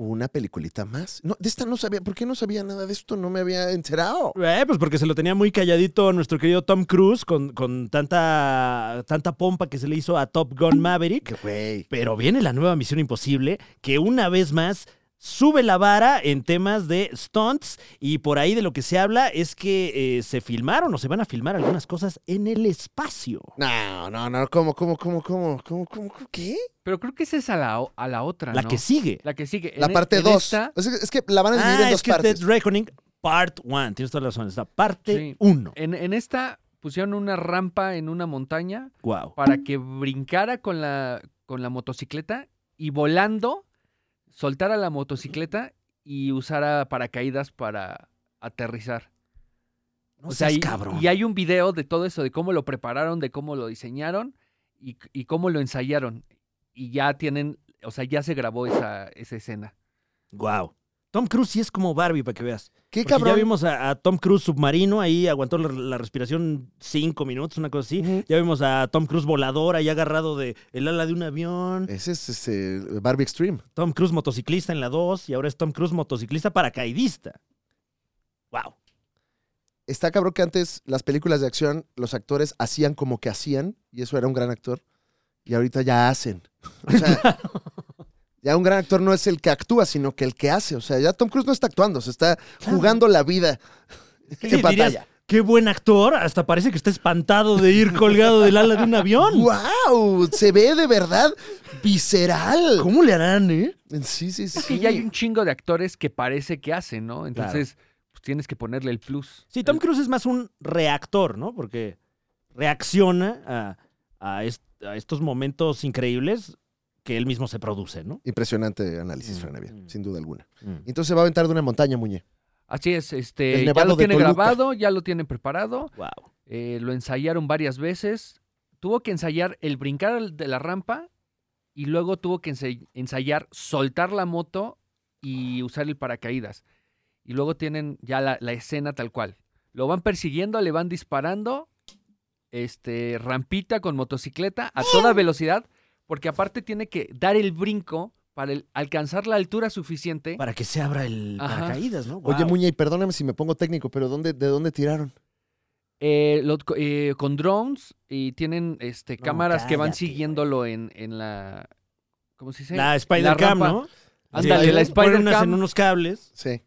Speaker 1: una peliculita más. No, de esta no sabía, ¿por qué no sabía nada de esto? No me había enterado.
Speaker 2: Eh, pues porque se lo tenía muy calladito nuestro querido Tom Cruise con, con tanta, tanta pompa que se le hizo a Top Gun Maverick.
Speaker 1: Qué güey.
Speaker 2: Pero viene la nueva Misión Imposible, que una vez más sube la vara en temas de stunts y por ahí de lo que se habla es que eh, se filmaron o se van a filmar algunas cosas en el espacio.
Speaker 1: No, no, no, ¿cómo, cómo, cómo, cómo, cómo, cómo, cómo, qué?
Speaker 4: Pero creo que esa es a la, o- a la otra,
Speaker 2: La
Speaker 4: Ah, ¿no?
Speaker 2: que sigue.
Speaker 4: La que sigue.
Speaker 1: La
Speaker 4: En e-
Speaker 1: parte
Speaker 4: en
Speaker 1: 2.
Speaker 4: esta-
Speaker 1: Es, que- es que la van a dividir
Speaker 2: Ah,
Speaker 1: en
Speaker 2: es
Speaker 1: dos
Speaker 2: que es
Speaker 1: partes.
Speaker 2: Dead Reckoning Part 1. Tienes toda la razón. Es la parte
Speaker 4: Sí.
Speaker 2: 1.
Speaker 4: En, en esta pusieron una rampa en una montaña
Speaker 2: Wow.
Speaker 4: para que brincara con la, con la motocicleta y volando soltara la motocicleta y usara paracaídas para aterrizar.
Speaker 2: No seas
Speaker 4: y,
Speaker 2: cabrón.
Speaker 4: y hay un video de todo eso, de cómo lo prepararon, de cómo lo diseñaron y, c- y cómo lo ensayaron. Y ya tienen, o sea, ya se grabó esa, esa escena.
Speaker 2: Wow. Tom Cruise sí es como Barbie, para que veas.
Speaker 1: Qué
Speaker 2: Porque ya
Speaker 1: cabrón.
Speaker 2: vimos a, a Tom Cruise submarino, ahí aguantó la, la respiración cinco minutos, una cosa así.
Speaker 1: Ujú.
Speaker 2: Ya vimos a Tom Cruise volador, ahí agarrado de el ala de un avión.
Speaker 1: Ese es ese, Barbie Extreme.
Speaker 2: Tom Cruise motociclista en la 2 y ahora es Tom Cruise motociclista paracaidista. Wow.
Speaker 1: Está cabrón que antes las películas de acción, los actores hacían como que hacían, y eso era un gran actor, y ahorita ya hacen. O sea, ya un gran actor no es el que actúa, sino que el que hace. O sea, ya Tom Cruise no está actuando, se está jugando la vida en
Speaker 2: Sí, dirías,
Speaker 1: pantalla.
Speaker 2: Qué buen actor, hasta parece que está espantado de ir colgado del ala de un avión.
Speaker 1: ¡Wow! Se ve de verdad visceral.
Speaker 2: ¿Cómo le harán, eh?
Speaker 1: Sí, sí, sí.
Speaker 4: Es que ya hay un chingo de actores que parece que hacen, ¿no? Entonces, pues tienes que ponerle el plus.
Speaker 2: Sí, Tom Cruise es más un reactor, ¿no? Porque reacciona a, a est- a estos momentos increíbles que él mismo se produce, ¿no?
Speaker 1: Impresionante análisis,
Speaker 2: Mm,
Speaker 1: Franevia,
Speaker 2: mm.
Speaker 1: sin duda alguna. Entonces se va a aventar de una montaña, Muñe.
Speaker 4: Así es,
Speaker 1: El
Speaker 4: este, ya
Speaker 1: Nevado
Speaker 4: lo
Speaker 1: de
Speaker 4: tiene
Speaker 1: Toluca.
Speaker 4: grabado, ya lo tienen preparado,
Speaker 2: Wow.
Speaker 4: eh, lo ensayaron varias veces. Tuvo que ensayar el brincar al- de la rampa y luego tuvo que ense- ensayar soltar la moto y usar el paracaídas. Y luego tienen ya la, la escena tal cual. Lo van persiguiendo, le van disparando, este, rampita con motocicleta a toda velocidad, porque aparte tiene que dar el brinco para el- alcanzar la altura suficiente.
Speaker 2: Para que se abra el
Speaker 4: Ajá.
Speaker 2: paracaídas, ¿no?
Speaker 1: Oye,
Speaker 2: Guau.
Speaker 1: Muñe, y perdóname si me pongo técnico, pero ¿dónde, ¿de dónde tiraron?
Speaker 4: Eh, lo- co- eh, con drones y tienen este,
Speaker 2: No,
Speaker 4: cámaras que van
Speaker 2: cállate, güey.
Speaker 4: siguiéndolo en, en la. ¿Cómo se dice?
Speaker 2: La
Speaker 4: En
Speaker 2: Spider Cam,
Speaker 4: rampa.
Speaker 2: ¿no?
Speaker 4: Ándale,
Speaker 2: Sí.
Speaker 4: la
Speaker 2: Ponen
Speaker 4: Spider
Speaker 2: unas
Speaker 4: Cam.
Speaker 2: en unos cables.
Speaker 1: Sí.
Speaker 4: Sí,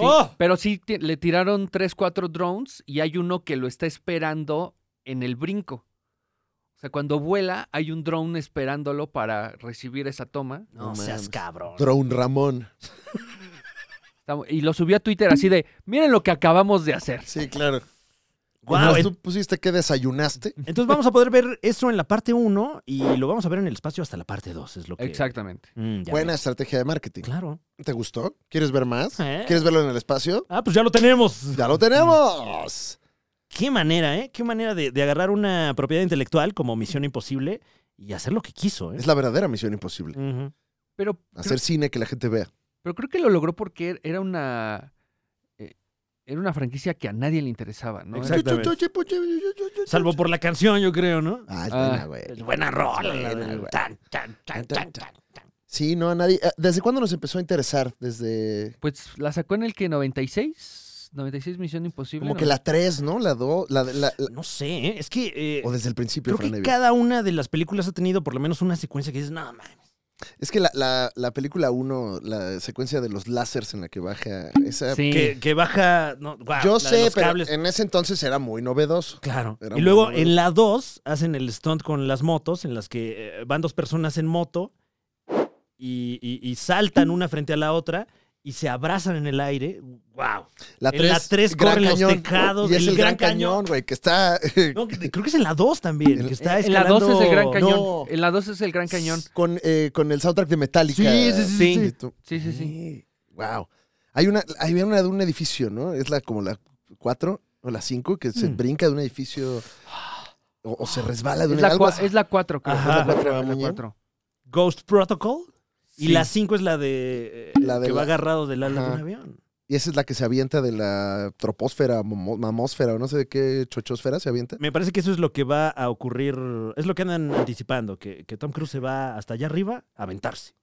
Speaker 2: ¡Oh!
Speaker 4: Pero sí ti- le tiraron 3, 4 drones y hay uno que lo está esperando en el brinco. O sea, cuando vuela, hay un drone esperándolo para recibir esa toma.
Speaker 2: No,
Speaker 1: No
Speaker 2: seas
Speaker 1: mames.
Speaker 2: cabrón.
Speaker 1: Drone Ramón.
Speaker 4: Estamos- Y lo subió a Twitter así de, miren lo que acabamos de hacer.
Speaker 1: Sí, claro.
Speaker 2: Guau,
Speaker 1: Además,
Speaker 2: en-
Speaker 1: tú pusiste que desayunaste.
Speaker 2: Entonces vamos a poder ver eso en la parte 1 y lo vamos a ver en el espacio hasta la parte 2, es lo que...
Speaker 4: Exactamente.
Speaker 2: Mm, ya
Speaker 1: Buena
Speaker 2: ves.
Speaker 1: estrategia de marketing.
Speaker 2: Claro.
Speaker 1: ¿Te gustó? ¿Quieres ver más?
Speaker 2: ¿Eh?
Speaker 1: ¿Quieres verlo en el espacio?
Speaker 2: Ah, pues ya lo tenemos.
Speaker 1: ¡Ya lo tenemos!
Speaker 2: Qué manera, ¿eh? Qué manera de, de agarrar una propiedad intelectual como Misión Imposible y hacer lo que quiso, ¿eh?
Speaker 1: Es la verdadera misión imposible.
Speaker 2: Ujú.
Speaker 4: Pero creo,
Speaker 1: Hacer cine que la gente vea.
Speaker 4: pero creo que lo logró porque era una... eh, Era una franquicia que a nadie le interesaba, ¿no?
Speaker 2: Exacto. Exactamente. Salvo por la canción, yo creo, ¿no?
Speaker 1: Ah, es
Speaker 4: Ah.
Speaker 1: buena, güey.
Speaker 6: Es buena rola.
Speaker 1: Es buena, güey.
Speaker 6: Tan, tan, tan, tan, tan.
Speaker 1: Sí, no, a nadie. eh, ¿Desde cuándo nos empezó a interesar? Desde.
Speaker 4: Pues la sacó en el que 96, 96 Misión Imposible.
Speaker 1: Como
Speaker 4: ¿no?
Speaker 1: que la 3, ¿no? La 2. La, la- la-
Speaker 2: No sé, ¿eh? Es que... eh,
Speaker 1: o desde el principio,
Speaker 2: creo
Speaker 1: Fran
Speaker 2: que
Speaker 1: Evia.
Speaker 2: cada una de las películas ha tenido por lo menos una secuencia que dices, no, mames.
Speaker 1: Es que la, la- la película 1, la secuencia de los lásers en la que baja esa.
Speaker 4: Sí.
Speaker 2: eh,
Speaker 4: Eh,
Speaker 2: Que, que baja... No, guau,
Speaker 1: Yo
Speaker 2: la de
Speaker 1: sé,
Speaker 2: los
Speaker 1: pero
Speaker 2: cables.
Speaker 1: en ese entonces era muy novedoso.
Speaker 2: Claro.
Speaker 1: Era muy
Speaker 2: Y luego
Speaker 1: bueno.
Speaker 2: en la 2 hacen el stunt con las motos, en las que eh, van dos personas en moto y, y- y saltan una frente a la otra y se abrazan en el aire. ¡Wow!
Speaker 1: La
Speaker 2: En la
Speaker 1: 3,
Speaker 2: tres corren los tejados,
Speaker 1: Y es
Speaker 2: el
Speaker 1: el,
Speaker 2: Gran
Speaker 1: Gran
Speaker 2: Cañón.
Speaker 1: Cañón, güey, que está.
Speaker 2: No, que- creo que es en la 2 también, que está
Speaker 4: En la 2 es el Gran Cañón.
Speaker 1: No.
Speaker 4: En la 2 es el Gran Cañón.
Speaker 1: Con, eh, con el soundtrack de Metallica.
Speaker 4: Sí, sí, sí, sí, sí.
Speaker 1: Y tú-
Speaker 4: Sí, sí, sí.
Speaker 1: Wow. Hay una, hay una de un edificio, ¿no? Es la como la 4 o la 5 que se
Speaker 2: Mm.
Speaker 1: brinca de un edificio o, o se resbala de un
Speaker 4: Es la,
Speaker 1: algo
Speaker 4: cua-
Speaker 1: así.
Speaker 4: es la 4, creo.
Speaker 2: Ajá.
Speaker 4: Es la cuatro,
Speaker 1: Ah,
Speaker 4: es la
Speaker 1: muy bien.
Speaker 4: cuatro.
Speaker 2: Ghost Protocol. Y
Speaker 4: Sí.
Speaker 2: la 5 es la de, eh,
Speaker 1: La de
Speaker 2: que va
Speaker 1: la-
Speaker 2: agarrado del ala de
Speaker 1: Ajá.
Speaker 2: un avión.
Speaker 1: Y esa es la que se avienta de la troposfera, momo- mamósfera o no sé de qué chochosfera se avienta.
Speaker 2: Me parece que eso es lo que va a ocurrir, es lo que andan anticipando, que, que Tom Cruise se va hasta allá arriba a aventarse.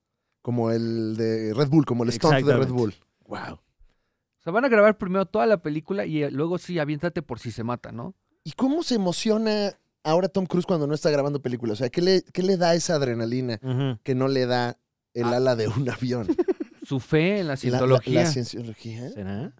Speaker 1: Como el de Red Bull, como el stunt de Red
Speaker 2: Exactamente.
Speaker 1: Bull.
Speaker 2: ¡Wow!
Speaker 4: O sea, van a grabar primero toda la película y eh, luego sí, aviéntate por si se mata, ¿no?
Speaker 1: ¿Y cómo se emociona ahora Tom Cruise cuando no está grabando películas? O sea, ¿qué le, qué le da esa adrenalina que no le da el
Speaker 2: Ah.
Speaker 1: ala de un avión?
Speaker 4: Su fe en la
Speaker 1: La- la-
Speaker 4: cientología.
Speaker 1: La, cienciología. ¿eh?
Speaker 2: ¿Será?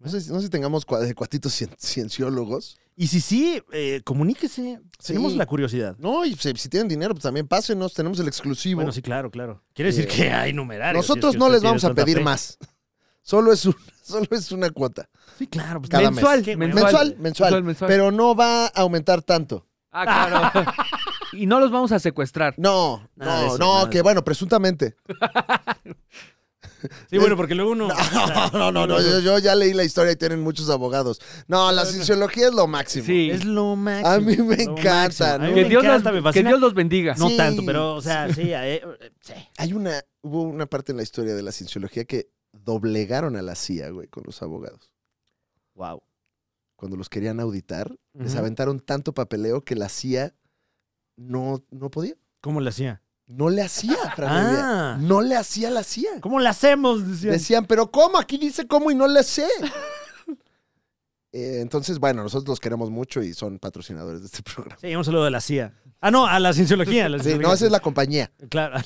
Speaker 1: No sé, si- no sé si tengamos cua- de cuatitos cien- cienciólogos.
Speaker 2: Y si sí, eh, comuníquese. Tenemos
Speaker 1: Sí.
Speaker 2: la curiosidad.
Speaker 1: No, y si, si tienen dinero, pues también pásenos, tenemos el exclusivo.
Speaker 2: Bueno, sí, claro, claro. Quiere decir
Speaker 1: Eh,
Speaker 2: que hay numerarios. si es
Speaker 1: Nosotros
Speaker 2: que
Speaker 1: no
Speaker 2: usted
Speaker 1: les
Speaker 2: tiene
Speaker 1: vamos a
Speaker 2: tanta
Speaker 1: pedir
Speaker 2: fe.
Speaker 1: más. Solo es, un- solo es una cuota.
Speaker 2: Sí, claro. pues,
Speaker 1: Cada
Speaker 2: mensual,
Speaker 1: mes.
Speaker 2: qué
Speaker 4: Mensual.
Speaker 2: hueva.
Speaker 1: Mensual, mensual.
Speaker 4: Mensual, mensual.
Speaker 1: Pero no va a aumentar tanto.
Speaker 4: Ah, claro. y no los vamos a secuestrar.
Speaker 1: No,
Speaker 2: Nada de
Speaker 1: no,
Speaker 2: eso, nada
Speaker 1: no,
Speaker 2: de
Speaker 1: que
Speaker 2: eso.
Speaker 1: bueno, presuntamente.
Speaker 2: Sí, bueno, porque luego uno...
Speaker 1: No, no, no, no, yo, yo ya leí la historia y tienen muchos abogados. No, la cienciología es lo máximo.
Speaker 4: Sí.
Speaker 2: Es lo máximo.
Speaker 1: A mí me
Speaker 2: lo
Speaker 1: encanta,
Speaker 2: máximo. A mí
Speaker 1: ¿no?
Speaker 2: me
Speaker 4: Que Dios,
Speaker 2: encanta, me
Speaker 4: los, que
Speaker 2: fascina.
Speaker 4: Dios los bendiga.
Speaker 2: No
Speaker 1: Sí.
Speaker 2: tanto, pero, o sea, sí. eh, eh, sí.
Speaker 1: Hay una, hubo una parte en la historia de la cienciología que doblegaron a la CIA, güey, con los abogados.
Speaker 2: Wow.
Speaker 1: Cuando los querían auditar, les aventaron tanto papeleo que la CIA no, no podía.
Speaker 2: ¿Cómo le hacía?
Speaker 1: No le hacía, Fran Evia.
Speaker 2: Ah,
Speaker 1: No le hacía la CIA.
Speaker 2: ¿cómo le hacemos? Decían.
Speaker 1: Decían, pero ¿cómo? Aquí dice cómo y no le sé. Eh, entonces, bueno, nosotros los queremos mucho y son patrocinadores de este programa.
Speaker 2: Sí, un saludo de la CIA. Ah, no, a la cienciología. a la
Speaker 1: Sí,
Speaker 2: cienciología.
Speaker 1: no, esa es la compañía.
Speaker 2: Claro.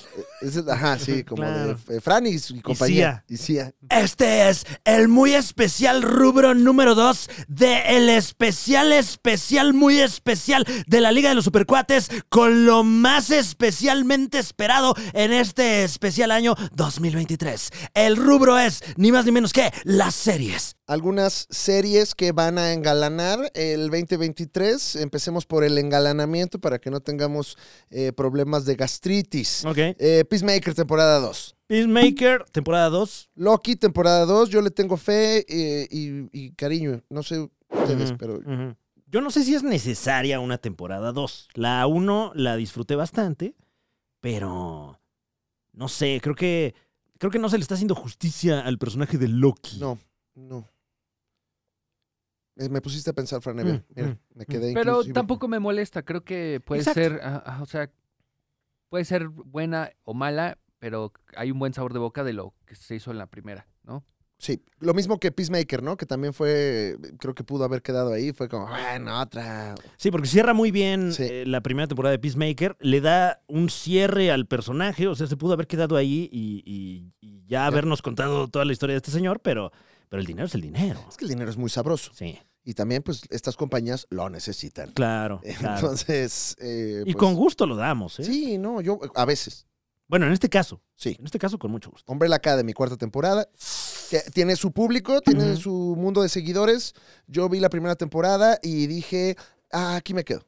Speaker 1: Esa es- ajá, sí, como
Speaker 2: Claro.
Speaker 1: de eh, Fran y, su- y compañía.
Speaker 2: CIA.
Speaker 1: Y CIA.
Speaker 2: Este es el muy especial rubro número 2 de el especial especial muy especial de la Liga de los Supercuates con lo más especialmente esperado en este especial año 2023. El rubro es ni más ni menos que las series.
Speaker 1: Algunas series que van a engalanar el 2023. Empecemos por el engalanamiento para que no tengamos eh, problemas de gastritis.
Speaker 2: Ok.
Speaker 1: Eh, Peacemaker, temporada 2.
Speaker 2: Peacemaker, temporada 2.
Speaker 1: Loki, temporada 2, yo le tengo fe eh, y, y cariño. No sé ustedes, pero
Speaker 2: Yo no sé si es necesaria una temporada 2. La 1 la disfruté bastante, pero no sé, creo que creo que no se le está haciendo justicia al personaje de Loki.
Speaker 1: no, no. Eh, Me pusiste a pensar, Fran Evia.
Speaker 2: Mm,
Speaker 1: Mira,
Speaker 2: mm,
Speaker 1: me quedé
Speaker 4: Pero
Speaker 1: inclusive.
Speaker 4: tampoco me molesta. Creo que puede
Speaker 2: Exacto.
Speaker 4: ser, ah, ah, o sea, puede ser buena o mala, pero hay un buen sabor de boca de lo que se hizo en la primera, ¿no?
Speaker 1: Sí, lo mismo que Peacemaker, ¿no? Que también fue, creo que pudo haber quedado ahí. Fue como, bueno, otra.
Speaker 2: Sí, porque cierra muy bien
Speaker 1: Sí.
Speaker 2: eh, la primera temporada de Peacemaker, le da un cierre al personaje, o sea, se pudo haber quedado ahí y, y- y ya habernos contado toda la historia de este señor, pero, Pero el dinero es el dinero.
Speaker 1: Es que el dinero es muy sabroso.
Speaker 2: Sí.
Speaker 1: Y también, pues, estas compañías lo necesitan.
Speaker 2: Claro. claro.
Speaker 1: Entonces. eh,
Speaker 2: y
Speaker 1: pues,
Speaker 2: con gusto lo damos, ¿eh?
Speaker 1: Sí, no, yo a veces.
Speaker 2: Bueno, en este caso.
Speaker 1: Sí.
Speaker 2: En este caso, con mucho gusto.
Speaker 1: Hombre la Academy, cuarta temporada. Que tiene su público, tiene
Speaker 2: Ujú.
Speaker 1: su mundo de seguidores. Yo vi la primera temporada y dije, ah, aquí me quedo.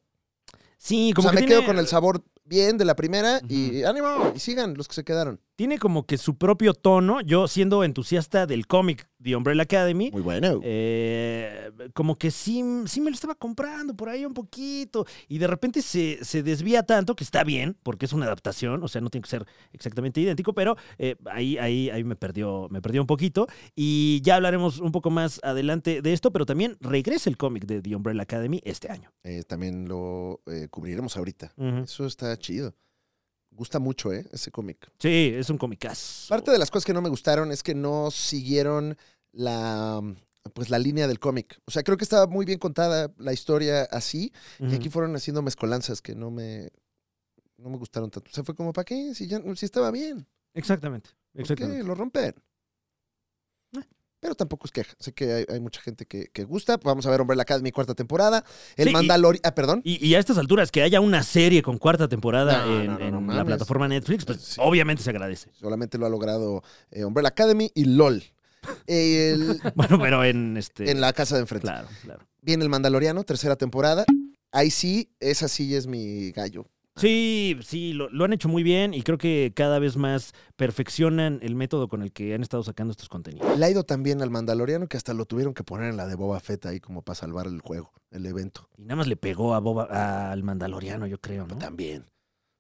Speaker 2: Sí,
Speaker 1: O
Speaker 2: como
Speaker 1: sea,
Speaker 2: que
Speaker 1: me
Speaker 2: tiene,
Speaker 1: quedo con el sabor bien de la primera y ánimo, y sigan los que se quedaron.
Speaker 2: tiene como que su propio tono. Yo, siendo entusiasta del cómic de Umbrella Academy,
Speaker 1: Muy bueno.
Speaker 2: eh, como que sí, sí me lo estaba comprando por ahí un poquito. Y de repente se, se desvía tanto, que está bien, porque es una adaptación, o sea, no tiene que ser exactamente idéntico, pero eh, ahí, ahí, ahí me perdió, me perdió un poquito. Y ya hablaremos un poco más adelante de esto, pero también regresa el cómic de The Umbrella Academy este año.
Speaker 1: Eh, también lo eh, cubriremos ahorita. Eso está chido. Gusta mucho, ¿eh? Ese cómic.
Speaker 2: Sí, es un comicaz.
Speaker 1: Parte de las cosas que no me gustaron es que no siguieron la pues la línea del cómic. O sea, creo que estaba muy bien contada la historia así, y aquí fueron haciendo mezcolanzas que no me no me gustaron tanto. O sea, fue como, ¿para qué? Si, ya, si estaba bien.
Speaker 2: Exactamente,
Speaker 1: ¿Por qué
Speaker 2: exactamente. Ah.
Speaker 1: lo rompen? Pero tampoco es queja. Sé que hay, hay mucha gente que, que gusta. Vamos a ver Hombre la Academy, cuarta temporada. El
Speaker 2: Sí, y-
Speaker 1: Mandalorian... Ah, perdón.
Speaker 2: Y, y a estas alturas, que haya una serie con cuarta temporada
Speaker 1: No,
Speaker 2: en,
Speaker 1: no, no,
Speaker 2: en
Speaker 1: no
Speaker 2: la
Speaker 1: mames.
Speaker 2: plataforma Netflix, pues
Speaker 1: Sí.
Speaker 2: obviamente se agradece.
Speaker 1: Solamente lo ha logrado eh, Umbrella Academy y LOL. El-
Speaker 2: Bueno, pero en este.
Speaker 1: en la casa de enfrente.
Speaker 2: Claro, claro.
Speaker 1: Viene el Mandaloriano, tercera temporada. Ahí sí, esa sí es mi gallo.
Speaker 2: Sí, sí, lo, lo han hecho muy bien y creo que cada vez más perfeccionan el método con el que han estado sacando estos contenidos.
Speaker 1: Le ha ido también al Mandaloriano que hasta lo tuvieron que poner en la de Boba Fett ahí como para salvar el juego, el evento.
Speaker 2: Y nada más le pegó a Boba, al Mandaloriano, yo creo, ¿no? O
Speaker 1: También.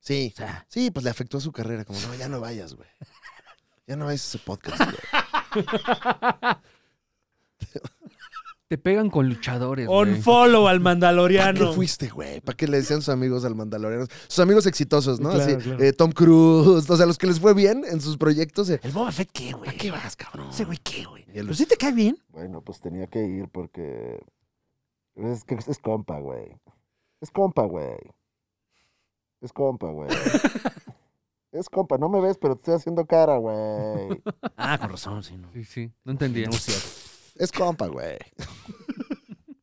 Speaker 1: Sí.
Speaker 2: sea,
Speaker 1: Sí, pues le afectó a su carrera. Como, no, ya no vayas, güey. Ya no vayas a ese podcast, güey.
Speaker 4: Te pegan con luchadores.
Speaker 2: on
Speaker 4: güey.
Speaker 2: follow
Speaker 1: ¿Para
Speaker 2: al
Speaker 1: qué
Speaker 2: Mandaloriano.
Speaker 1: fuiste, güey? ¿Para qué le decían sus amigos al Mandaloriano? Sus amigos exitosos, ¿no?
Speaker 2: Claro,
Speaker 1: Así,
Speaker 2: claro.
Speaker 1: eh, Tom Cruise, o sea, los que les fue bien en sus proyectos. eh,
Speaker 2: ¿El Boba Fett qué, güey?
Speaker 1: ¿Qué vas, cabrón?
Speaker 2: ¿Ese güey qué, güey?
Speaker 1: Y el-
Speaker 2: ¿Pero sí te cae bien?
Speaker 3: Bueno, pues tenía que ir porque. Es que es compa, güey. Es compa, güey. Es compa, güey. Es compa, no me ves, pero te estoy haciendo cara, güey.
Speaker 2: Ah, con razón, sí, no.
Speaker 4: Sí, sí. No entendía.
Speaker 1: Es compa, güey.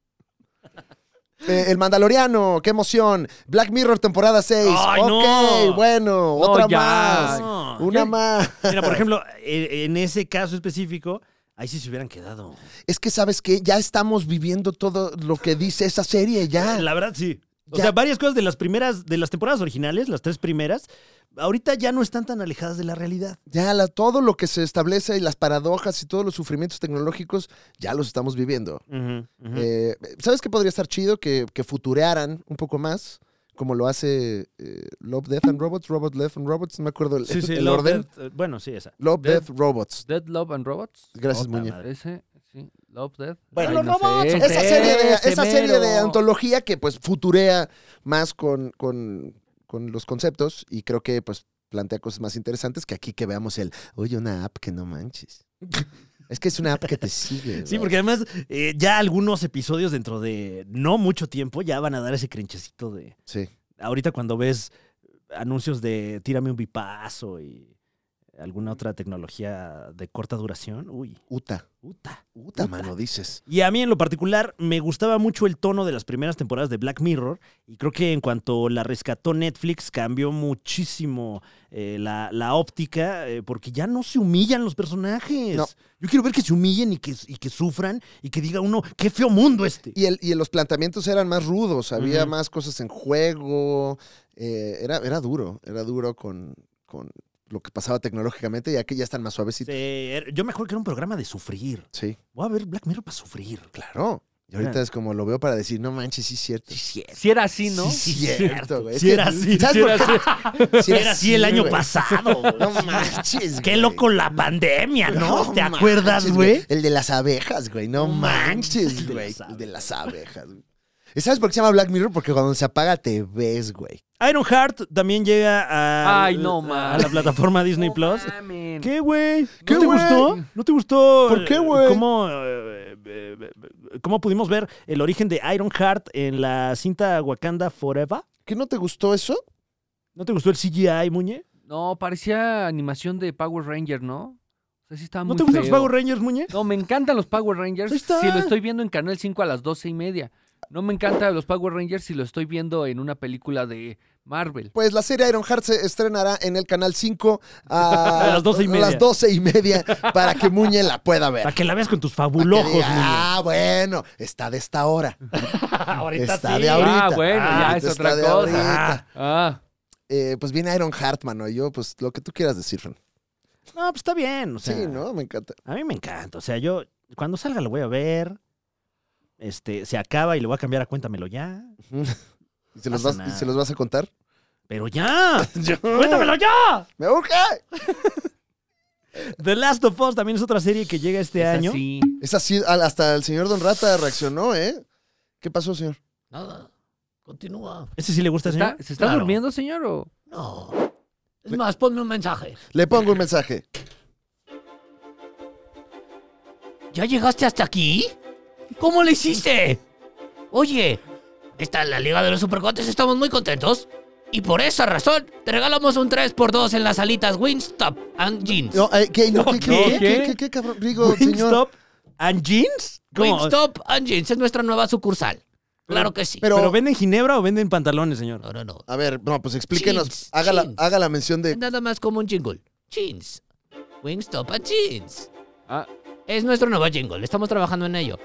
Speaker 1: Eh, el Mandaloriano, qué emoción. Black Mirror, temporada 6.
Speaker 2: ¡Ay,
Speaker 1: ok,
Speaker 2: no!
Speaker 1: bueno, otra
Speaker 4: ya.
Speaker 1: más.
Speaker 2: No.
Speaker 1: Una más.
Speaker 2: Mira, por ejemplo, eh, en ese caso específico, ahí sí se hubieran quedado.
Speaker 1: Es que, ¿sabes qué? Ya estamos viviendo todo lo que dice esa serie, ya.
Speaker 2: La verdad, sí. O
Speaker 1: Ah. Ya.
Speaker 2: sea, varias cosas de las primeras, de las temporadas originales, las tres primeras, ahorita ya no están tan alejadas de la realidad.
Speaker 1: Ya la- todo lo que se establece y las paradojas y todos los sufrimientos tecnológicos, ya los estamos viviendo. Eh, ¿Sabes qué podría estar chido? Que, que futurearan un poco más, como lo hace eh, Love, Death and Robots, Robot, Death and Robots, no me acuerdo el,
Speaker 2: sí, sí,
Speaker 1: el
Speaker 2: Love,
Speaker 1: orden.
Speaker 2: Death, eh, bueno, sí, esa.
Speaker 1: Love, Death,
Speaker 4: Death.
Speaker 1: Robots.
Speaker 4: Dead Love and Robots.
Speaker 1: Gracias,
Speaker 2: Otra
Speaker 1: Muñe.
Speaker 2: madre.
Speaker 4: Ese, sí. Love Dead.
Speaker 2: Bueno,
Speaker 4: Ay,
Speaker 2: los
Speaker 4: no sé,
Speaker 2: robots,
Speaker 4: ese,
Speaker 1: Esa serie de, esa
Speaker 4: ese
Speaker 1: serie de
Speaker 4: mero.
Speaker 1: antología que pues futurea más con, con, con los conceptos y creo que pues plantea cosas más interesantes que aquí que veamos el, oye, una app que no manches. es que es una app que te sigue.
Speaker 2: Sí,
Speaker 1: güey.
Speaker 2: porque además eh, ya algunos episodios dentro de no mucho tiempo ya van a dar ese crinchecito de...
Speaker 1: Sí.
Speaker 2: Ahorita cuando ves anuncios de tírame un bipaso y alguna otra tecnología de corta duración, uy,
Speaker 1: Uta.
Speaker 2: puta.
Speaker 1: Uta, mano, dices.
Speaker 2: Y a mí en lo particular me gustaba mucho el tono de las primeras temporadas de Black Mirror y creo que en cuanto la rescató Netflix cambió muchísimo eh, la, la óptica eh, porque ya no se humillan los personajes.
Speaker 1: No.
Speaker 2: Yo quiero ver que se humillen y que, y que sufran y que diga uno, qué feo mundo este.
Speaker 1: Y, el, y los planteamientos eran más rudos, había
Speaker 2: Ujú.
Speaker 1: más cosas en juego. eh, era, era duro, era duro con, con lo que pasaba tecnológicamente y aquí ya están más suavecitos.
Speaker 2: Sí, er- yo me acuerdo que era un programa de sufrir.
Speaker 1: Sí,
Speaker 2: Voy a ver Black Mirror para sufrir.
Speaker 1: claro. Y ahorita
Speaker 2: Claro.
Speaker 1: es como lo veo para decir, no manches, sí es cierto.
Speaker 4: Si era así, ¿no?
Speaker 1: Sí, es cierto, güey. Es
Speaker 2: Si
Speaker 1: que-
Speaker 2: era así.
Speaker 1: ¿sabes
Speaker 2: Si
Speaker 1: por
Speaker 2: era
Speaker 1: qué?
Speaker 2: así,
Speaker 1: Sí
Speaker 2: era así el año
Speaker 1: güey.
Speaker 2: pasado. güey.
Speaker 1: No manches,
Speaker 2: Qué
Speaker 1: güey.
Speaker 2: loco la pandemia, ¿no? ¿Te
Speaker 1: manches,
Speaker 2: acuerdas, güey?
Speaker 1: El de las abejas, güey. No
Speaker 2: No
Speaker 1: manches,
Speaker 2: manches,
Speaker 1: güey.
Speaker 2: las
Speaker 1: El de las abejas, güey. ¿Y ¿Sabes por qué se llama Black Mirror? Porque cuando se apaga te ves, güey.
Speaker 2: Iron Heart también llega a,
Speaker 4: Ay, no,
Speaker 2: a
Speaker 4: man.
Speaker 2: la plataforma Disney
Speaker 4: No
Speaker 2: Plus.
Speaker 4: mamen.
Speaker 2: ¿Qué, güey? ¿No
Speaker 1: ¿Qué,
Speaker 2: te
Speaker 1: güey?
Speaker 2: gustó? ¿No te gustó?
Speaker 1: ¿Por qué,
Speaker 2: eh,
Speaker 1: güey?
Speaker 2: ¿Cómo, eh, eh, eh, cómo pudimos ver el origen de Iron Heart en la cinta Wakanda Forever?
Speaker 1: ¿Qué no te gustó eso?
Speaker 2: ¿No te gustó el CGI, Muñe?
Speaker 4: No, parecía animación de Power Ranger, ¿no? O sea, sí estaba
Speaker 2: ¿No
Speaker 4: muy
Speaker 2: te gustan los
Speaker 4: feo.
Speaker 2: Power Rangers, Muñe?
Speaker 4: No, me encantan los Power Rangers
Speaker 2: Ahí está.
Speaker 4: si lo estoy viendo en Canal 5 a las 12 y media. No me encantan los Power Rangers si lo estoy viendo en una película de Marvel.
Speaker 1: Pues la serie Ironheart se estrenará en el canal 5 a,
Speaker 2: A las 12 y media.
Speaker 1: las 12 y media para que Muñe la pueda ver.
Speaker 2: Para que la veas con tus
Speaker 1: Para que
Speaker 2: fabulojos,
Speaker 1: diga,
Speaker 2: Muñe.
Speaker 1: ah, bueno, está de esta hora.
Speaker 2: Ahorita
Speaker 1: está
Speaker 2: sí.
Speaker 1: de ahorita.
Speaker 4: Ah, bueno, ya
Speaker 1: Ahorita
Speaker 4: es
Speaker 1: está
Speaker 4: otra
Speaker 1: de
Speaker 4: cosa.
Speaker 1: ahorita.
Speaker 4: Ah,
Speaker 1: Eh, pues viene Ironheart, mano. Y yo, pues lo que tú quieras decir, Fran.
Speaker 2: No, pues está bien. O sea,
Speaker 1: sí, ¿no? Me encanta.
Speaker 2: A mí me encanta. O sea, yo cuando salga lo voy a ver. Este, se acaba y le voy a cambiar a cuéntamelo ya.
Speaker 1: ¿Y se, los
Speaker 2: Pasa
Speaker 1: vas, y
Speaker 2: nada.
Speaker 1: se los vas a contar?
Speaker 2: Pero ya. ¡Cuéntamelo ya!
Speaker 1: ¡Me urge!
Speaker 2: The Last of Us también es otra serie que llega este
Speaker 4: es
Speaker 2: año.
Speaker 4: así.
Speaker 1: Es así, al- hasta el señor Don Rata reaccionó, ¿eh? ¿Qué pasó, señor?
Speaker 6: Nada. Continúa.
Speaker 2: ¿Ese sí le gusta,
Speaker 4: ¿Se está,
Speaker 2: señor?
Speaker 4: se está
Speaker 2: Claro.
Speaker 4: durmiendo, señor? o?
Speaker 6: No. Es más, ponme un mensaje.
Speaker 1: Le pongo un mensaje.
Speaker 6: ¿Ya llegaste hasta aquí? ¿Cómo le hiciste? Oye, está en la Liga de los Supercotes, estamos muy contentos. Y por esa razón, te regalamos un 3x2 en las alitas Winstop and Jeans.
Speaker 1: No, eh, ¿qué, no,
Speaker 2: No,
Speaker 1: ¿qué,
Speaker 2: ¿qué?
Speaker 1: qué, qué, qué, qué, cabrón? Digo, señor.
Speaker 2: Wingstop and jeans? ¿Cómo?
Speaker 6: Wingstop and Jeans es nuestra nueva sucursal. Claro que sí.
Speaker 1: Pero,
Speaker 2: ¿Pero venden ginebra o venden pantalones, señor?
Speaker 6: No, no, no.
Speaker 1: a ver, no, pues explíquenos.
Speaker 6: Jeans,
Speaker 1: Haga la,
Speaker 6: jeans.
Speaker 1: haga la mención
Speaker 6: Es
Speaker 1: de.
Speaker 6: nada más como un jingle. Jeans. Wingstop and Jeans.
Speaker 4: Ah,
Speaker 6: Es nuestro nuevo jingle, estamos trabajando en ello.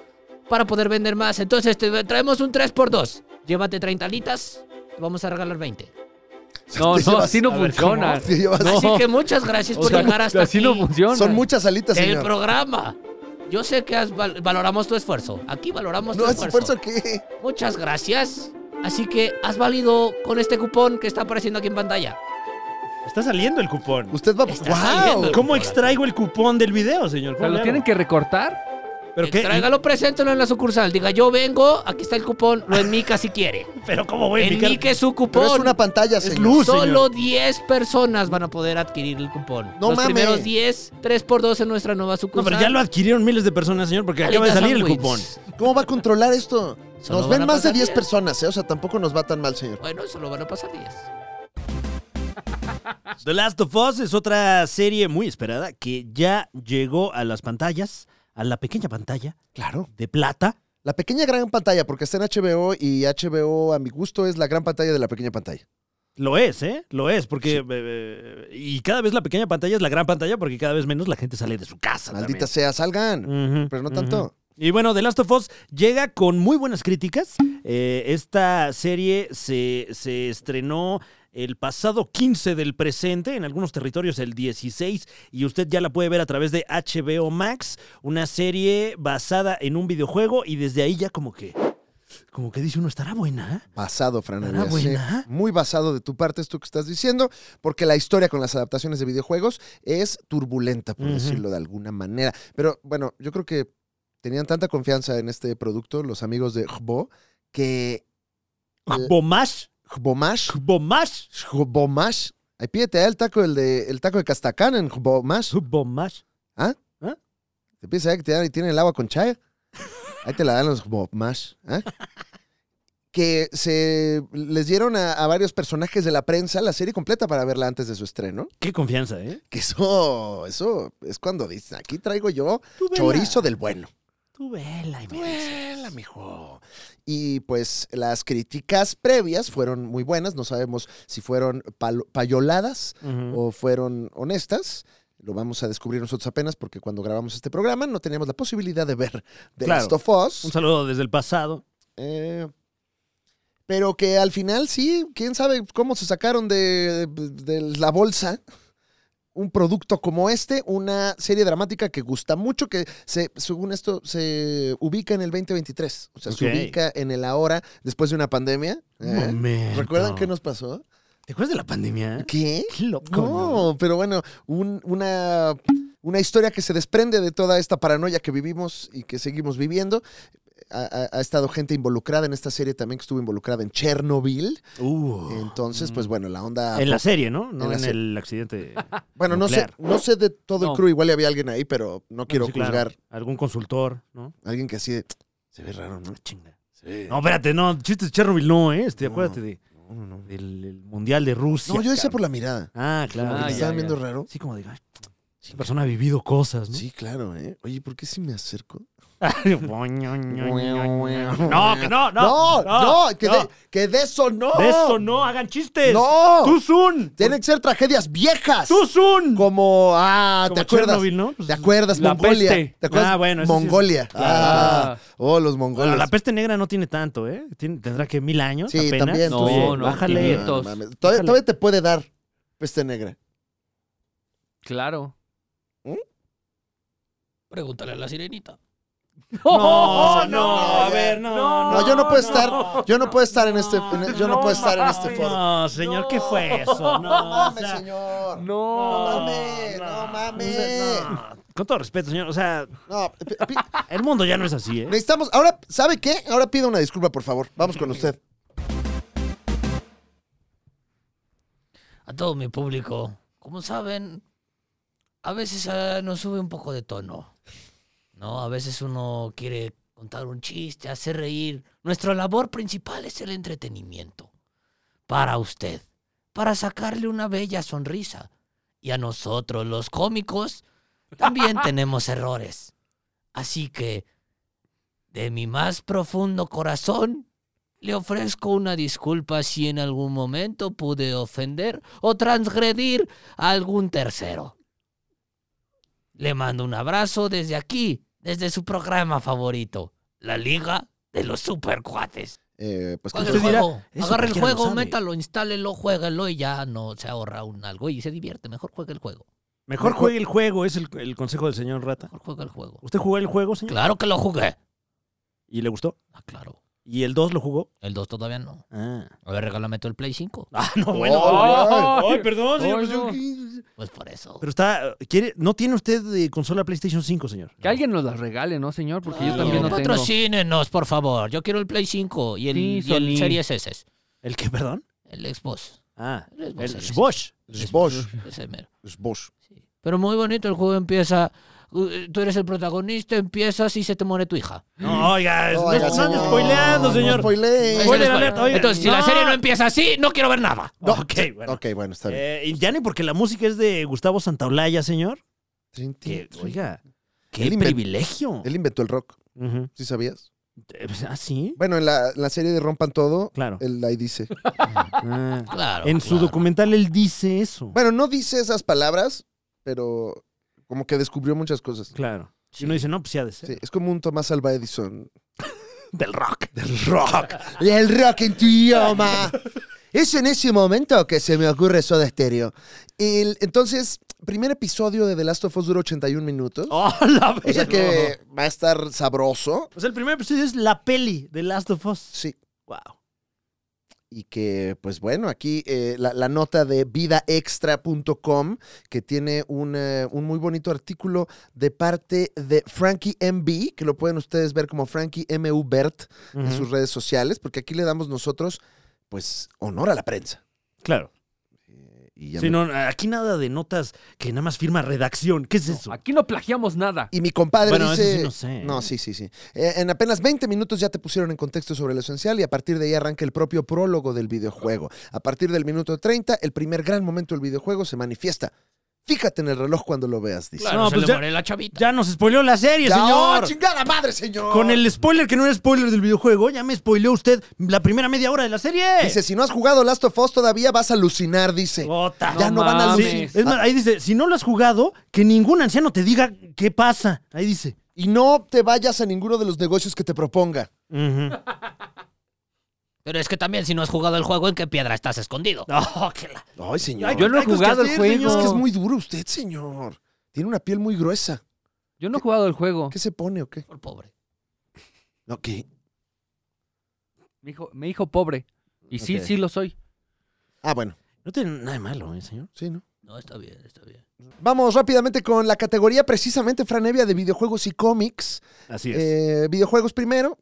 Speaker 6: Para poder vender más, entonces te traemos un 3x2. Llévate 30 alitas, te vamos a regalar 20.
Speaker 4: no,
Speaker 1: Te
Speaker 4: no,
Speaker 1: llevas-
Speaker 4: así no
Speaker 2: a ver,
Speaker 4: funciona.
Speaker 1: te llevas-
Speaker 4: No,
Speaker 6: Así que muchas gracias
Speaker 4: o
Speaker 6: por
Speaker 4: sea,
Speaker 6: llegar hasta
Speaker 4: así
Speaker 6: aquí.
Speaker 4: no funciona.
Speaker 1: Son muchas alitas,
Speaker 6: El
Speaker 1: señor.
Speaker 6: programa. Yo sé que has val- valoramos tu esfuerzo. Aquí valoramos
Speaker 1: No,
Speaker 6: tu
Speaker 1: es
Speaker 6: esfuerzo.
Speaker 1: esfuerzo que.
Speaker 6: Muchas gracias. Así que has valido con este cupón que está apareciendo aquí en pantalla.
Speaker 2: Está saliendo el cupón.
Speaker 1: Usted va.
Speaker 6: Está saliendo.
Speaker 1: ¡Wow!
Speaker 2: Ah, ¿Cómo extraigo el cupón del video, señor?
Speaker 4: O
Speaker 2: ¿Cómo
Speaker 4: sea,
Speaker 2: le
Speaker 4: lo
Speaker 2: hago?
Speaker 4: tienen que recortar.
Speaker 2: ¿Pero qué?
Speaker 6: Tráigalo, preséntalo en la sucursal. Diga, yo vengo, aquí está el cupón, lo enmica si quiere.
Speaker 2: ¿Pero cómo voy a
Speaker 6: En
Speaker 2: picar?
Speaker 6: mí que es su cupón.
Speaker 1: Pero es una pantalla, señor.
Speaker 2: luz.
Speaker 6: Solo 10 personas van a poder adquirir el cupón.
Speaker 1: No
Speaker 6: Los
Speaker 1: mames.
Speaker 6: primeros 10, 3x2 en nuestra nueva
Speaker 2: No,
Speaker 6: sucursal.
Speaker 2: pero ya lo adquirieron miles de personas, señor, porque acaba de
Speaker 6: Alitas
Speaker 2: salir el
Speaker 6: Sandwich.
Speaker 2: cupón.
Speaker 1: ¿Cómo va a controlar esto?
Speaker 6: Solo
Speaker 1: Nos
Speaker 6: van
Speaker 1: ven
Speaker 6: a
Speaker 1: más de
Speaker 6: pasar
Speaker 1: 10
Speaker 6: diez.
Speaker 1: personas, ¿eh? O sea, tampoco nos va tan mal, señor.
Speaker 6: Bueno, solo van a pasar 10.
Speaker 2: The Last of Us es otra serie muy esperada que ya llegó a las pantallas, a la pequeña pantalla
Speaker 1: Claro.
Speaker 2: de plata.
Speaker 1: La pequeña gran pantalla, porque está en HBO y HBO, a mi gusto, es la gran pantalla de la pequeña pantalla.
Speaker 2: Lo es, ¿eh? Lo es, porque... eh, y cada vez la pequeña pantalla es la gran pantalla porque cada vez menos la gente sale de su casa.
Speaker 1: Maldita sea, salgan.
Speaker 2: también. Ujú,
Speaker 1: Pero no
Speaker 2: Mm. ujú.
Speaker 1: tanto.
Speaker 2: Y bueno, The Last of Us llega con muy buenas críticas. Eh, esta serie se, se estrenó el pasado 15 del presente, en algunos territorios el 16, y usted ya la puede ver a través de HBO Max, una serie basada en un videojuego y desde ahí ya como que, como que dice uno, estará buena.
Speaker 1: Basado, Fran
Speaker 2: ¿Estará
Speaker 1: Evia, sí.
Speaker 2: Ah, buena?
Speaker 1: Muy basado de tu parte esto que estás diciendo, porque la historia con las adaptaciones de videojuegos es turbulenta, por
Speaker 2: Ujú.
Speaker 1: decirlo de alguna manera. Pero bueno, yo creo que tenían tanta confianza en este producto los amigos de Jbo que Eh,
Speaker 2: Bomash,
Speaker 1: Jbomash,
Speaker 2: Bomash,
Speaker 1: Jbomash, ahí pídete el taco el de el taco de Castacán en Jbomash.
Speaker 2: Bomash.
Speaker 1: Te piensas que te dan y tienen el agua con chaya. Ahí te la dan los Bob Mash. ¿eh? Que se les dieron a, a varios personajes de la prensa la serie completa para verla antes de su estreno.
Speaker 2: Qué confianza, ¿eh?
Speaker 1: Que eso, eso es cuando dicen, aquí traigo yo
Speaker 2: Tú vela,
Speaker 1: chorizo del bueno.
Speaker 2: Tú vela y me
Speaker 1: Duela, mijo. Y pues las críticas previas fueron muy buenas. No sabemos si fueron palo- payoladas
Speaker 2: Ujú.
Speaker 1: o fueron honestas. Lo vamos a descubrir nosotros apenas porque cuando grabamos este programa no teníamos la posibilidad de ver The
Speaker 2: Claro.
Speaker 1: Last of Us.
Speaker 2: Un saludo desde el pasado.
Speaker 1: Eh, pero que al final sí, quién sabe cómo se sacaron de, de la bolsa un producto como este, una serie dramática que gusta mucho, que se, según esto se ubica en el 2023, o sea,
Speaker 2: Ok.
Speaker 1: se ubica en el ahora después de una pandemia. ¿eh?
Speaker 2: Momento.
Speaker 1: ¿Recuerdan qué nos pasó?
Speaker 2: ¿Te acuerdas de la pandemia?
Speaker 1: ¿Qué?
Speaker 2: Qué loco, ¿no?
Speaker 1: No, pero bueno, un- una, una historia que se desprende de toda esta paranoia que vivimos y que seguimos viviendo. Ha, ha- ha estado gente involucrada en esta serie también que estuvo involucrada en Chernobyl.
Speaker 2: Uh.
Speaker 1: Entonces, pues bueno, la onda.
Speaker 2: en la serie, ¿no? No
Speaker 1: en
Speaker 2: en,
Speaker 1: la serie.
Speaker 2: el accidente. Pues
Speaker 1: bueno, no sé,
Speaker 2: nuclear.
Speaker 1: no sé de todo
Speaker 4: No.
Speaker 1: el crew, igual y había alguien ahí, pero no quiero
Speaker 2: Sí, claro.
Speaker 1: juzgar
Speaker 2: Algún consultor, ¿no?
Speaker 1: a alguien que así de, se ve raro, ¿no?
Speaker 2: No, chinga. No, espérate, no. Chistes de Chernobyl, no, ¿eh? Este,
Speaker 1: No.
Speaker 2: acuérdate de,
Speaker 1: No, no, no.
Speaker 2: del el Mundial de Rusia.
Speaker 1: No, yo decía
Speaker 2: cabrón.
Speaker 1: por la mirada.
Speaker 2: Ah, claro.
Speaker 1: Porque
Speaker 4: Ah,
Speaker 1: me
Speaker 4: ya,
Speaker 1: estaban
Speaker 4: ya.
Speaker 1: viendo raro.
Speaker 2: Sí, como digo, ay, Esa persona ha vivido cosas, ¿no?
Speaker 1: Sí, claro, ¿eh? Oye, ¿por qué si me acerco?
Speaker 2: no, que no, no.
Speaker 1: No, no, que, De, que de eso no.
Speaker 2: De esto no, hagan chistes.
Speaker 1: No.
Speaker 2: Tú Zoom.
Speaker 1: Tienen que ser tragedias viejas.
Speaker 2: Tú Zoom.
Speaker 1: Como, ah, ¿te
Speaker 2: Como
Speaker 1: acuerdas?
Speaker 2: Chernobyl, ¿no? Pues,
Speaker 1: ¿Te acuerdas?
Speaker 2: la
Speaker 1: Mongolia.
Speaker 2: peste.
Speaker 1: ¿Te acuerdas?
Speaker 2: Ah, bueno, eso sí es-
Speaker 1: Mongolia. Ah,
Speaker 4: Claro.
Speaker 1: oh, los
Speaker 2: Bueno,
Speaker 1: mongoles.
Speaker 2: la peste negra no tiene tanto, ¿eh? Tiene- tendrá que mil años
Speaker 1: Sí,
Speaker 2: apenas.
Speaker 1: también.
Speaker 4: No,
Speaker 1: sí.
Speaker 4: no,
Speaker 2: bájale.
Speaker 4: quinientos.
Speaker 1: mames. Todavía,
Speaker 2: Bájale.
Speaker 1: todavía te puede dar peste negra.
Speaker 4: Claro.
Speaker 6: Pregúntale a la sirenita.
Speaker 2: No, no,
Speaker 1: no,
Speaker 2: a
Speaker 1: ya.
Speaker 2: ver, no.
Speaker 4: No,
Speaker 1: No, yo no puedo estar,
Speaker 2: no.
Speaker 1: yo no puedo estar en este, en- yo no,
Speaker 4: no
Speaker 1: puedo estar en
Speaker 4: mames.
Speaker 1: este foro.
Speaker 2: No, señor, ¿qué fue eso? No,
Speaker 1: No
Speaker 2: o
Speaker 1: mames,
Speaker 2: sea,
Speaker 1: señor.
Speaker 4: No.
Speaker 1: mames, no mames.
Speaker 2: No. Con todo respeto, señor, o sea,
Speaker 1: No, pi- pi-
Speaker 2: el mundo ya no es así, ¿eh?
Speaker 1: necesitamos, ahora, ¿sabe qué? Ahora pido una disculpa, por favor. Vamos con usted.
Speaker 6: A todo mi público. Como saben, a veces eh, nos sube un poco de tono. ¿No? A veces uno quiere contar un chiste, hacer reír. Nuestra labor principal es el entretenimiento. Para usted. Para sacarle una bella sonrisa. Y a nosotros, los cómicos, también tenemos errores. Así que, de mi más profundo corazón, le ofrezco una disculpa si en algún momento pude ofender o transgredir a algún tercero. Le mando un abrazo desde aquí, desde su programa favorito, la Liga de los Supercuates.
Speaker 1: Eh, pues, ¿qué
Speaker 2: Usted
Speaker 6: Agarre el
Speaker 1: fue?
Speaker 2: dirá,
Speaker 6: juego,
Speaker 2: "Eso
Speaker 6: agarre el
Speaker 2: cualquiera lo
Speaker 6: juego,
Speaker 2: sabe".
Speaker 6: métalo, instálelo, juégalo y ya no se ahorra un algo y se divierte. Mejor juega el juego,
Speaker 2: Mejor juegue el juego, es el, el consejo del señor Rata.
Speaker 6: mejor juega el juego.
Speaker 2: ¿Usted jugó el juego, señor?
Speaker 6: Claro que lo jugué.
Speaker 2: ¿Y le gustó?
Speaker 6: Ah, claro.
Speaker 2: ¿Y el 2 lo jugó?
Speaker 6: El 2 todavía no.
Speaker 2: Ah,
Speaker 6: A ver, regálame tú el Play 5.
Speaker 2: Ah, no, bueno.
Speaker 4: Oh,
Speaker 2: ay, perdón, señor.
Speaker 4: ay,
Speaker 2: pues yo-
Speaker 6: Pues por eso.
Speaker 2: Pero está, ¿quiere, ¿no tiene usted eh, consola PlayStation 5, señor?
Speaker 4: Que alguien nos las regale, ¿no, señor? Porque yo
Speaker 6: Claro.
Speaker 4: también no tengo.
Speaker 6: Patrocínenos, por favor. Yo quiero el Play 5 y el,
Speaker 4: Sí,
Speaker 6: y el
Speaker 4: Sony.
Speaker 6: Series S.
Speaker 2: ¿El qué, perdón?
Speaker 6: El Xbox.
Speaker 2: Ah,
Speaker 6: El Xbox
Speaker 2: el
Speaker 6: Series S.
Speaker 2: Bosch.
Speaker 1: Sbosh,
Speaker 6: Ese mero.
Speaker 1: sbosh.
Speaker 6: Sí. Pero muy bonito, el juego empieza. uh, Tú eres el protagonista, empiezas y se te muere tu hija.
Speaker 2: No, oiga, no,
Speaker 1: Oiga,
Speaker 2: no
Speaker 1: señor,
Speaker 2: ande spoileando,
Speaker 1: no
Speaker 2: señor.
Speaker 1: spoilee.
Speaker 6: Ese
Speaker 2: Spoiler
Speaker 6: es el
Speaker 2: alert, oiga,
Speaker 6: Entonces, si la
Speaker 2: no.
Speaker 6: serie no empieza así, no quiero ver nada.
Speaker 2: No, ok, bueno.
Speaker 1: Ok, bueno, está bien.
Speaker 2: Eh, y ya ni porque la música es de Gustavo Santaolalla, señor.
Speaker 1: Trin,
Speaker 2: Eh, Que,
Speaker 1: trin, trin.
Speaker 2: oiga,
Speaker 1: Él
Speaker 2: qué
Speaker 1: inventó-
Speaker 2: privilegio.
Speaker 1: Él inventó el rock,
Speaker 2: Ujú.
Speaker 1: ¿sí sabías?
Speaker 2: Eh, pues, Ah, sí,
Speaker 1: Bueno, en la, en la serie de Rompan Todo,
Speaker 2: claro.
Speaker 1: él ahí dice.
Speaker 2: Ah.
Speaker 6: Claro.
Speaker 2: En su
Speaker 6: claro.
Speaker 2: documental él dice eso.
Speaker 1: Bueno, no dice esas palabras, pero como que descubrió muchas cosas.
Speaker 2: Claro. Si uno dice, no, pues sí ha de ser.
Speaker 1: Pues, Sí, es como un Tomás Alba Edison.
Speaker 2: Del rock.
Speaker 1: Del rock. El rock en tu idioma. Es en ese momento que se me ocurre Soda Stereo. El- entonces, primer episodio de The Last of Us duró 81 minutos.
Speaker 2: Oh, la
Speaker 1: o sea
Speaker 2: verga.
Speaker 1: que va a estar sabroso.
Speaker 2: O sea, el primer episodio es la peli de Last of Us.
Speaker 1: Sí.
Speaker 2: Wow.
Speaker 1: Y que, pues bueno, aquí eh, la, la nota de vidaextra.com, que tiene un, eh, un muy bonito artículo de parte de Frankie MB, que lo pueden ustedes ver como Frankie MU Bert en sus redes sociales, porque aquí le damos nosotros, pues, honor a la prensa.
Speaker 2: Claro.
Speaker 1: Eh, Y, ya
Speaker 2: Sí,
Speaker 1: me-
Speaker 2: no, aquí nada de notas que nada más firma redacción. ¿Qué es eso?
Speaker 4: Aquí no plagiamos nada.
Speaker 1: y mi compadre
Speaker 2: Bueno, eso
Speaker 1: dice...
Speaker 2: sí no sé.
Speaker 1: No, sí, sí, sí. Eh, en apenas 20 minutos ya te pusieron en contexto sobre lo esencial y a partir de ahí arranca el propio prólogo del videojuego. A partir del minuto 30, el primer gran momento del videojuego se manifiesta. Fíjate en el reloj cuando lo veas, dice.
Speaker 6: Claro,
Speaker 2: No,
Speaker 6: se
Speaker 2: pues
Speaker 6: le
Speaker 2: ya-
Speaker 6: muere la chavita.
Speaker 2: Ya nos spoileó la serie,
Speaker 1: ¡Ya,
Speaker 2: señor.
Speaker 1: ¡oh, chingada madre, señor!
Speaker 2: Con el spoiler que no era spoiler del videojuego, ya me spoileó usted la primera media hora de la serie.
Speaker 1: Dice, si no has jugado Last of Us todavía vas a alucinar, dice.
Speaker 2: Ota.
Speaker 1: ya no, van a
Speaker 4: mames.
Speaker 1: alucinar.
Speaker 2: Sí, es más, ahí dice, si no lo has jugado, que ningún anciano te diga qué pasa. Ahí dice.
Speaker 1: Y no te vayas a ninguno de los negocios que te proponga.
Speaker 2: Ujú.
Speaker 6: Pero es que también, si no has jugado el juego, ¿en qué piedra estás escondido?
Speaker 2: Oh, qué la-
Speaker 1: Ay, señor.
Speaker 4: Yo no he
Speaker 2: Hay cosas que
Speaker 4: jugado el
Speaker 2: hacer, señor.
Speaker 4: juego.
Speaker 1: Es que es muy duro usted, señor. Tiene una piel muy gruesa.
Speaker 4: Yo no he jugado el juego.
Speaker 1: ¿Qué se pone o qué?
Speaker 6: Por pobre.
Speaker 1: No, ¿qué?
Speaker 4: Me dijo, me dijo pobre. Y sí,
Speaker 2: Ok.
Speaker 4: sí lo soy.
Speaker 1: Ah, bueno.
Speaker 2: No tiene nada de malo, ¿eh, señor?
Speaker 1: Sí, ¿no?
Speaker 6: No, está bien, está bien.
Speaker 1: Vamos rápidamente con la categoría precisamente Franevia de videojuegos y cómics.
Speaker 2: Así
Speaker 1: Eh, videojuegos primero.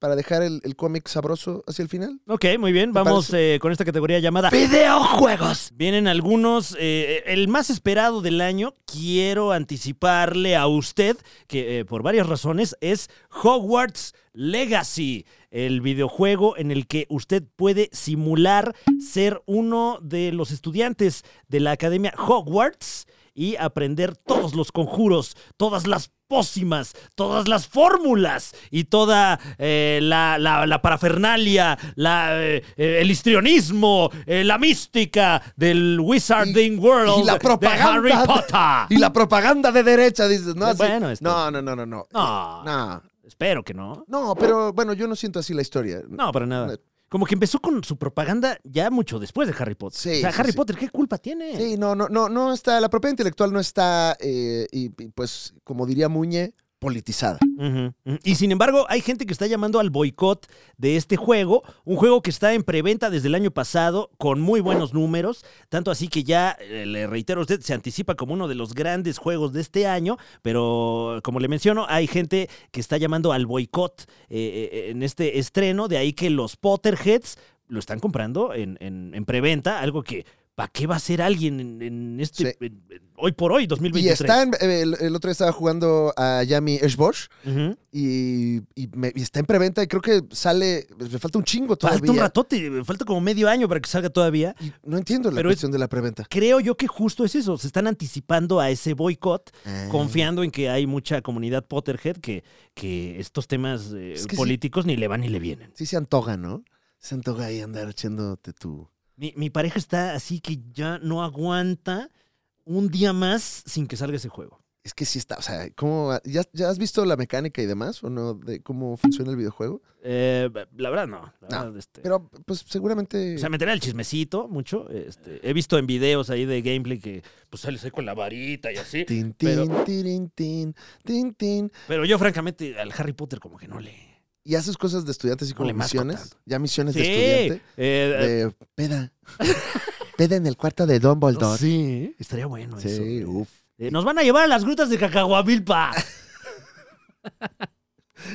Speaker 1: para dejar el, el cómic sabroso hacia el final?
Speaker 2: Ok, muy bien. Vamos eh, con esta categoría llamada Videojuegos. Vienen algunos. eh, el más esperado del año, quiero anticiparle a usted que eh, por varias razones es Hogwarts Legacy, el videojuego en el que usted puede simular ser uno de los estudiantes de la Academia Hogwarts y aprender todos los conjuros, todas las pócimas, todas las fórmulas y toda eh, la, la- la parafernalia, la, eh, eh, el histrionismo, eh, la mística del Wizarding World
Speaker 1: y la propaganda
Speaker 2: de Harry
Speaker 1: de-
Speaker 2: Potter.
Speaker 1: Y la propaganda de derecha, dices, ¿no? Así-
Speaker 2: Ah. Bueno, este-
Speaker 1: no, no, no, no, no.
Speaker 2: No,
Speaker 1: No,
Speaker 2: espero que no.
Speaker 1: no, pero bueno, yo no siento así la historia.
Speaker 2: No, para nada. Como que empezó con su propaganda ya mucho después de Harry Potter.
Speaker 1: Sí,
Speaker 2: o sea,
Speaker 1: sí,
Speaker 2: Harry
Speaker 1: sí.
Speaker 2: Potter, ¿qué culpa tiene?
Speaker 1: Sí, no, no, no, no está, la propiedad intelectual no está, eh, y, y, pues, como diría Muñe, politizada.
Speaker 2: Ujú, ujú. Y sin embargo, hay gente que está llamando al boicot de este juego, un juego que está en preventa desde el año pasado con muy buenos números, tanto así que ya, eh, le reitero a usted, se anticipa como uno de los grandes juegos de este año, pero como le menciono, hay gente que está llamando al boicot eh, eh, en este estreno, de ahí que los Potterheads lo están comprando en, en- en preventa, algo que... ¿Para qué va a ser alguien en, en este en- en- hoy por hoy, 2023?
Speaker 1: Y está, en- eh, el, el otro día estaba jugando a Yami Eshbosh
Speaker 2: Ujú.
Speaker 1: y, y me- y está en preventa y creo que sale, pues, me falta un chingo todavía.
Speaker 2: Falta un ratote, falta como medio año para que salga todavía.
Speaker 1: Y no entiendo la
Speaker 2: Pero es-
Speaker 1: cuestión de la preventa.
Speaker 2: Creo yo que justo es eso, se están anticipando a ese boicot,
Speaker 1: Eh.
Speaker 2: confiando en que hay mucha comunidad Potterhead que, que estos temas eh,
Speaker 1: Es que sí.
Speaker 2: políticos ni le van ni le vienen.
Speaker 1: Sí se antoja, ¿no? Se antoja ahí andar echándote tu...
Speaker 2: Mi, mi pareja está así que ya no aguanta un día más sin que salga ese juego.
Speaker 1: Es que sí está, o sea, ¿cómo, ya, ¿ya has visto la mecánica y demás o no? De cómo funciona el videojuego.
Speaker 2: Eh, la verdad no. la
Speaker 1: No,
Speaker 2: verdad, este,
Speaker 1: Pero, pues, seguramente...
Speaker 2: O sea, me enteré del chismecito mucho. este, he visto en videos ahí de gameplay que pues sales ahí con la varita y así.
Speaker 1: Tin,
Speaker 2: pero-
Speaker 1: tin, tirin, tin, tin, tin.
Speaker 2: Pero yo francamente al Harry Potter como que no le...
Speaker 1: Y haces cosas de estudiantes y como
Speaker 2: le masco
Speaker 1: misiones.
Speaker 2: tanto.
Speaker 1: Ya misiones
Speaker 2: Sí,
Speaker 1: de estudiante.
Speaker 2: eh,
Speaker 1: De peda. peda en el cuarto de Dumbledore. sí,
Speaker 2: Sí, estaría bueno eso. güey.
Speaker 1: uff.
Speaker 2: Eh, nos van a llevar a las grutas de Cacahuavilpa.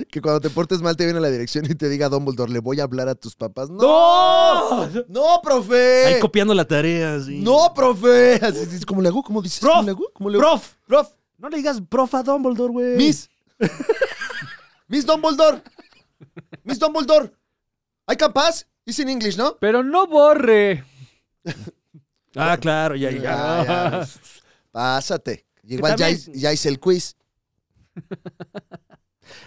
Speaker 1: Que cuando te portes mal te viene la dirección y te diga Dumbledore, le voy a hablar a tus papás. ¡No!
Speaker 2: ¡No!
Speaker 1: ¡No,
Speaker 2: Ahí
Speaker 1: profe!
Speaker 2: copiando la tarea, sí.
Speaker 1: ¡No, profe! Así, así, ¿Cómo le hago? ¿Cómo dices?
Speaker 2: Prof,
Speaker 1: ¿Cómo le hago? ¿Cómo le hago?
Speaker 2: ¡Prof! ¡Prof! No le digas prof a Dumbledore, güey.
Speaker 1: ¡Miss! ¡Miss Dumbledore! ¡Miss Dumbledore! ¿Hay campas? It's in English, ¿no?
Speaker 4: Pero no borre.
Speaker 2: Ah, claro, ya, ya.
Speaker 1: Ah, ya. Pásate. Igual ya,
Speaker 2: también-
Speaker 1: hice- ya hice el quiz.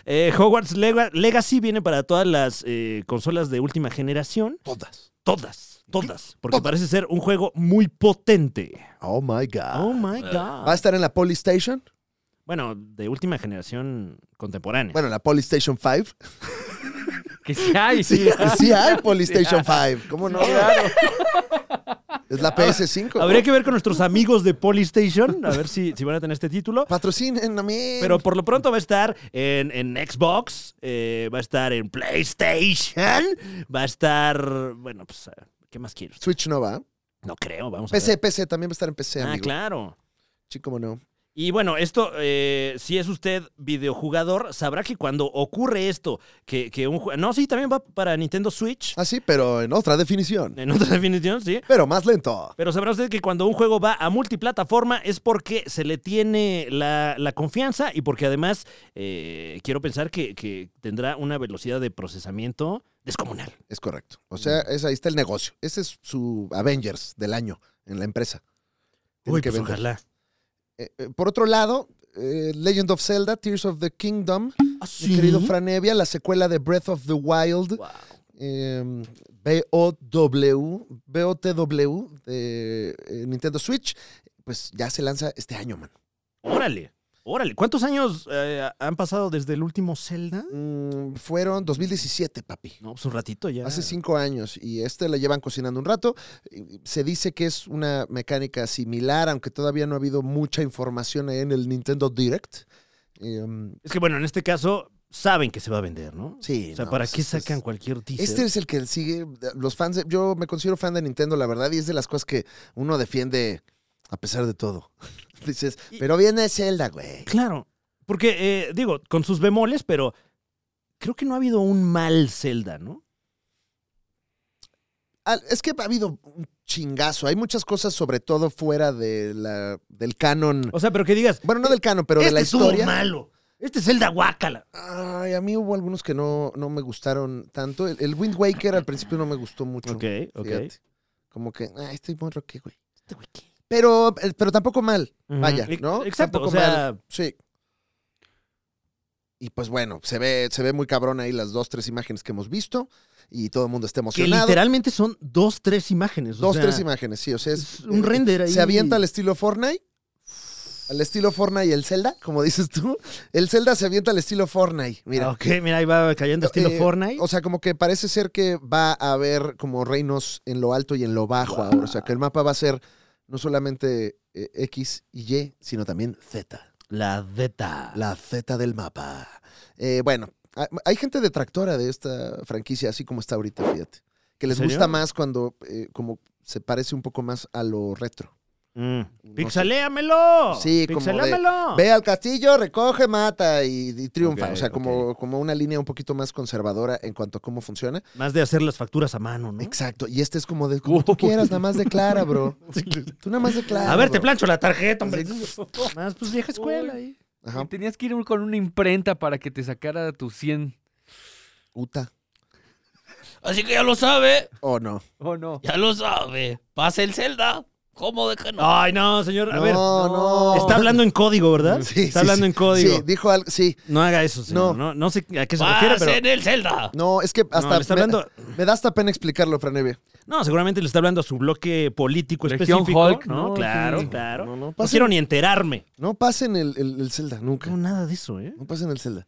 Speaker 2: Eh, Hogwarts Lega- Legacy viene para todas las eh, consolas de última generación.
Speaker 1: Todas.
Speaker 2: Todas, todas. Porque
Speaker 1: Todas.
Speaker 2: parece ser un juego muy potente.
Speaker 1: Oh my God.
Speaker 2: Oh my
Speaker 1: ¿Va a
Speaker 2: God.
Speaker 1: estar en la Polystation?
Speaker 2: Bueno, de última generación contemporánea.
Speaker 1: Bueno, la Polystation 5.
Speaker 4: Que sí hay.
Speaker 1: Sí, sí hay Polystation 5. ¿Cómo no? Es la PS5.
Speaker 2: Habría que ver con nuestros amigos de Polystation, a ver si, si van a tener este título.
Speaker 1: Patrocinen a mí.
Speaker 2: Pero por lo pronto va a estar en, en Xbox, eh, va a estar en PlayStation, va a estar. Bueno, pues, eh, ¿qué más quieres?
Speaker 1: Switch no va.
Speaker 2: No creo, vamos a
Speaker 1: PC,
Speaker 2: ver.
Speaker 1: PC. También va a estar en PC,
Speaker 2: Ah,
Speaker 1: amigo.
Speaker 2: claro.
Speaker 1: Sí, cómo no.
Speaker 2: Y bueno, esto, eh, si es usted videojugador, sabrá que cuando ocurre esto, que, que un juego. No, sí, también va para Nintendo Switch.
Speaker 1: Ah, sí, pero en otra definición.
Speaker 2: En otra definición, sí.
Speaker 1: Pero más lento.
Speaker 2: Pero sabrá usted que cuando un juego va a multiplataforma es porque se le tiene la, la confianza y porque además eh, quiero pensar que, que tendrá una velocidad de procesamiento descomunal.
Speaker 1: Es correcto. O sea,
Speaker 2: Mm.
Speaker 1: es, ahí está el negocio. Ese es su Avengers del año en la empresa. Tiene
Speaker 2: Uy,
Speaker 1: que
Speaker 2: pues
Speaker 1: vender.
Speaker 2: ojalá.
Speaker 1: Eh, eh, por otro lado, eh, Legend of Zelda, Tears of the Kingdom,
Speaker 2: Ah,
Speaker 1: mi querido Franevia, la secuela de Breath of the Wild,
Speaker 2: Wow.
Speaker 1: eh, BOW, BOTW de eh, Nintendo Switch, pues ya se lanza este año, man.
Speaker 2: Órale, órale. ¿Cuántos años eh, han pasado desde el último Zelda?
Speaker 1: Mm, fueron 2017, papi.
Speaker 2: No, pues un ratito ya.
Speaker 1: Hace cinco años y este le llevan cocinando un rato. Y Se dice que es una mecánica similar, aunque todavía no ha habido mucha información ahí en el Nintendo Direct. Em,
Speaker 2: Es que bueno, en este caso saben que se va a vender, ¿no?
Speaker 1: sí.
Speaker 2: O sea,
Speaker 1: no,
Speaker 2: ¿para
Speaker 1: pues,
Speaker 2: qué
Speaker 1: es-
Speaker 2: sacan cualquier teaser?
Speaker 1: Este es el que sigue. Los fans. de- yo me considero fan de Nintendo, la verdad, y es de las cosas que uno defiende a pesar de todo. Dices,
Speaker 2: Y-
Speaker 1: pero viene Zelda, güey.
Speaker 2: Claro, porque eh, digo, con sus bemoles, pero creo que no ha habido un mal Zelda, ¿no?
Speaker 1: Al- Es que ha habido un chingazo. Hay muchas cosas, sobre todo fuera de la, del canon.
Speaker 2: O sea, pero que digas,
Speaker 1: Bueno, no del canon, pero de
Speaker 2: este
Speaker 1: la
Speaker 2: estuvo
Speaker 1: historia.
Speaker 2: malo, este Zelda guácala.
Speaker 1: Ay, a mí hubo algunos que no, no me gustaron tanto. El, el Wind Waker al principio no me gustó mucho.
Speaker 2: Ok, ok.
Speaker 1: fíjate. Como que, ay, estoy muy roque, güey. Pero, eh, pero tampoco mal.
Speaker 2: Ujú.
Speaker 1: Vaya,
Speaker 2: Ex-
Speaker 1: ¿no?
Speaker 2: Exacto,
Speaker 1: Tampoco
Speaker 2: o sea,
Speaker 1: Sí. Y pues bueno, se ve, se ve muy cabrón ahí las dos, tres imágenes que hemos visto. Y todo el mundo está
Speaker 2: que
Speaker 1: emocionado.
Speaker 2: literalmente son dos, tres imágenes. o
Speaker 1: Dos,
Speaker 2: sea,
Speaker 1: tres imágenes, sí. O sea, es,
Speaker 2: es un render ahí.
Speaker 1: Se avienta al estilo Fortnite. Al estilo Fortnite y el Zelda, como dices tú. El Zelda se avienta al estilo Fortnite. Mira.
Speaker 2: Ah, Ok, mira, ahí va cayendo estilo
Speaker 1: Eh,
Speaker 2: Fortnite.
Speaker 1: O sea, como que parece ser que va a haber como reinos en lo alto y en lo bajo ahora. O sea, que el mapa va a ser no solamente eh, X y Y, sino también Z.
Speaker 2: La Zeta.
Speaker 1: La Z del mapa. Eh, bueno, hay, hay gente detractora de esta franquicia, así como está ahorita, fíjate. Que les
Speaker 2: ¿En serio?
Speaker 1: gusta más cuando eh, como se parece un poco más a lo retro.
Speaker 2: Mm.
Speaker 1: sé.
Speaker 2: ¡Pixeléamelo!
Speaker 1: Sí, como de-
Speaker 2: ¡Pixeléamelo!
Speaker 1: Ve al castillo, recoge, mata y, y triunfa.
Speaker 2: Ah. Ok,
Speaker 1: o sea, como, como una línea un poquito más conservadora en cuanto a cómo funciona.
Speaker 2: Más de hacer las facturas a mano, ¿no?
Speaker 1: Exacto. Y este es como de como tú quieras, nada más declara, bro. Tú nada más declara.
Speaker 2: A ver, te
Speaker 1: bro.
Speaker 2: plancho la tarjeta, hombre. Más, pues vieja escuela ahí.
Speaker 4: Y
Speaker 1: Ajá,
Speaker 4: Tenías que ir con una imprenta para que te sacara tu 100.
Speaker 1: puta.
Speaker 6: Así que ya lo sabe,
Speaker 1: Oh, no.
Speaker 4: Oh, no.
Speaker 6: ya lo sabe. Pasa el Zelda. ¿Cómo de que no?
Speaker 2: Ay, no, señor. A ver.
Speaker 1: no, no.
Speaker 2: Está hablando en código, ¿verdad?
Speaker 1: Sí,
Speaker 2: Está
Speaker 1: sí,
Speaker 2: hablando
Speaker 1: sí.
Speaker 2: en código.
Speaker 1: Sí, dijo algo. Sí.
Speaker 2: No haga eso, señor. No, no sé a qué se refiere,
Speaker 6: Pasa
Speaker 2: pero.
Speaker 6: en el Zelda.
Speaker 1: No, es que hasta.
Speaker 2: No, le está
Speaker 1: me-
Speaker 2: hablando-
Speaker 1: me, da hasta pena explicarlo, Franevia.
Speaker 2: No, seguramente le está hablando a su bloque político
Speaker 4: Legión
Speaker 2: específico.
Speaker 4: Hulk,
Speaker 2: ¿no?
Speaker 4: ¿no?
Speaker 2: claro,
Speaker 4: Sí.
Speaker 2: claro. No,
Speaker 1: Pasen-
Speaker 2: quiero ni enterarme.
Speaker 1: No pasen el, el, el Zelda, nunca.
Speaker 2: No, nada de eso, ¿eh?
Speaker 1: No pasen el Zelda.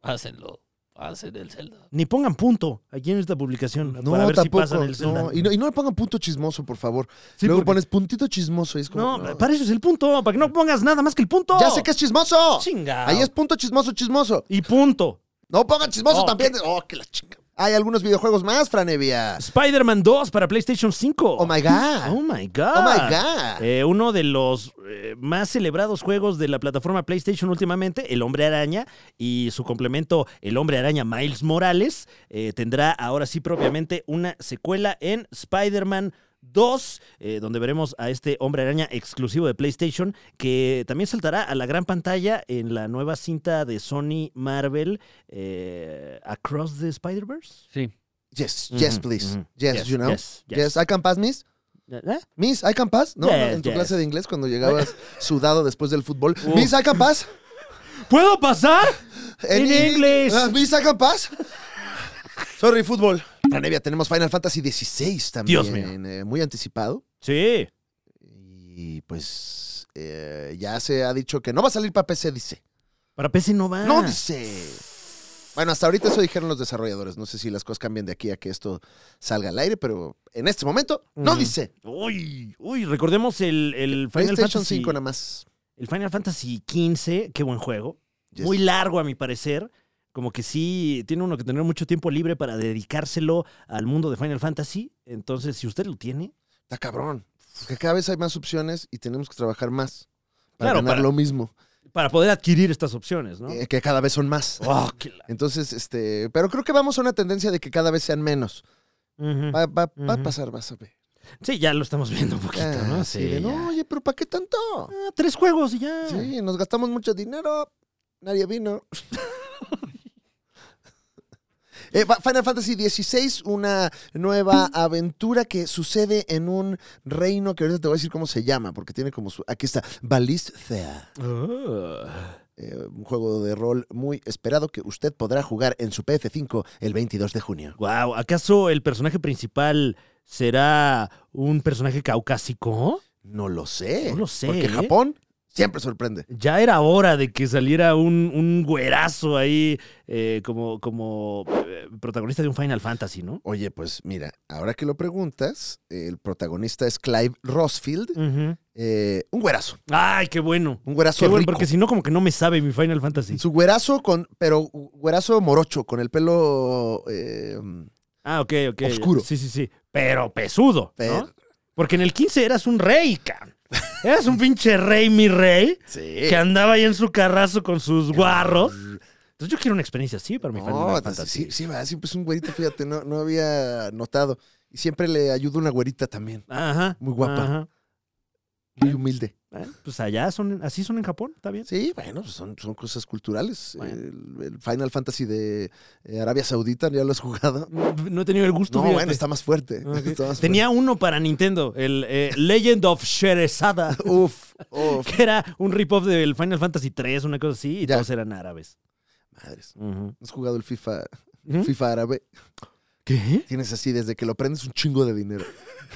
Speaker 6: Pásenlo. Pasen el Zelda.
Speaker 2: Ni pongan punto aquí en esta publicación.
Speaker 1: No,
Speaker 2: para ver
Speaker 1: tampoco.
Speaker 2: si pasan el Zelda.
Speaker 1: no, y, no, y no le pongan punto chismoso, por favor.
Speaker 2: Sí,
Speaker 1: Luego
Speaker 2: porque-
Speaker 1: pones puntito chismoso y es como.
Speaker 2: No, para eso es el punto. Para que no pongas nada más que el punto.
Speaker 1: ¡Ya sé que es chismoso!
Speaker 2: Chingado.
Speaker 1: Ahí es punto chismoso, chismoso.
Speaker 2: Y punto.
Speaker 1: No pongan chismoso
Speaker 2: Oh,
Speaker 1: también. Oh, que la chinga. Hay algunos videojuegos más, Franevia.
Speaker 2: Spider-Man 2 para PlayStation 5.
Speaker 1: Oh my God.
Speaker 2: Oh my God.
Speaker 1: Oh my God.
Speaker 2: Eh, uno de los eh, más celebrados juegos de la plataforma PlayStation últimamente, El Hombre Araña, y su complemento, El Hombre Araña Miles Morales, eh, tendrá ahora sí propiamente una secuela en Spider-Man 2, eh, donde veremos a este Hombre Araña exclusivo de PlayStation, que también saltará a la gran pantalla en la nueva cinta de Sony Marvel, eh, Across the Spider-Verse.
Speaker 4: Sí.
Speaker 1: Yes, yes,
Speaker 2: Ujú,
Speaker 1: please.
Speaker 2: ujú.
Speaker 1: Yes, you know. Yes,
Speaker 2: Mm-hmm, Yes, yes.
Speaker 1: I can pass, miss.
Speaker 2: ¿Eh?
Speaker 1: Miss, I can pass. No, no,
Speaker 2: Yes,
Speaker 1: en tu
Speaker 2: yes.
Speaker 1: clase de inglés cuando llegabas sudado después del fútbol. Miss, I can pass.
Speaker 2: ¿Puedo pasar? In English.
Speaker 1: Ah, miss, I can pass. Sorry, fútbol. Franevia, tenemos Final Fantasy XVI también.
Speaker 2: Dios mío.
Speaker 1: eh, muy anticipado.
Speaker 2: Sí.
Speaker 1: Y pues eh, ya se ha dicho que no va a salir para PC, dice.
Speaker 2: Para PC no va.
Speaker 1: No dice. Bueno, hasta ahorita eso dijeron los desarrolladores. No sé si las cosas cambian de aquí a que esto salga al aire, pero en este momento no
Speaker 2: Ujú.
Speaker 1: dice.
Speaker 2: Uy, uy, recordemos el, el Final
Speaker 1: PlayStation
Speaker 2: Fantasy
Speaker 1: 5 nada más.
Speaker 2: El Final Fantasy XV, qué buen juego.
Speaker 1: Yes.
Speaker 2: Muy largo a mi parecer. Como que sí, tiene uno que tener mucho tiempo libre para dedicárselo al mundo de Final Fantasy. Entonces, si usted lo tiene,
Speaker 1: Está cabrón. Porque cada vez hay más opciones y tenemos que trabajar más para
Speaker 2: Claro,
Speaker 1: ganar
Speaker 2: para-
Speaker 1: lo mismo.
Speaker 2: para poder adquirir estas opciones, ¿no?
Speaker 1: eh, que cada vez son más.
Speaker 2: Oh, qué la-
Speaker 1: Entonces, este, pero creo que vamos a una tendencia de que cada vez sean menos.
Speaker 2: Ujú.
Speaker 1: Va, va- va a
Speaker 2: Mm. Ujú.
Speaker 1: pasar, vas a ver.
Speaker 2: Ah. Sí, ya lo estamos viendo un poquito,
Speaker 1: Ah,
Speaker 2: ¿no?
Speaker 1: sí, de,
Speaker 2: Sí,
Speaker 1: no,
Speaker 2: ya.
Speaker 1: oye, pero ¿para qué tanto?
Speaker 2: Ah, tres juegos y ya.
Speaker 1: Sí, nos gastamos mucho dinero. Nadie vino. Eh, fa- Final Fantasy XVI, una nueva aventura que sucede en un reino que ahorita te voy a decir cómo se llama, porque tiene como su... Aquí está, Balisthea,
Speaker 2: Ah.
Speaker 1: eh, un juego de rol muy esperado que usted podrá jugar en su PS5 el 22 de junio.
Speaker 2: Guau, ¿acaso el personaje principal será un personaje caucásico?
Speaker 1: No lo sé.
Speaker 2: No lo sé,
Speaker 1: Porque
Speaker 2: ¿eh?
Speaker 1: Japón siempre sorprende.
Speaker 2: Ya era hora de que saliera un, un güerazo ahí eh, como, como eh, protagonista de un Final Fantasy, ¿no?
Speaker 1: Oye, pues mira, ahora que lo preguntas, el protagonista es Clive Rosfield, eh, un güerazo.
Speaker 2: Ay, qué bueno.
Speaker 1: Un güerazo
Speaker 2: Qué bueno,
Speaker 1: rico.
Speaker 2: porque si no, como que no me sabe mi Final Fantasy.
Speaker 1: Su güerazo con, pero güerazo morocho, con el pelo eh,
Speaker 2: Ah, ok, ok.
Speaker 1: Oscuro.
Speaker 2: Sí, sí, sí. Pero pesudo, ¿no?
Speaker 1: Pero-
Speaker 2: Porque en el 15 eras un rey, cabrón. Eras un pinche rey, mi rey,
Speaker 1: sí.
Speaker 2: que andaba ahí en su carrazo con sus guarros. Entonces Entonces yo quiero una experiencia así para mi
Speaker 1: No,
Speaker 2: Final
Speaker 1: entonces,
Speaker 2: Fantasy.
Speaker 1: sí, sí, va, siempre es un güerito, fíjate, no, no había notado. Y siempre le ayuda una güerita también,
Speaker 2: Ajá.
Speaker 1: Muy guapa.
Speaker 2: ajá.
Speaker 1: muy humilde.
Speaker 2: Eh, Pues allá son, así son en Japón, está bien.
Speaker 1: Sí, bueno, pues son, son cosas culturales.
Speaker 2: Bueno.
Speaker 1: El, el Final Fantasy de eh, Arabia Saudita, ¿ya lo has jugado?
Speaker 2: No he tenido el gusto.
Speaker 1: No,
Speaker 2: Pues, fíjate.
Speaker 1: bueno, está más fuerte.
Speaker 2: Ah, ok.
Speaker 1: está más
Speaker 2: Tenía uno para Nintendo, el eh, Legend of Sherezada,
Speaker 1: fuerte. Uf, uf,
Speaker 2: que era un rip-off del Final Fantasy 3, una cosa así, y
Speaker 1: Ya.
Speaker 2: todos eran árabes.
Speaker 1: madres.
Speaker 2: Ujú.
Speaker 1: ¿Has jugado el FIFA,
Speaker 2: Ujú.
Speaker 1: FIFA árabe?
Speaker 2: ¿Mm? ¿Qué?
Speaker 1: Tienes así, desde que lo prendes, un chingo de dinero.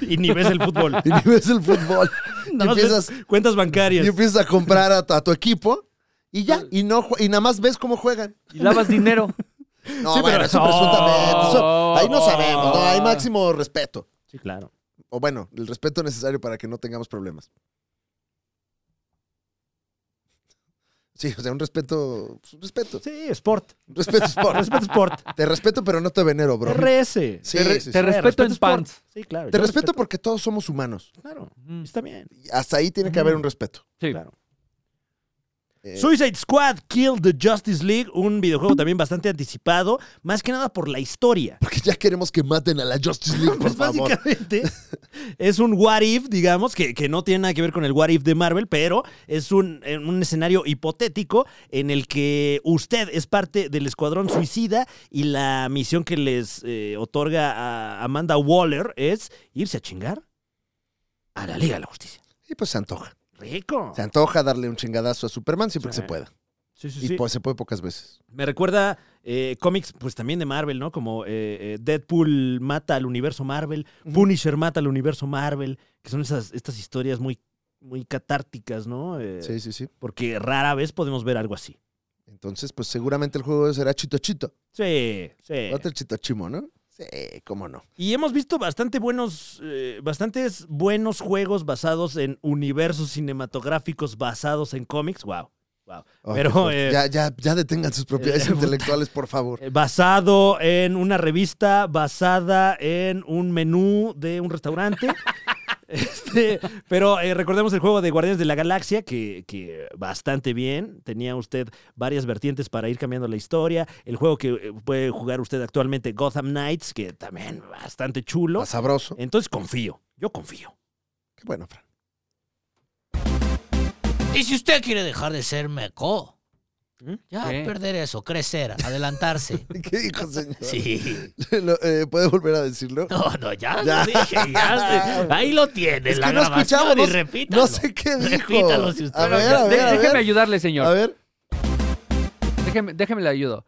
Speaker 2: Y ni ves el fútbol.
Speaker 1: Y ni ves el fútbol.
Speaker 2: Nada
Speaker 1: y
Speaker 2: más
Speaker 1: empiezas,
Speaker 2: ves cuentas bancarias.
Speaker 1: Y empiezas a comprar a tu, a tu equipo y ya, y no jue- y nada más ves cómo juegan.
Speaker 4: Y lavas dinero.
Speaker 1: No,
Speaker 2: Sí, pero-
Speaker 1: bueno, eso presuntamente. eso- ahí no
Speaker 4: Oh.
Speaker 1: sabemos, no, hay máximo respeto.
Speaker 2: Sí, claro.
Speaker 1: O bueno, el respeto necesario para que no tengamos problemas. Sí, o sea, un respeto. pues, Un respeto.
Speaker 2: Sí, sport.
Speaker 1: Un respeto sport.
Speaker 2: Respeto sport.
Speaker 1: Te respeto, pero no te venero, bro.
Speaker 2: RS.
Speaker 1: Sí,
Speaker 4: te re-
Speaker 1: sí, sí.
Speaker 4: te re-
Speaker 1: Te
Speaker 4: respeto en
Speaker 2: sport.
Speaker 4: pants.
Speaker 2: Sí, claro. yo
Speaker 1: respeto porque todos somos humanos.
Speaker 2: Claro.
Speaker 4: Mm,
Speaker 2: Está bien.
Speaker 1: Y Hasta ahí tiene que haber un respeto.
Speaker 4: Sí.
Speaker 2: Claro.
Speaker 1: Eh,
Speaker 2: Suicide Squad Kill the Justice League, un videojuego también bastante anticipado, más que nada por la historia.
Speaker 1: porque ya queremos que maten a la Justice League, por
Speaker 2: Pues
Speaker 1: favor.
Speaker 2: básicamente es un what if, digamos, que, que no tiene nada que ver con el what if de Marvel, pero es un, en un escenario hipotético en el que usted es parte del escuadrón suicida y la misión que les eh, otorga a Amanda Waller es irse a chingar a la Liga de la Justicia.
Speaker 1: Y pues se antoja.
Speaker 2: Rico.
Speaker 1: Se antoja darle un chingadazo a Superman siempre
Speaker 2: Sí.
Speaker 1: que se pueda.
Speaker 2: Sí, sí,
Speaker 1: Y pues se puede pocas veces.
Speaker 2: Me recuerda eh, cómics, pues también de Marvel, ¿no? Como eh, eh, Deadpool mata al universo Marvel, Punisher mata al universo Marvel, que son esas, estas historias muy, muy catárticas, ¿no? Eh,
Speaker 1: Sí, sí, sí.
Speaker 2: Porque rara vez podemos ver algo así.
Speaker 1: Entonces, pues seguramente el juego será chito chito.
Speaker 2: Sí, sí.
Speaker 1: Va a ser chito chimo, ¿no? Sí, cómo no.
Speaker 2: Y hemos visto bastante buenos, eh, bastantes buenos juegos basados en universos cinematográficos basados en cómics. Wow, wow.
Speaker 1: Oh, qué
Speaker 2: Pero
Speaker 1: fuerte.
Speaker 2: eh,
Speaker 1: ya, ya, ya detengan sus propiedades
Speaker 2: eh,
Speaker 1: intelectuales, por favor.
Speaker 2: Eh, Basado en una revista, basada en un menú de un restaurante. Este, pero eh, recordemos el juego de Guardianes de la Galaxia, que, que bastante bien. Tenía usted varias vertientes para ir cambiando la historia. El juego que eh, puede jugar usted actualmente, Gotham Knights, que también bastante chulo.
Speaker 1: Más Sabroso.
Speaker 2: Entonces confío, yo confío.
Speaker 1: Qué bueno, Fran.
Speaker 6: Y si usted quiere dejar de ser meco,
Speaker 2: ¿Mm?
Speaker 6: ya
Speaker 4: ¿Qué?
Speaker 6: perder eso, crecer, adelantarse.
Speaker 1: ¿Qué dijo, señor?
Speaker 6: Sí.
Speaker 1: Lo- eh, ¿Puede volver a decirlo?
Speaker 6: No, no, ya,
Speaker 1: Ya.
Speaker 6: lo dije, ya. se- Ahí lo tiene,
Speaker 1: Es que
Speaker 6: la
Speaker 1: no
Speaker 6: grabación
Speaker 1: escuchamos,
Speaker 6: y
Speaker 1: no sé-
Speaker 6: repítalo.
Speaker 1: No sé qué dijo.
Speaker 6: Repítalo si usted
Speaker 1: a
Speaker 6: no-
Speaker 1: ver, a
Speaker 4: De-
Speaker 1: ver, a
Speaker 4: déjeme
Speaker 1: ver.
Speaker 4: ayudarle,
Speaker 1: A
Speaker 4: señor.
Speaker 1: ver.
Speaker 4: Déjeme, déjeme le ayudo.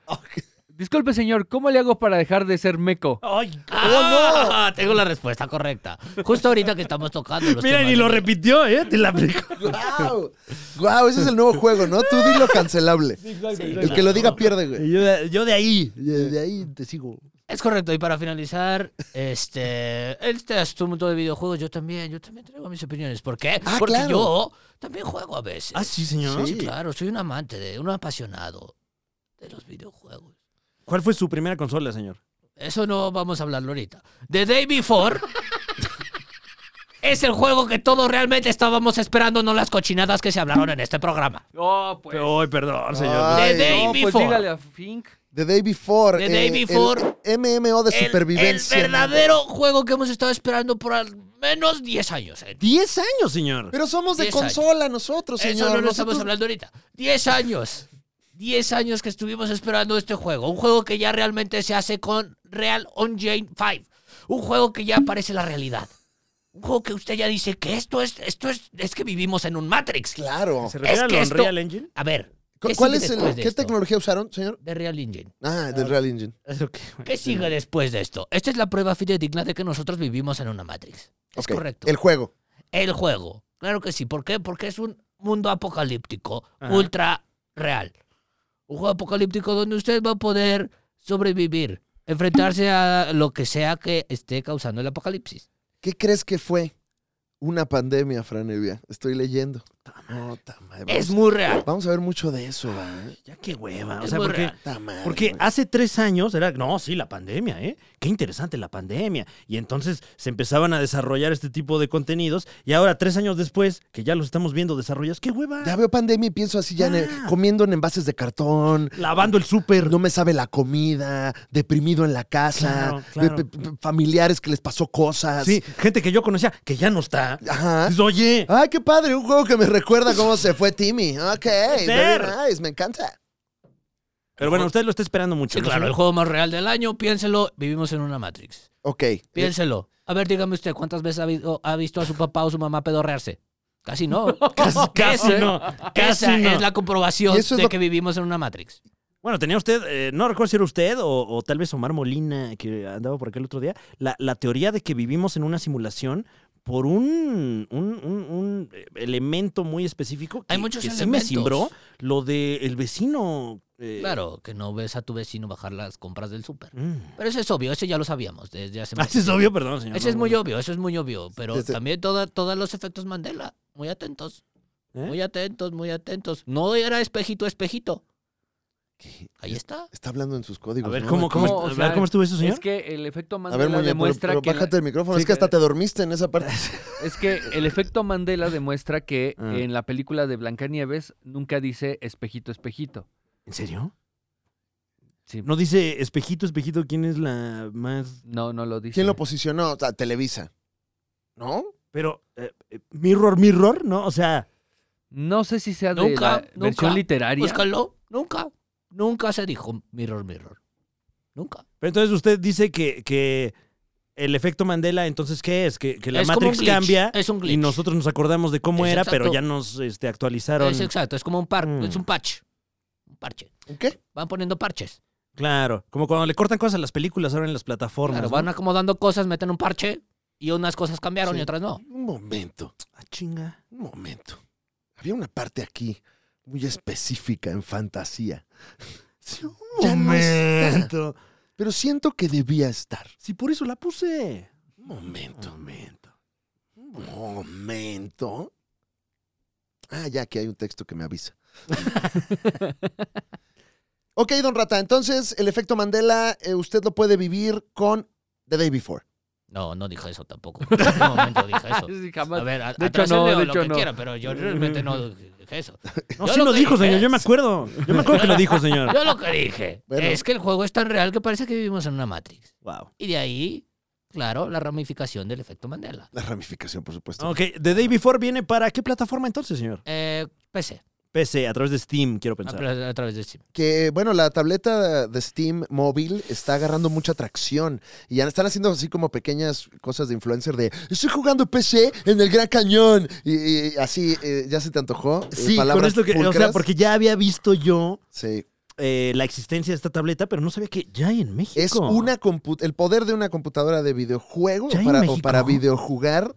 Speaker 4: Disculpe, señor, ¿cómo le hago para dejar de ser meco?
Speaker 2: ¡Ay!
Speaker 6: Ah, Tengo la respuesta correcta. Justo ahorita que estamos tocando. los
Speaker 2: Mira,
Speaker 6: temas
Speaker 2: ni lo
Speaker 6: de-
Speaker 2: repitió, ¿eh? Te la aplicó.
Speaker 1: ¡Guau! ¡Guau! Ese es el nuevo juego, ¿no? Tú dilo cancelable. El que lo diga pierde, güey.
Speaker 2: Yo, de- yo de ahí.
Speaker 1: De de ahí te sigo.
Speaker 6: Es correcto, y para finalizar, este, este asunto de videojuegos, yo también, yo también traigo mis opiniones. ¿Por qué?
Speaker 1: Ah,
Speaker 6: Porque
Speaker 1: claro.
Speaker 6: yo también juego a veces.
Speaker 2: Ah, sí, señor.
Speaker 6: Sí, claro, soy un amante, de, un apasionado de los videojuegos.
Speaker 2: ¿Cuál fue su primera consola, señor?
Speaker 6: Eso no vamos a hablarlo ahorita. The Day Before es el juego que todos realmente estábamos esperando, no las cochinadas que se hablaron en este programa.
Speaker 4: No, pues.
Speaker 2: Ay, perdón,
Speaker 1: Ah,
Speaker 2: señor.
Speaker 6: The
Speaker 1: Ay,
Speaker 6: Day
Speaker 4: no, pues
Speaker 6: Before.
Speaker 4: dígale a Fink.
Speaker 1: The Day Before. eh,
Speaker 6: The Day
Speaker 1: el
Speaker 6: Before.
Speaker 1: MMO de
Speaker 6: El-
Speaker 1: supervivencia.
Speaker 6: el verdadero juego que hemos estado esperando por al menos 10 años. ¿eh?
Speaker 2: ¡Diez años, señor!
Speaker 1: Pero somos de
Speaker 6: Diez años.
Speaker 1: consola nosotros, señor.
Speaker 6: Eso no lo
Speaker 1: Nosotros-
Speaker 6: estamos hablando ahorita. 10 años. 10 años que estuvimos esperando este juego. Un juego que ya realmente se hace con Real Engine 5. Un juego que ya parece la realidad. Un juego que usted ya dice que esto es, esto es, es que vivimos en un Matrix.
Speaker 1: Claro.
Speaker 2: ¿Se refiere
Speaker 6: Es
Speaker 2: al
Speaker 6: que esto-
Speaker 2: Unreal Engine?
Speaker 6: A ver.
Speaker 1: ¿Cu-
Speaker 6: ¿qué
Speaker 1: ¿Cuál
Speaker 6: sigue
Speaker 1: es el,
Speaker 6: después de
Speaker 1: qué
Speaker 6: esto?
Speaker 1: tecnología usaron, señor?
Speaker 6: De Real Engine.
Speaker 1: Ah, del Real Engine.
Speaker 6: ¿Qué sigue después de esto? Esta es la prueba fidedigna de que nosotros vivimos en una Matrix. Es
Speaker 1: Ok,
Speaker 6: correcto.
Speaker 1: El juego.
Speaker 6: el juego. Claro que sí. ¿Por qué? Porque es un mundo apocalíptico,
Speaker 2: Ajá.
Speaker 6: ultra real. Un juego apocalíptico donde usted va a poder sobrevivir, enfrentarse a lo que sea que esté causando el apocalipsis.
Speaker 1: ¿Qué crees que fue? Una pandemia, Franevia. Estoy leyendo. Puta madre, vamos-
Speaker 6: Es muy real.
Speaker 1: Vamos a ver mucho de eso, va, ¿eh?
Speaker 2: Ya qué hueva. O
Speaker 6: Es
Speaker 2: sea,
Speaker 6: muy
Speaker 2: porque,
Speaker 6: real.
Speaker 1: Puta madre,
Speaker 2: porque
Speaker 1: güey.
Speaker 2: hace tres años era, no, sí, la pandemia, ¿eh? Qué interesante la pandemia. Y entonces se empezaban a desarrollar este tipo de contenidos y ahora, tres años después, que ya los estamos viendo desarrollados, qué hueva.
Speaker 1: Ya veo pandemia y pienso así ya en el-
Speaker 2: Ah.
Speaker 1: comiendo en envases de cartón.
Speaker 2: Lavando el súper.
Speaker 1: No me sabe la comida, deprimido en la casa,
Speaker 2: Claro, claro.
Speaker 1: pe- pe- familiares que les pasó cosas.
Speaker 2: Sí, gente que yo conocía que ya no está.
Speaker 1: Ajá.
Speaker 2: Dices, Oye,
Speaker 6: Ah,
Speaker 1: Ay, qué padre, un juego que me recuerda cómo se fue Timmy. Ok,
Speaker 2: ser.
Speaker 1: very nice, me encanta.
Speaker 2: pero bueno, usted lo está esperando mucho.
Speaker 6: Sí,
Speaker 2: ¿no?
Speaker 6: claro, el juego más real del año, piénselo, vivimos en una Matrix.
Speaker 1: Ok.
Speaker 6: Piénselo. A ver, dígame usted, ¿cuántas veces ha visto, ha visto a su papá o su mamá pedorrearse? Casi no.
Speaker 2: Casi, casi
Speaker 6: Ese-
Speaker 2: no. Casi
Speaker 6: Esa
Speaker 2: no.
Speaker 6: ¿eh? es la comprobación
Speaker 1: Y eso es
Speaker 6: de
Speaker 1: lo-
Speaker 6: que vivimos en una Matrix.
Speaker 2: Bueno, tenía usted, eh, no recuerdo si era usted o, o tal vez Omar Molina, que andaba por acá el otro día, la, la teoría de que vivimos en una simulación por un, un- un- un, eh, elemento muy específico que,
Speaker 6: Hay muchos
Speaker 2: que sí me
Speaker 6: elementos.
Speaker 2: simbró lo del vecino. eh,
Speaker 6: Claro, que no ves a tu vecino bajar las compras del súper.
Speaker 2: mm.
Speaker 6: Pero eso es obvio, eso ya lo sabíamos desde hace
Speaker 2: Ah,
Speaker 6: mucho
Speaker 2: eso es
Speaker 6: tiempo.
Speaker 2: obvio, perdón, señor.
Speaker 6: Eso es
Speaker 2: No,
Speaker 6: muy
Speaker 2: no.
Speaker 6: obvio, eso es muy obvio. Pero
Speaker 1: Desde-
Speaker 6: también toda- todos los efectos Mandela. Muy atentos.
Speaker 2: ¿Eh?
Speaker 6: Muy atentos, muy atentos. No era espejito, espejito. Ahí está.
Speaker 1: Está hablando en sus códigos.
Speaker 2: A ver,
Speaker 1: ¿no?
Speaker 2: ¿cómo,
Speaker 1: Aquí.
Speaker 2: cómo,
Speaker 4: ¿Cómo? O
Speaker 2: a ver,
Speaker 4: sea,
Speaker 2: ¿cómo estuvo eso, señor?
Speaker 4: Es que el efecto
Speaker 1: A ver,
Speaker 4: Mandela
Speaker 1: Muñe, pero,
Speaker 4: demuestra
Speaker 1: pero
Speaker 4: que...
Speaker 1: bájate el micrófono. es que
Speaker 2: eh.
Speaker 1: hasta te dormiste en esa parte.
Speaker 4: Es que el efecto Mandela demuestra que
Speaker 2: Ah.
Speaker 4: en la película de Blancanieves nunca dice espejito, espejito.
Speaker 2: ¿En serio?
Speaker 4: Sí.
Speaker 2: No dice espejito, espejito, ¿quién es la más...?
Speaker 4: No, no lo dice.
Speaker 1: ¿Quién lo posicionó? O sea, Televisa. ¿No?
Speaker 2: Pero, eh, eh, mirror, mirror, ¿no? O sea...
Speaker 4: No sé si sea de
Speaker 6: Nunca, Pues
Speaker 4: la versión
Speaker 6: nunca.
Speaker 4: literaria.
Speaker 6: Búscalo. Nunca. Nunca se dijo Mirror Mirror. Nunca.
Speaker 2: Pero entonces usted dice que, que el efecto Mandela, entonces, ¿qué es? Que, que la
Speaker 6: Es como
Speaker 2: Matrix
Speaker 6: un glitch,
Speaker 2: cambia
Speaker 6: Es un glitch.
Speaker 2: y nosotros nos acordamos de cómo
Speaker 6: Es
Speaker 2: era,
Speaker 6: exacto.
Speaker 2: pero ya nos este, actualizaron.
Speaker 6: Es exacto, es como un par,
Speaker 2: Mm.
Speaker 6: es un patch. Un parche.
Speaker 1: ¿Qué?
Speaker 6: Van poniendo parches.
Speaker 2: Claro, como cuando le cortan cosas a las películas ahora en las plataformas.
Speaker 6: Claro,
Speaker 2: ¿no?
Speaker 6: van acomodando cosas, meten un parche y unas cosas cambiaron
Speaker 1: Sí.
Speaker 6: y otras no.
Speaker 1: Un momento,
Speaker 2: Oh. Ah, chinga.
Speaker 1: un momento. Había una parte aquí muy específica en fantasía.
Speaker 2: un
Speaker 1: Ya no está.
Speaker 2: momento.
Speaker 1: Pero siento que debía estar.
Speaker 2: Si por eso la puse.
Speaker 1: Un momento.
Speaker 2: momento.
Speaker 1: Un momento. Ah, ya que hay un texto que me avisa. ok, don Rata, entonces el efecto Mandela eh, usted lo puede vivir con The Day Before.
Speaker 6: No, no dije eso tampoco. En ningún momento dije eso.
Speaker 4: Sí, jamás.
Speaker 6: A ver, a-
Speaker 4: De hecho,
Speaker 6: atrásenle
Speaker 4: no, de
Speaker 6: lo
Speaker 4: hecho,
Speaker 6: que
Speaker 4: no.
Speaker 6: quiera, pero yo realmente no dije eso.
Speaker 2: No,
Speaker 6: Yo
Speaker 2: sí
Speaker 6: lo
Speaker 2: lo,
Speaker 6: que
Speaker 2: dijo,
Speaker 6: dije
Speaker 2: señor, yo me acuerdo. Yo me acuerdo que lo dijo, señor.
Speaker 6: Yo lo que dije
Speaker 1: Bueno.
Speaker 6: es que el juego es tan real que parece que vivimos en una Matrix.
Speaker 2: Wow.
Speaker 6: Y de ahí, claro, la ramificación del efecto Mandela.
Speaker 1: La ramificación, por supuesto.
Speaker 2: Ok, The Day Before viene para qué plataforma entonces, señor?
Speaker 6: Eh, PC,
Speaker 2: PC, a través de Steam, quiero
Speaker 6: a,
Speaker 2: pensar.
Speaker 6: tra- a través de Steam.
Speaker 1: Que bueno, la tableta de Steam móvil está agarrando mucha tracción y ya están haciendo así como pequeñas cosas de influencer de estoy jugando PC en el Gran Cañón y, y así eh, ya se te antojó. eh,
Speaker 2: Sí, con
Speaker 1: palabras
Speaker 2: esto que, o sea,
Speaker 1: pulcras.
Speaker 2: porque ya había visto yo
Speaker 1: Sí.
Speaker 2: eh, la existencia de esta tableta, pero no sabía que ya hay en México.
Speaker 1: Es una compu- el poder de una computadora de videojuego
Speaker 2: ¿Ya hay
Speaker 1: o
Speaker 2: en
Speaker 1: para, o
Speaker 2: México?
Speaker 1: para videojugar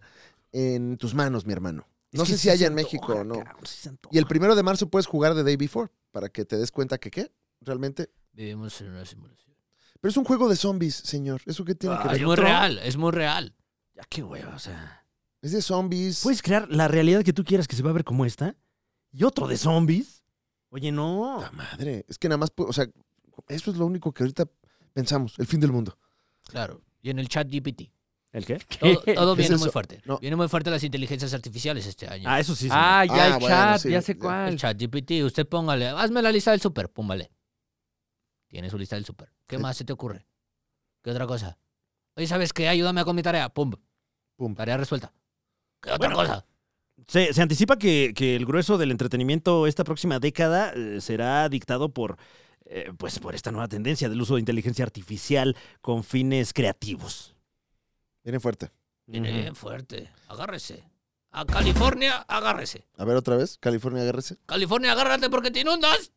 Speaker 1: en tus manos, mi hermano.
Speaker 2: Es
Speaker 1: No
Speaker 2: que
Speaker 1: sé
Speaker 2: sí
Speaker 1: si haya
Speaker 2: se
Speaker 1: en México
Speaker 2: antoja,
Speaker 1: o no.
Speaker 2: cabrón, sí se antoja.
Speaker 1: Y el primero de marzo puedes jugar The Day Before para que te des cuenta que qué, realmente.
Speaker 6: Vivimos en una simulación.
Speaker 1: Pero es un juego de zombies, señor. ¿Eso qué tiene
Speaker 2: Ah,
Speaker 1: que
Speaker 6: Es
Speaker 1: ver?
Speaker 2: ¿Hay
Speaker 6: muy
Speaker 2: otro?
Speaker 6: real, es muy real.
Speaker 2: Ya qué hueva, o sea.
Speaker 1: Es de zombies.
Speaker 2: Puedes crear la realidad que tú quieras que se va a ver como esta y otro de zombies. Oye, no.
Speaker 1: Puta madre. Es que nada más, pu- o sea, eso es lo único que ahorita pensamos, el fin del mundo.
Speaker 6: Claro. Y en el chat GPT.
Speaker 2: ¿El qué?
Speaker 6: Todo,
Speaker 4: ¿Qué?
Speaker 6: todo
Speaker 1: ¿Qué es
Speaker 6: viene muy
Speaker 1: eso?
Speaker 6: fuerte.
Speaker 1: No.
Speaker 6: Viene muy fuerte las inteligencias artificiales este año.
Speaker 2: Ah, eso sí. señor.
Speaker 4: Ah, ya
Speaker 1: Ah,
Speaker 4: el
Speaker 1: bueno,
Speaker 4: chat,
Speaker 1: sí,
Speaker 4: ya sé
Speaker 1: ya.
Speaker 6: El
Speaker 4: cuál.
Speaker 6: chat GPT, usted póngale, hazme la lista del súper, póngale. Tiene su lista del súper. ¿Qué más se te ocurre? ¿Qué otra cosa? Oye, ¿sabes qué? Ayúdame con mi tarea. Pum.
Speaker 1: Pum.
Speaker 6: Tarea resuelta. ¿Qué otra
Speaker 2: Bueno.
Speaker 6: cosa?
Speaker 2: Se, se anticipa que, que el grueso del entretenimiento esta próxima década eh, será dictado por, eh, pues, por esta nueva tendencia del uso de inteligencia artificial con fines creativos.
Speaker 1: Viene fuerte.
Speaker 6: Viene bien fuerte. Agárrese. A California, agárrese.
Speaker 1: A ver otra vez, California, agárrese.
Speaker 6: California, agárrate porque te inundas.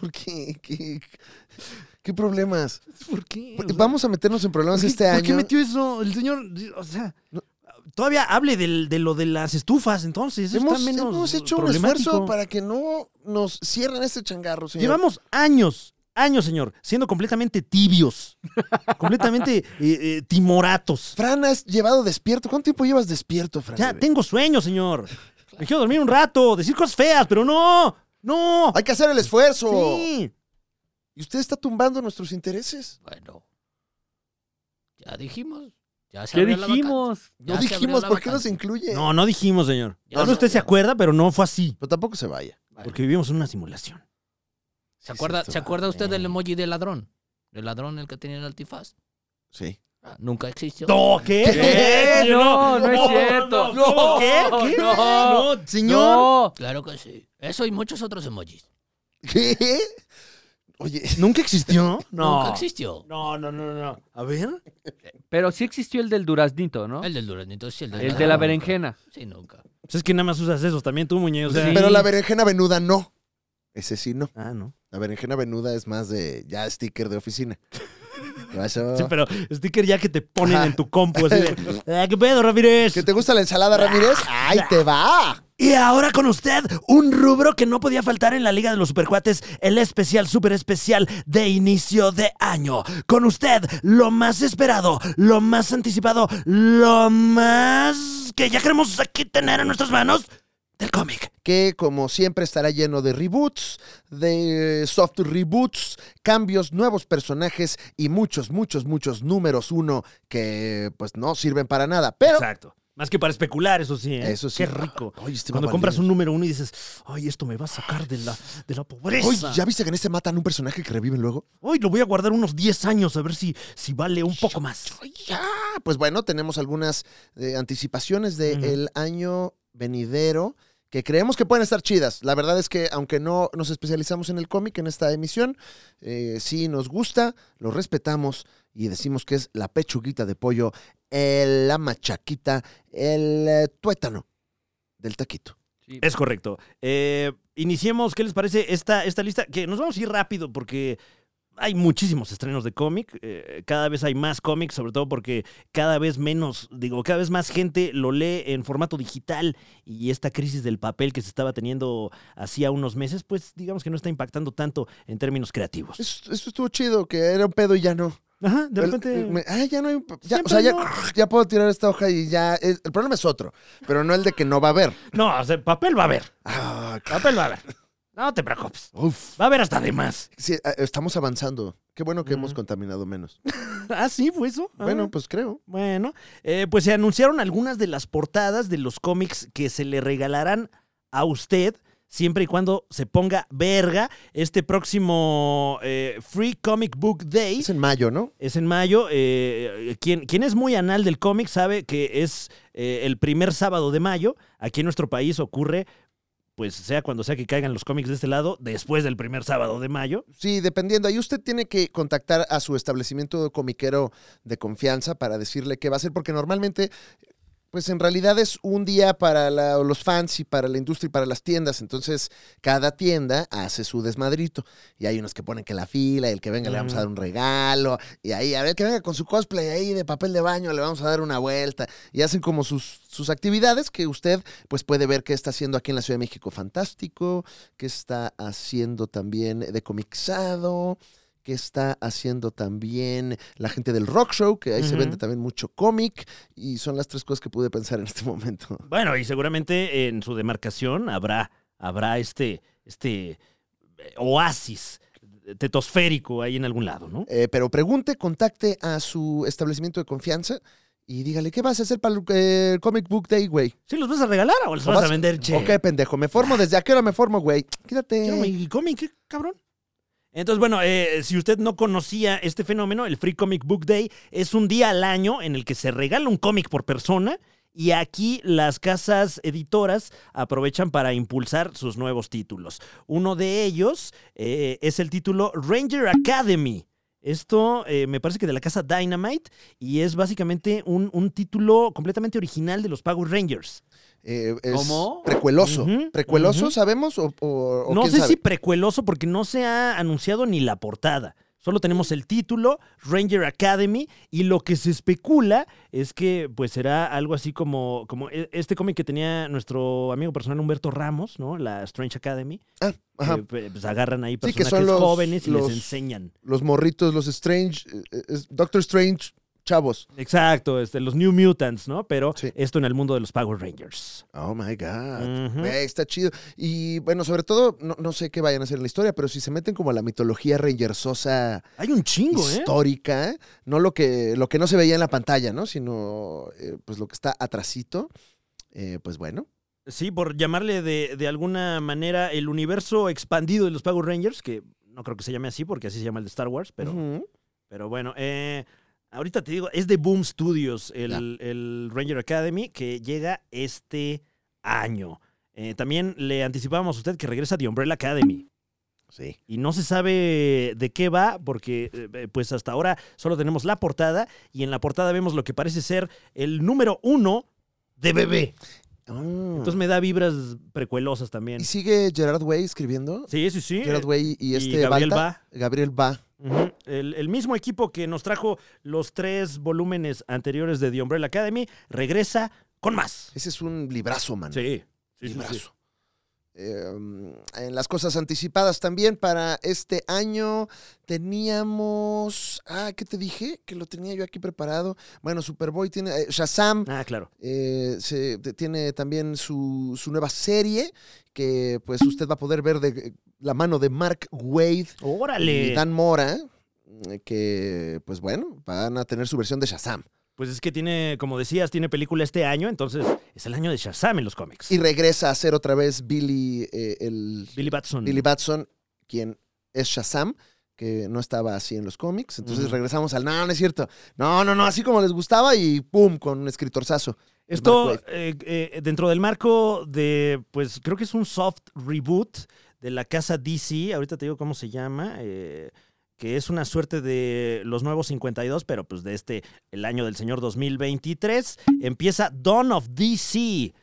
Speaker 1: ¿Por qué? ¿Qué, qué problemas?
Speaker 2: ¿Por qué?
Speaker 1: P- Vamos a meternos en problemas
Speaker 2: ¿Por qué-
Speaker 1: este
Speaker 2: ¿Por
Speaker 1: año.
Speaker 2: qué metió eso? El señor, o sea,
Speaker 1: No.
Speaker 2: todavía hable del- de lo de las estufas, entonces. eso
Speaker 1: Hemos,
Speaker 2: está menos
Speaker 1: hemos hecho un
Speaker 2: problemático.
Speaker 1: esfuerzo para que no nos cierren este changarro, señor.
Speaker 2: Llevamos años años, señor, siendo completamente tibios, completamente eh, eh, timoratos.
Speaker 1: Fran, has llevado despierto. ¿Cuánto tiempo llevas despierto, Fran?
Speaker 2: Ya tengo sueño, señor. Me quiero dormir un rato, decir cosas feas, pero no, no.
Speaker 1: Hay que hacer el esfuerzo.
Speaker 2: Sí.
Speaker 1: Y usted está tumbando nuestros intereses.
Speaker 6: Bueno. Ya dijimos. Ya se
Speaker 4: ¿Qué
Speaker 6: abrió la vacante.
Speaker 4: dijimos?
Speaker 1: No
Speaker 6: Ya se abrió
Speaker 1: dijimos
Speaker 6: la
Speaker 1: por qué nos
Speaker 6: vacante.
Speaker 1: incluye.
Speaker 2: No, no dijimos, señor.
Speaker 6: Ya
Speaker 2: Tal vez
Speaker 6: no,
Speaker 2: usted
Speaker 6: ya
Speaker 2: se
Speaker 6: no.
Speaker 2: acuerda, pero no fue así,
Speaker 1: Pero tampoco se vaya.
Speaker 2: porque vivimos en una simulación.
Speaker 6: ¿Se acuerda,
Speaker 1: cierto,
Speaker 6: ¿se acuerda usted del
Speaker 2: eh.
Speaker 6: emoji del ladrón? El ladrón el que tenía el altifaz.
Speaker 1: Sí.
Speaker 6: Ah, Nunca existió.
Speaker 2: No, ¿qué?
Speaker 4: ¿Qué? No, no es
Speaker 2: No,
Speaker 4: cierto. No,
Speaker 2: ¿qué? ¿Qué?
Speaker 4: no,
Speaker 2: No, señor.
Speaker 6: Claro que sí. Eso y muchos otros emojis.
Speaker 1: ¿Qué? Oye,
Speaker 2: ¿Nunca existió?
Speaker 6: Nunca existió.
Speaker 2: No, no, no, no. A ver.
Speaker 4: Pero sí existió el del duraznito, ¿no?
Speaker 6: El del duraznito, sí, el del
Speaker 4: El de la
Speaker 6: ladrón.
Speaker 4: berenjena.
Speaker 6: Sí, nunca.
Speaker 2: Pues es que nada más usas esos también tú, Muñe. O sea.
Speaker 4: Sí.
Speaker 1: pero la berenjena venuda no. Ese sí no.
Speaker 2: Ah, no.
Speaker 1: La berenjena venuda es más de ya sticker de oficina. ¿Qué pasó?
Speaker 2: Sí, pero sticker ya que te ponen
Speaker 1: Ajá.
Speaker 2: en tu compu así de. "Ah, ¿Qué pedo, Ramírez?
Speaker 1: ¿Que te gusta la ensalada, Ramírez? ¡Ay, te va!
Speaker 2: Y ahora con usted, un rubro que no podía faltar en la Liga de los Supercuates, el especial super especial de inicio de año. Con usted, lo más esperado, lo más anticipado, lo más que ya queremos aquí tener en nuestras manos del cómic.
Speaker 1: Que como siempre estará lleno de reboots, de software reboots, cambios, nuevos personajes y muchos, muchos, muchos números uno que pues no sirven para nada. Pero
Speaker 2: Exacto. Más que para especular, eso sí. ¿eh?
Speaker 1: Eso sí.
Speaker 2: Qué rico.
Speaker 1: Ay, este
Speaker 2: Cuando
Speaker 1: va a
Speaker 2: compras
Speaker 1: valer.
Speaker 2: un número uno y dices, ay, esto me va a sacar de la, de la pobreza.
Speaker 1: Oye, ¿ya viste que en este matan un personaje que reviven luego?
Speaker 2: Hoy lo voy a guardar unos 10 años a ver si, si vale un poco más.
Speaker 1: Ya, pues bueno, tenemos algunas eh, anticipaciones del
Speaker 2: Ujú.
Speaker 1: año venidero que creemos que pueden estar chidas. La verdad es que aunque no nos especializamos en el cómic en esta emisión, eh, sí nos gusta, lo respetamos y decimos que es la pechuguita de pollo, eh, la machaquita, el eh, tuétano del taquito.
Speaker 4: Sí.
Speaker 2: Es correcto. Eh, iniciemos, ¿qué les parece esta, esta lista? Que nos vamos a ir rápido porque hay muchísimos estrenos de cómic. eh, cada vez hay más cómics, sobre todo porque cada vez menos, digo, cada vez más gente lo lee en formato digital y esta crisis del papel que se estaba teniendo hacía unos meses, pues digamos que no está impactando tanto en términos creativos.
Speaker 1: Eso, eso estuvo chido, que era un pedo y ya no.
Speaker 2: Ajá, de
Speaker 1: El-
Speaker 2: repente...
Speaker 1: me- ah, ya no hay. ya- o
Speaker 2: Siempre
Speaker 1: sea, ya,
Speaker 2: no.
Speaker 1: ya puedo tirar esta hoja y ya. eh, el problema es otro, pero no el de que no va a haber.
Speaker 2: No, o sea, papel va a haber.
Speaker 1: Ah,
Speaker 2: Papel va a haber. No te preocupes.
Speaker 1: uf.
Speaker 2: Va a haber hasta de más.
Speaker 1: Sí, eh, estamos avanzando. Qué bueno que hemos
Speaker 2: Ujú.
Speaker 1: contaminado menos.
Speaker 2: Ah, sí, fue eso. Ah.
Speaker 1: Bueno, pues creo.
Speaker 2: Bueno, eh, pues se anunciaron algunas de las portadas de los cómics que se le regalarán a usted siempre y cuando se ponga verga este próximo eh, Free Comic Book Day.
Speaker 1: Es en mayo, ¿no?
Speaker 2: Es en mayo. eh, quien, quien es muy anal del cómic sabe que es eh, el primer sábado de mayo. Aquí en nuestro país ocurre, pues sea cuando sea que caigan los cómics de este lado, después del primer sábado de mayo.
Speaker 1: Sí, dependiendo. Ahí usted tiene que contactar a su establecimiento comiquero de confianza para decirle qué va a hacer, porque normalmente, pues en realidad es un día para la- los fans y para la industria y para las tiendas. Entonces, cada tienda hace su desmadrito. Y hay unos que ponen que la fila, y el que venga le vamos a dar un regalo, y ahí, a ver, que venga con su cosplay ahí de papel de baño, le vamos a dar una vuelta. Y hacen como sus, sus actividades que usted, pues puede ver qué está haciendo aquí en la Ciudad de México fantástico, que está haciendo también de comixado, que está haciendo también la gente del rock show, que ahí se
Speaker 2: Ujú.
Speaker 1: vende también mucho cómic, y son las tres cosas que pude pensar en este momento.
Speaker 2: Bueno, y seguramente en su demarcación habrá, habrá este, este eh, oasis tetosférico ahí en algún lado, ¿no?
Speaker 1: Eh, pero pregunte, contacte a su establecimiento de confianza y dígale, ¿qué vas a hacer para el eh, Comic Book Day, güey?
Speaker 2: ¿Sí los vas a regalar o los
Speaker 1: ¿O
Speaker 2: vas, a
Speaker 1: vas-
Speaker 2: vender, che?
Speaker 1: Ok, pendejo, me formo, ¿desde a qué hora me formo, güey?
Speaker 2: Yo me-
Speaker 1: Quédate.
Speaker 2: ¿Y cómic, qué cabrón? Entonces, bueno, eh, si usted no conocía este fenómeno, el Free Comic Book Day es un día al año en el que se regala un cómic por persona y aquí las casas editoras aprovechan para impulsar sus nuevos títulos. Uno de ellos eh, es el título Ranger Academy. Esto eh, me parece que de la casa Dynamite y es básicamente un, un título completamente original de los Power Rangers.
Speaker 1: Eh, es
Speaker 4: ¿Cómo?
Speaker 1: Precueloso.
Speaker 2: Ujú,
Speaker 1: ¿Precueloso
Speaker 2: ujú.
Speaker 1: sabemos o, o- o
Speaker 2: No
Speaker 1: quién
Speaker 2: sé
Speaker 1: sabe?
Speaker 2: si precueloso porque no se ha anunciado ni la portada. Solo tenemos el título, Ranger Academy, y lo que se especula es que pues será algo así como, como e- este cómic que tenía nuestro amigo personal Humberto Ramos, ¿no? La Strange Academy.
Speaker 1: Ah, ajá.
Speaker 2: que, pe- pues agarran ahí
Speaker 1: Sí, que
Speaker 2: personajes
Speaker 1: son los-
Speaker 2: jóvenes y
Speaker 1: los-
Speaker 2: les enseñan.
Speaker 1: Los morritos, los Strange, eh, es- Doctor Strange, chavos.
Speaker 2: Exacto, este, los New Mutants, ¿no? Pero
Speaker 1: Sí.
Speaker 2: esto en el mundo de los Power Rangers.
Speaker 1: Oh my God.
Speaker 2: Ujú.
Speaker 1: Güey, está chido. Y bueno, sobre todo, no, no sé qué vayan a hacer en la historia, pero si se meten como a la mitología rangersosa
Speaker 2: Hay un chingo, ¿eh?
Speaker 1: histórica, no lo que, lo que no se veía en la pantalla, ¿no? Sino eh, pues lo que está atrasito. eh, pues bueno.
Speaker 2: Sí, por llamarle de, de alguna manera el universo expandido de los Power Rangers, que no creo que se llame así porque así se llama el de Star Wars, pero,
Speaker 1: Ujú.
Speaker 2: pero bueno, eh, ahorita te digo, es de Boom Studios el, el Ranger Academy que llega este año. Eh, también le anticipábamos a usted que regresa The Umbrella Academy.
Speaker 1: Sí.
Speaker 2: Y no se sabe de qué va, porque eh, pues hasta ahora solo tenemos la portada y en la portada vemos lo que parece ser el número uno de bebé. Entonces me da vibras precuelosas también.
Speaker 1: Ah. Hmm. ¿Y sigue Gerard Way escribiendo?
Speaker 2: Sí, sí, sí.
Speaker 1: Gerard Way y
Speaker 2: y
Speaker 1: este
Speaker 2: Gabriel
Speaker 1: Balta. Gabriel Ba.
Speaker 2: Ujú. el, el mismo equipo que nos trajo los tres volúmenes anteriores de The Umbrella Academy regresa con más.
Speaker 1: Ese es un librazo, man.
Speaker 2: Sí, sí, sí,
Speaker 1: librazo.
Speaker 2: sí.
Speaker 1: Eh, um, en las cosas anticipadas también para este año teníamos. Ah, ¿qué te dije? Que lo tenía yo aquí preparado. Bueno, Superboy tiene. eh, Shazam
Speaker 2: Ah, claro.
Speaker 1: eh, se, te- tiene también su, su nueva serie que pues usted va a poder ver de la mano de Mark Wade y
Speaker 2: Órale.
Speaker 1: Dan Mora. eh, Que pues bueno, van a tener su versión de Shazam.
Speaker 2: Pues es que tiene, como decías, tiene película este año, entonces es el año de Shazam en los cómics.
Speaker 1: Y regresa a ser otra vez Billy, eh, el
Speaker 2: Billy Batson.
Speaker 1: Billy Batson, quien es Shazam, que no estaba así en los cómics. Entonces
Speaker 2: Ujú.
Speaker 1: regresamos al, no, no es cierto. No, no, no, así como les gustaba y pum, con un escritorzazo.
Speaker 2: Esto
Speaker 1: Mark
Speaker 2: eh, eh, dentro del marco de, pues creo que es un soft reboot de la casa DC, ahorita te digo cómo se llama, eh, que es una suerte de los nuevos 52, pero pues de este, el año del señor 2023, empieza Dawn of DC, eh,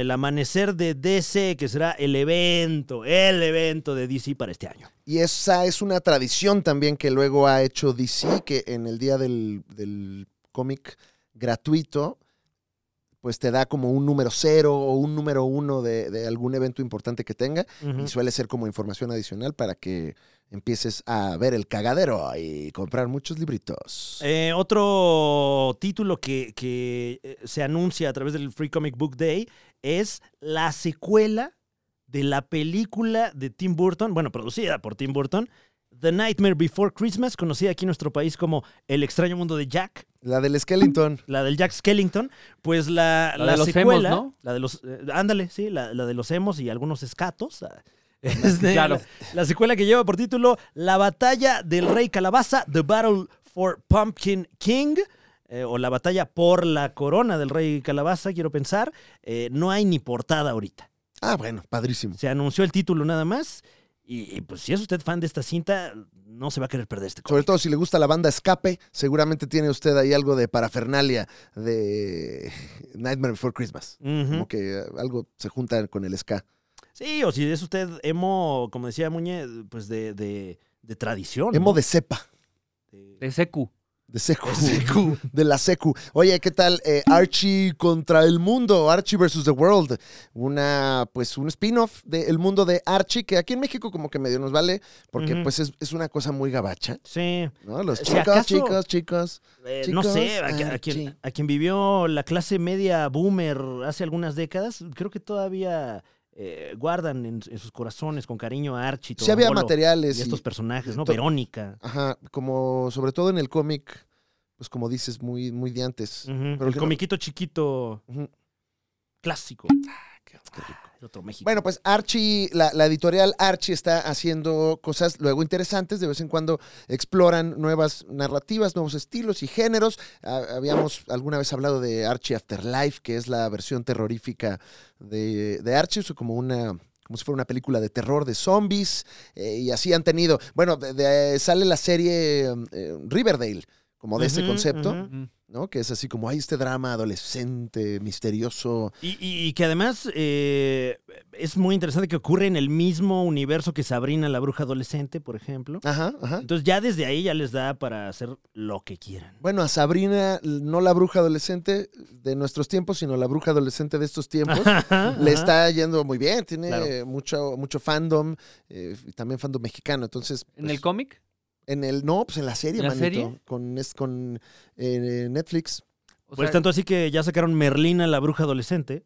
Speaker 2: el amanecer de DC, que será el evento, el evento de DC para este año.
Speaker 1: Y esa es una tradición también que luego ha hecho DC, que en el día del, del cómic gratuito, pues te da como un número cero o un número uno de, de algún evento importante que tenga. Y suele ser como información adicional para que empieces a ver el cagadero y comprar muchos libritos.
Speaker 2: Eh, otro título que, que, eh, se anuncia a través del Free Comic Book Day es la secuela de la película de Tim Burton, bueno, producida por Tim Burton, The Nightmare Before Christmas, conocida aquí en nuestro país como El extraño mundo de Jack,
Speaker 1: La del Skellington.
Speaker 2: la del Jack Skellington, pues la,
Speaker 4: La
Speaker 2: la
Speaker 4: de los
Speaker 2: secuela,
Speaker 4: emos, ¿no?
Speaker 2: la de los, eh, ándale, sí, la, la de los hemos y algunos escatos. ah, este,
Speaker 4: Claro.
Speaker 2: la secuela que lleva por título La batalla del rey calabaza, The Battle for Pumpkin King, eh, o la batalla por la corona del rey calabaza, quiero pensar, eh, no hay ni portada ahorita.
Speaker 1: Ah, bueno, padrísimo.
Speaker 2: Se anunció el título nada más y, y, pues si es usted fan de esta cinta, no se va a querer perder este
Speaker 1: Sobre
Speaker 2: cómic.
Speaker 1: todo si le gusta la banda Escape, seguramente tiene usted ahí algo de parafernalia de Nightmare Before Christmas.
Speaker 2: Ujú.
Speaker 1: Como que eh, algo se junta con el ska.
Speaker 2: Sí, o si es usted emo, como decía Muñe, pues de, de- de tradición.
Speaker 1: Emo
Speaker 2: ¿no?
Speaker 1: de cepa,
Speaker 4: De secu.
Speaker 1: de secu. De la secu. Oye, ¿qué tal? eh, Archie contra el mundo, Archie versus the World. Una, pues, un spin-off del mundo de Archie, que aquí en México como que medio nos vale, porque
Speaker 2: Ujú.
Speaker 1: pues es, es una cosa muy gabacha,
Speaker 2: Sí.
Speaker 1: ¿no? Los
Speaker 2: Si
Speaker 1: chicos,
Speaker 2: acaso-
Speaker 1: chicos, chicos.
Speaker 2: Eh,
Speaker 1: Chicos,
Speaker 2: no sé, a, a- a
Speaker 1: ah, sí.
Speaker 2: quien, a quien vivió la clase media boomer hace algunas décadas, creo que todavía eh, guardan en, en sus corazones con cariño a Archie.
Speaker 1: Sí había
Speaker 2: Tobolo
Speaker 1: materiales.
Speaker 2: Y
Speaker 1: y-
Speaker 2: estos personajes, ¿no?
Speaker 1: to-
Speaker 2: Verónica.
Speaker 1: Ajá, como sobre todo en el cómic, pues como dices, muy, muy de antes.
Speaker 2: Ujú,
Speaker 1: pero
Speaker 2: el
Speaker 1: que-
Speaker 2: comiquito chiquito
Speaker 1: Ujú.
Speaker 2: clásico. Ah, el otro México.
Speaker 1: Bueno, pues Archie, la, la editorial Archie está haciendo cosas luego interesantes. De vez en cuando exploran nuevas narrativas, nuevos estilos y géneros. Ha- Habíamos alguna vez hablado de Archie Afterlife, que es la versión terrorífica de, de Archie, es como una como si fuera una película de terror de zombies eh, y así han tenido. Bueno, de- de- sale la serie eh, Riverdale como de ese
Speaker 2: Ujú,
Speaker 1: concepto,
Speaker 2: ujú.
Speaker 4: Ujú.
Speaker 1: ¿no? Que es así como, hay este drama adolescente, misterioso.
Speaker 2: Y, y- y que además eh, es muy interesante que ocurre en el mismo universo que Sabrina la bruja adolescente, por ejemplo.
Speaker 1: Ajá, ajá.
Speaker 2: Entonces ya desde ahí ya les da para hacer lo que quieran.
Speaker 1: Bueno, a Sabrina, no la bruja adolescente de nuestros tiempos, sino la bruja adolescente de estos tiempos, le está yendo muy bien, tiene
Speaker 2: Claro.
Speaker 1: mucho, mucho fandom, eh, y también fandom mexicano. Entonces,
Speaker 4: ¿En
Speaker 1: pues,
Speaker 4: el cómic?
Speaker 1: en el- no, pues en la serie,
Speaker 4: ¿En la
Speaker 1: manito,
Speaker 4: serie?
Speaker 1: con, es, con eh, Netflix.
Speaker 4: O
Speaker 2: Pues
Speaker 4: sea-
Speaker 2: tanto así que ya sacaron Merlina la bruja adolescente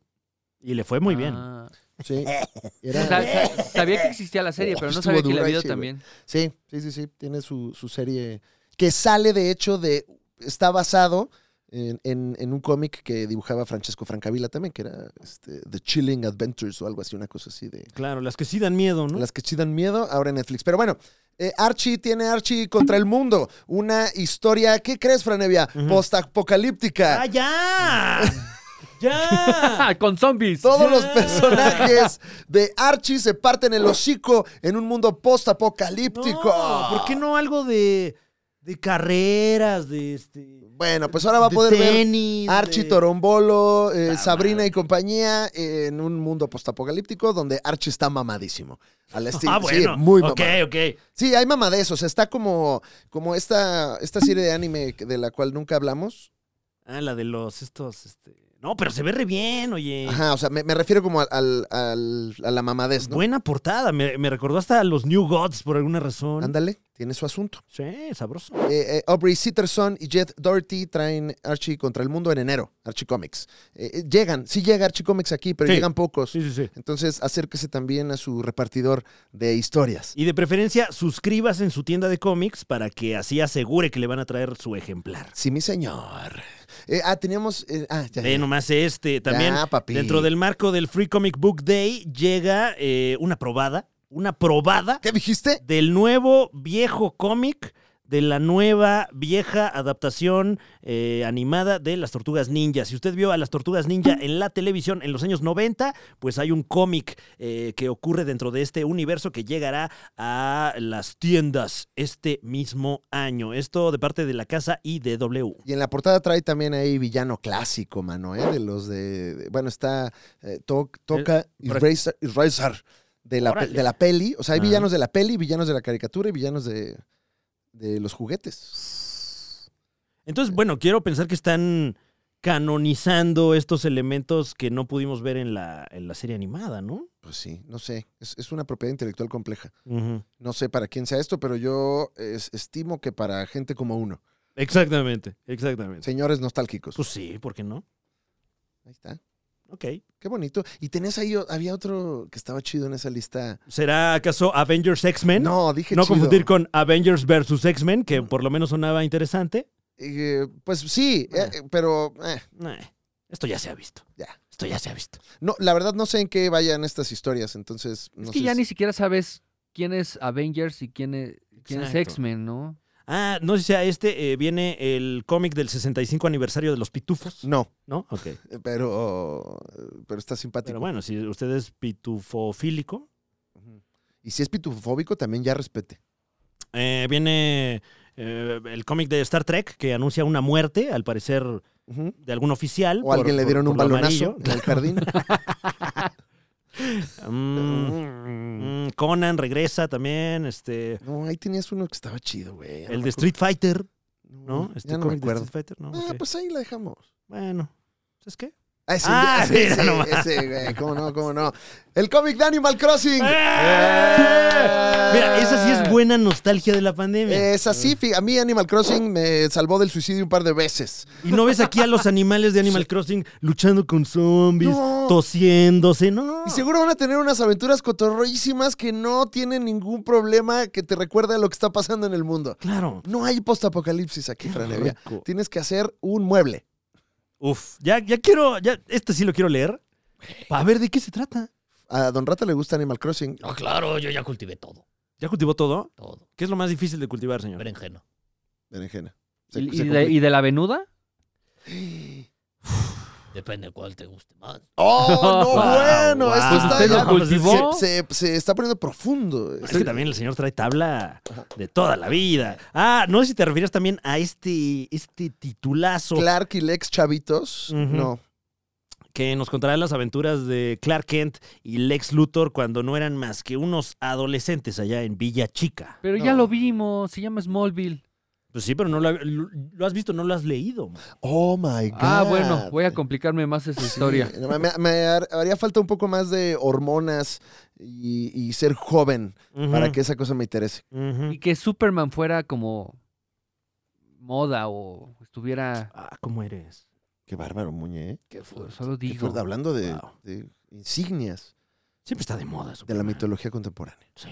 Speaker 2: y le fue muy bien.
Speaker 4: Ah.
Speaker 1: Sí.
Speaker 4: O
Speaker 1: Era-
Speaker 4: sea, sa- sabía que existía la serie, pero no
Speaker 1: Estuvo
Speaker 4: sabía que la
Speaker 1: dura,
Speaker 4: había
Speaker 1: sí, güey.
Speaker 4: también.
Speaker 1: Sí, sí, sí, sí. Tiene su, su serie que sale de hecho de. Está basado en, en- en un cómic que dibujaba Francesco Francavilla también, que era este, The Chilling Adventures o algo así, una cosa así de.
Speaker 2: Claro, las que sí dan miedo, ¿no?
Speaker 1: Las que chidan miedo, ahora en Netflix. Pero bueno. eh, Archie tiene Archie contra el mundo. Una historia, ¿qué crees, Franevia?
Speaker 2: Ujú.
Speaker 1: Postapocalíptica.
Speaker 2: ¡Ah, ya! ¡Ya!
Speaker 4: Ah, con zombies.
Speaker 1: Todos
Speaker 2: ya.
Speaker 1: los personajes de Archie se parten el hocico en un mundo postapocalíptico.
Speaker 2: No, ¿Por qué no algo de, de carreras, de este.
Speaker 1: Bueno, pues ahora va a
Speaker 2: de
Speaker 1: poder ver
Speaker 2: tenis,
Speaker 1: Archie
Speaker 2: de-
Speaker 1: Torombolo, eh,
Speaker 2: Ah,
Speaker 1: Sabrina
Speaker 2: madre.
Speaker 1: y compañía eh, en un mundo postapocalíptico donde Archie está mamadísimo. Al estilo,
Speaker 2: Ah,
Speaker 1: sí,
Speaker 2: bueno.
Speaker 1: muy mamado.
Speaker 2: Ok, ok.
Speaker 1: Sí, hay mamadez, o sea, está como, como esta, esta serie de anime que- de la cual nunca hablamos.
Speaker 2: Ah, la de los estos, este. No, pero se ve re bien, oye.
Speaker 1: Ajá, o sea, me, me refiero como al, al- al- a la mamadez, ¿no?
Speaker 2: Buena portada. Me, me recordó hasta a los New Gods por alguna razón.
Speaker 1: Ándale, tiene su asunto.
Speaker 2: Sí, sabroso.
Speaker 1: Eh, eh, Aubrey Sitterson y Jet Doherty traen Archie contra el mundo en enero, Archie Comics. Eh, eh, llegan, sí llega Archie Comics aquí, pero
Speaker 2: Sí.
Speaker 1: llegan pocos.
Speaker 2: Sí, sí, sí.
Speaker 1: Entonces, acérquese también a su repartidor de historias.
Speaker 2: Y de preferencia, suscribas en su tienda de cómics para que así asegure que le van a traer su ejemplar.
Speaker 1: Sí, mi señor. Eh, ah, teníamos. eh, ah, ya.
Speaker 2: Ve
Speaker 1: ya.
Speaker 2: nomás este. También,
Speaker 1: Ya, papi.
Speaker 2: dentro del marco del Free Comic Book Day, llega eh, una probada. Una probada
Speaker 1: ¿Qué dijiste?
Speaker 2: del nuevo viejo cómic de la nueva vieja adaptación eh, animada de las tortugas ninja. Si usted vio a las tortugas ninja en la televisión en los años 90, pues hay un cómic eh, que ocurre dentro de este universo que llegará a las tiendas este mismo año. Esto de parte de la casa IDW.
Speaker 1: Y en la portada trae también ahí villano clásico, mano, ¿eh? De los de. de- bueno, está eh, To- Toca y
Speaker 2: por aquí.
Speaker 1: Razor. y Razor De la, pe-
Speaker 2: Órale.
Speaker 1: de la peli. O sea, hay
Speaker 2: Ah.
Speaker 1: villanos de la peli, villanos de la caricatura y villanos de, de los juguetes.
Speaker 2: Entonces, bueno, quiero pensar que están canonizando estos elementos que no pudimos ver en la, en la serie animada, ¿no?
Speaker 1: Pues sí, no sé. Es, es una propiedad intelectual compleja.
Speaker 2: Ujú.
Speaker 1: No sé para quién sea esto, pero yo es- estimo que para gente como uno.
Speaker 2: Exactamente, exactamente.
Speaker 1: Señores nostálgicos.
Speaker 2: Pues sí, ¿por qué no?
Speaker 1: Ahí está.
Speaker 2: Ok.
Speaker 1: Qué bonito. Y tenías ahí, o- había otro que estaba chido en esa lista.
Speaker 2: ¿Será acaso Avengers X-Men?
Speaker 1: No, dije
Speaker 2: ¿Eh? No
Speaker 1: chido.
Speaker 2: confundir con Avengers versus X-Men, que por lo menos sonaba interesante.
Speaker 1: Eh, pues sí, eh,
Speaker 2: Ah.
Speaker 1: eh, pero eh,
Speaker 2: Eh, esto ya se ha visto.
Speaker 1: Ya.
Speaker 2: Esto ya se ha visto.
Speaker 1: no, la verdad no sé en qué vayan estas historias, entonces no
Speaker 4: Es que
Speaker 1: sé
Speaker 4: ya
Speaker 1: si-
Speaker 4: ni siquiera sabes quién es Avengers y quién es, quién es
Speaker 2: Exacto.
Speaker 4: X-Men, ¿no?
Speaker 2: Ah, no sé si a este eh, viene el cómic del 65 aniversario de los pitufos.
Speaker 1: No,
Speaker 2: ¿No? Ok.
Speaker 1: eh, pero, pero está simpático.
Speaker 2: Pero bueno, si usted es pitufofílico,
Speaker 1: Ujú. Y si es pitufóbico, también ya respete.
Speaker 2: eh, viene eh, el cómic de Star Trek que anuncia una muerte, al parecer
Speaker 1: Ujú.
Speaker 2: de algún oficial.
Speaker 1: O a alguien le
Speaker 2: por-
Speaker 1: dieron
Speaker 2: por-
Speaker 1: un
Speaker 2: por lo
Speaker 1: balonazo en
Speaker 2: amarillo.
Speaker 1: el jardín.
Speaker 2: Mm, mm, Conan regresa también, este...
Speaker 1: no, ahí tenías uno que estaba chido, güey.
Speaker 2: El de Street Fighter, ¿no?
Speaker 1: ya
Speaker 2: Este
Speaker 1: no me
Speaker 2: cómic de
Speaker 1: acuerdo.
Speaker 2: Street Fighter, ¿no?
Speaker 1: Ah,
Speaker 2: Ok.
Speaker 1: pues ahí la dejamos.
Speaker 2: Bueno, ¿sabes qué?
Speaker 1: Ah, ese,
Speaker 2: Ah,
Speaker 1: ese,
Speaker 2: mira
Speaker 1: ese,
Speaker 2: nomás.
Speaker 1: ese, güey, cómo no, cómo no. El cómic de Animal Crossing.
Speaker 2: ¡Eh! Mira, esa sí
Speaker 1: Ah.
Speaker 2: es buena nostalgia de la pandemia.
Speaker 1: Es así, fi- a mí Animal Crossing me salvó del suicidio un par de veces.
Speaker 2: Y no ves aquí a los animales de Animal Crossing luchando con zombies,
Speaker 1: No.
Speaker 2: tosiéndose, no.
Speaker 1: Y seguro van a tener unas aventuras cotorroísimas que no tienen ningún problema que te recuerde a lo que está pasando en el mundo.
Speaker 2: Claro.
Speaker 1: No hay postapocalipsis aquí, Franevia.
Speaker 2: rico.
Speaker 1: Tienes que hacer un mueble.
Speaker 2: Uf, ya, ya quiero, ya, este sí lo quiero leer. Para ver de qué se trata.
Speaker 1: A Don Rata le gusta Animal Crossing.
Speaker 6: Ah, claro, yo ya cultivé todo.
Speaker 2: ¿Ya cultivó todo?
Speaker 6: Todo.
Speaker 2: ¿Qué es lo más difícil de cultivar, señor?
Speaker 6: Berenjena.
Speaker 1: Berenjena. Se-
Speaker 4: ¿Y, y
Speaker 1: se
Speaker 4: de,
Speaker 1: complica.
Speaker 4: y de la venuda?
Speaker 6: Depende cuál te guste más.
Speaker 1: ¡Oh, no,
Speaker 2: Wow,
Speaker 1: bueno!
Speaker 2: wow.
Speaker 1: Esto
Speaker 2: Pues
Speaker 1: está
Speaker 4: usted lo
Speaker 1: ya-
Speaker 4: cultivó.
Speaker 1: Se, se- se está poniendo profundo. Este
Speaker 2: Es que también el señor trae tabla de toda la vida. Ah, no sé si te refieres también a este, este titulazo
Speaker 1: Clark y Lex Chavitos.
Speaker 2: Ujú.
Speaker 1: No.
Speaker 2: que nos contará las aventuras de Clark Kent y Lex Luthor cuando no eran más que unos adolescentes allá en Villa Chica.
Speaker 4: Pero ya lo vimos, se llama Smallville.
Speaker 2: Pues sí, pero no lo, lo has visto, no lo has leído. man.
Speaker 1: Oh my God.
Speaker 4: Ah, bueno, voy a complicarme más esa
Speaker 1: Sí,
Speaker 4: historia.
Speaker 1: no, me, me har- haría falta un poco más de hormonas y, y ser joven para
Speaker 2: Ujú,
Speaker 1: que esa cosa me interese.
Speaker 2: ujú.
Speaker 4: Y que Superman fuera como moda o estuviera...
Speaker 2: Ah, ¿cómo eres?
Speaker 1: Qué bárbaro, Muñe. ¿eh?
Speaker 6: Qué fuerte.
Speaker 4: Solo
Speaker 1: Qué
Speaker 4: digo.
Speaker 1: fuerte, hablando de,
Speaker 2: Wow.
Speaker 1: de insignias
Speaker 2: Siempre está de moda.
Speaker 1: de la
Speaker 2: Superman.
Speaker 1: mitología contemporánea.
Speaker 2: Sí.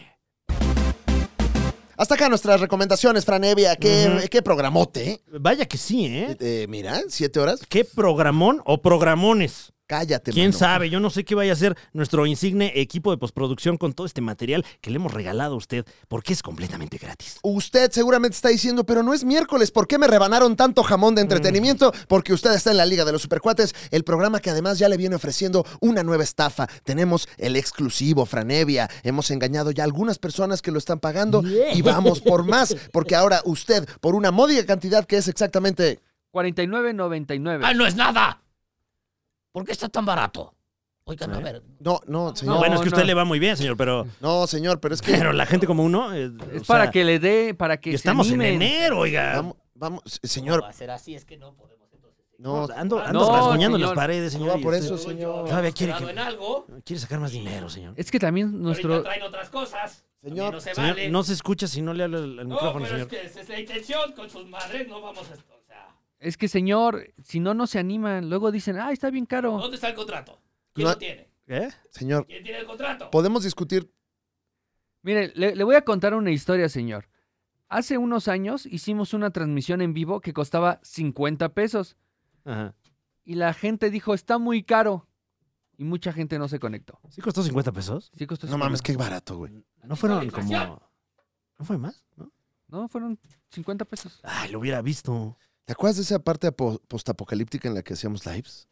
Speaker 1: Hasta acá nuestras recomendaciones, Fran Evia. Qué,
Speaker 2: Ujú.
Speaker 1: qué programote, ¿eh?
Speaker 2: Vaya que sí, ¿eh?
Speaker 1: Eh, Mira, siete horas.
Speaker 2: ¿Qué programón o programones?
Speaker 1: Cállate,
Speaker 2: ¿Quién
Speaker 1: este mano. pues?
Speaker 2: sabe? Yo no sé qué vaya a hacer nuestro insigne equipo de postproducción con todo este material que le hemos regalado a usted, porque es completamente gratis.
Speaker 1: Usted seguramente está diciendo, pero no es miércoles, ¿por qué me rebanaron tanto jamón de entretenimiento? Porque usted está en la Liga de los Supercuates, el programa que además ya le viene ofreciendo una nueva estafa. Tenemos el exclusivo, Franevia. Hemos engañado ya a algunas personas que lo están pagando y vamos por más, porque ahora usted, por una módica cantidad que es exactamente
Speaker 4: 49.99.
Speaker 6: ¡Ah, no es nada! ¿Por qué está tan barato? Oigan, a
Speaker 2: ¿Eh?
Speaker 6: ver.
Speaker 1: No, no,
Speaker 2: No,
Speaker 1: señor.
Speaker 2: bueno, es que a usted
Speaker 4: no.
Speaker 2: le va muy bien, señor, pero,
Speaker 1: No, señor, pero es que
Speaker 2: pero la gente como uno. eh,
Speaker 4: Es
Speaker 2: o
Speaker 4: para
Speaker 2: sea,
Speaker 4: que le dé, para que
Speaker 2: y
Speaker 4: se
Speaker 2: estamos en
Speaker 4: animen.
Speaker 2: enero, oiga.
Speaker 1: vamos, vamos,
Speaker 6: No va
Speaker 1: señor,
Speaker 6: a ser así, es que no podemos entonces.
Speaker 1: ah, no,
Speaker 2: ando ando
Speaker 4: Ah, No,
Speaker 2: rasguñando
Speaker 4: señor.
Speaker 2: las paredes,
Speaker 1: no
Speaker 2: señor.
Speaker 1: va
Speaker 2: y
Speaker 1: por
Speaker 2: usted
Speaker 1: eso, señor.
Speaker 2: Todavía quiere
Speaker 6: Quedado en
Speaker 2: que-
Speaker 6: algo,
Speaker 2: quiere sacar más dinero, señor.
Speaker 4: Es que también nuestro...
Speaker 6: ahorita traen otras cosas.
Speaker 1: Señor,
Speaker 6: Señor, no se
Speaker 2: Señor,
Speaker 6: vale.
Speaker 2: no se escucha si no le habla al al
Speaker 6: No,
Speaker 2: micrófono,
Speaker 6: pero
Speaker 2: señor.
Speaker 6: es que esa es la intención con sus madres, no vamos a... O sea,
Speaker 4: Es que, señor, si no, no se animan. Luego dicen, ah, está bien caro.
Speaker 6: ¿dónde está el contrato? ¿Quién
Speaker 1: No-
Speaker 6: lo tiene?
Speaker 2: ¿Eh?
Speaker 1: señor,
Speaker 6: ¿Quién tiene el contrato?
Speaker 1: podemos discutir.
Speaker 4: Mire, le, le voy a contar una historia, señor. Hace unos años hicimos una transmisión en vivo que costaba 50 pesos.
Speaker 2: Ajá.
Speaker 4: Y la gente dijo, está muy caro. Y mucha gente no se conectó.
Speaker 2: ¿Sí costó 50 pesos?
Speaker 4: Sí costó
Speaker 1: No
Speaker 4: 50.
Speaker 1: mames, qué barato, güey.
Speaker 2: No fueron como.
Speaker 6: inflación.
Speaker 2: ¿No fue más? ¿No?
Speaker 4: No, fueron 50 pesos.
Speaker 2: Ay, lo hubiera visto.
Speaker 1: ¿Te acuerdas de esa parte apo- postapocalíptica en la que hacíamos lives?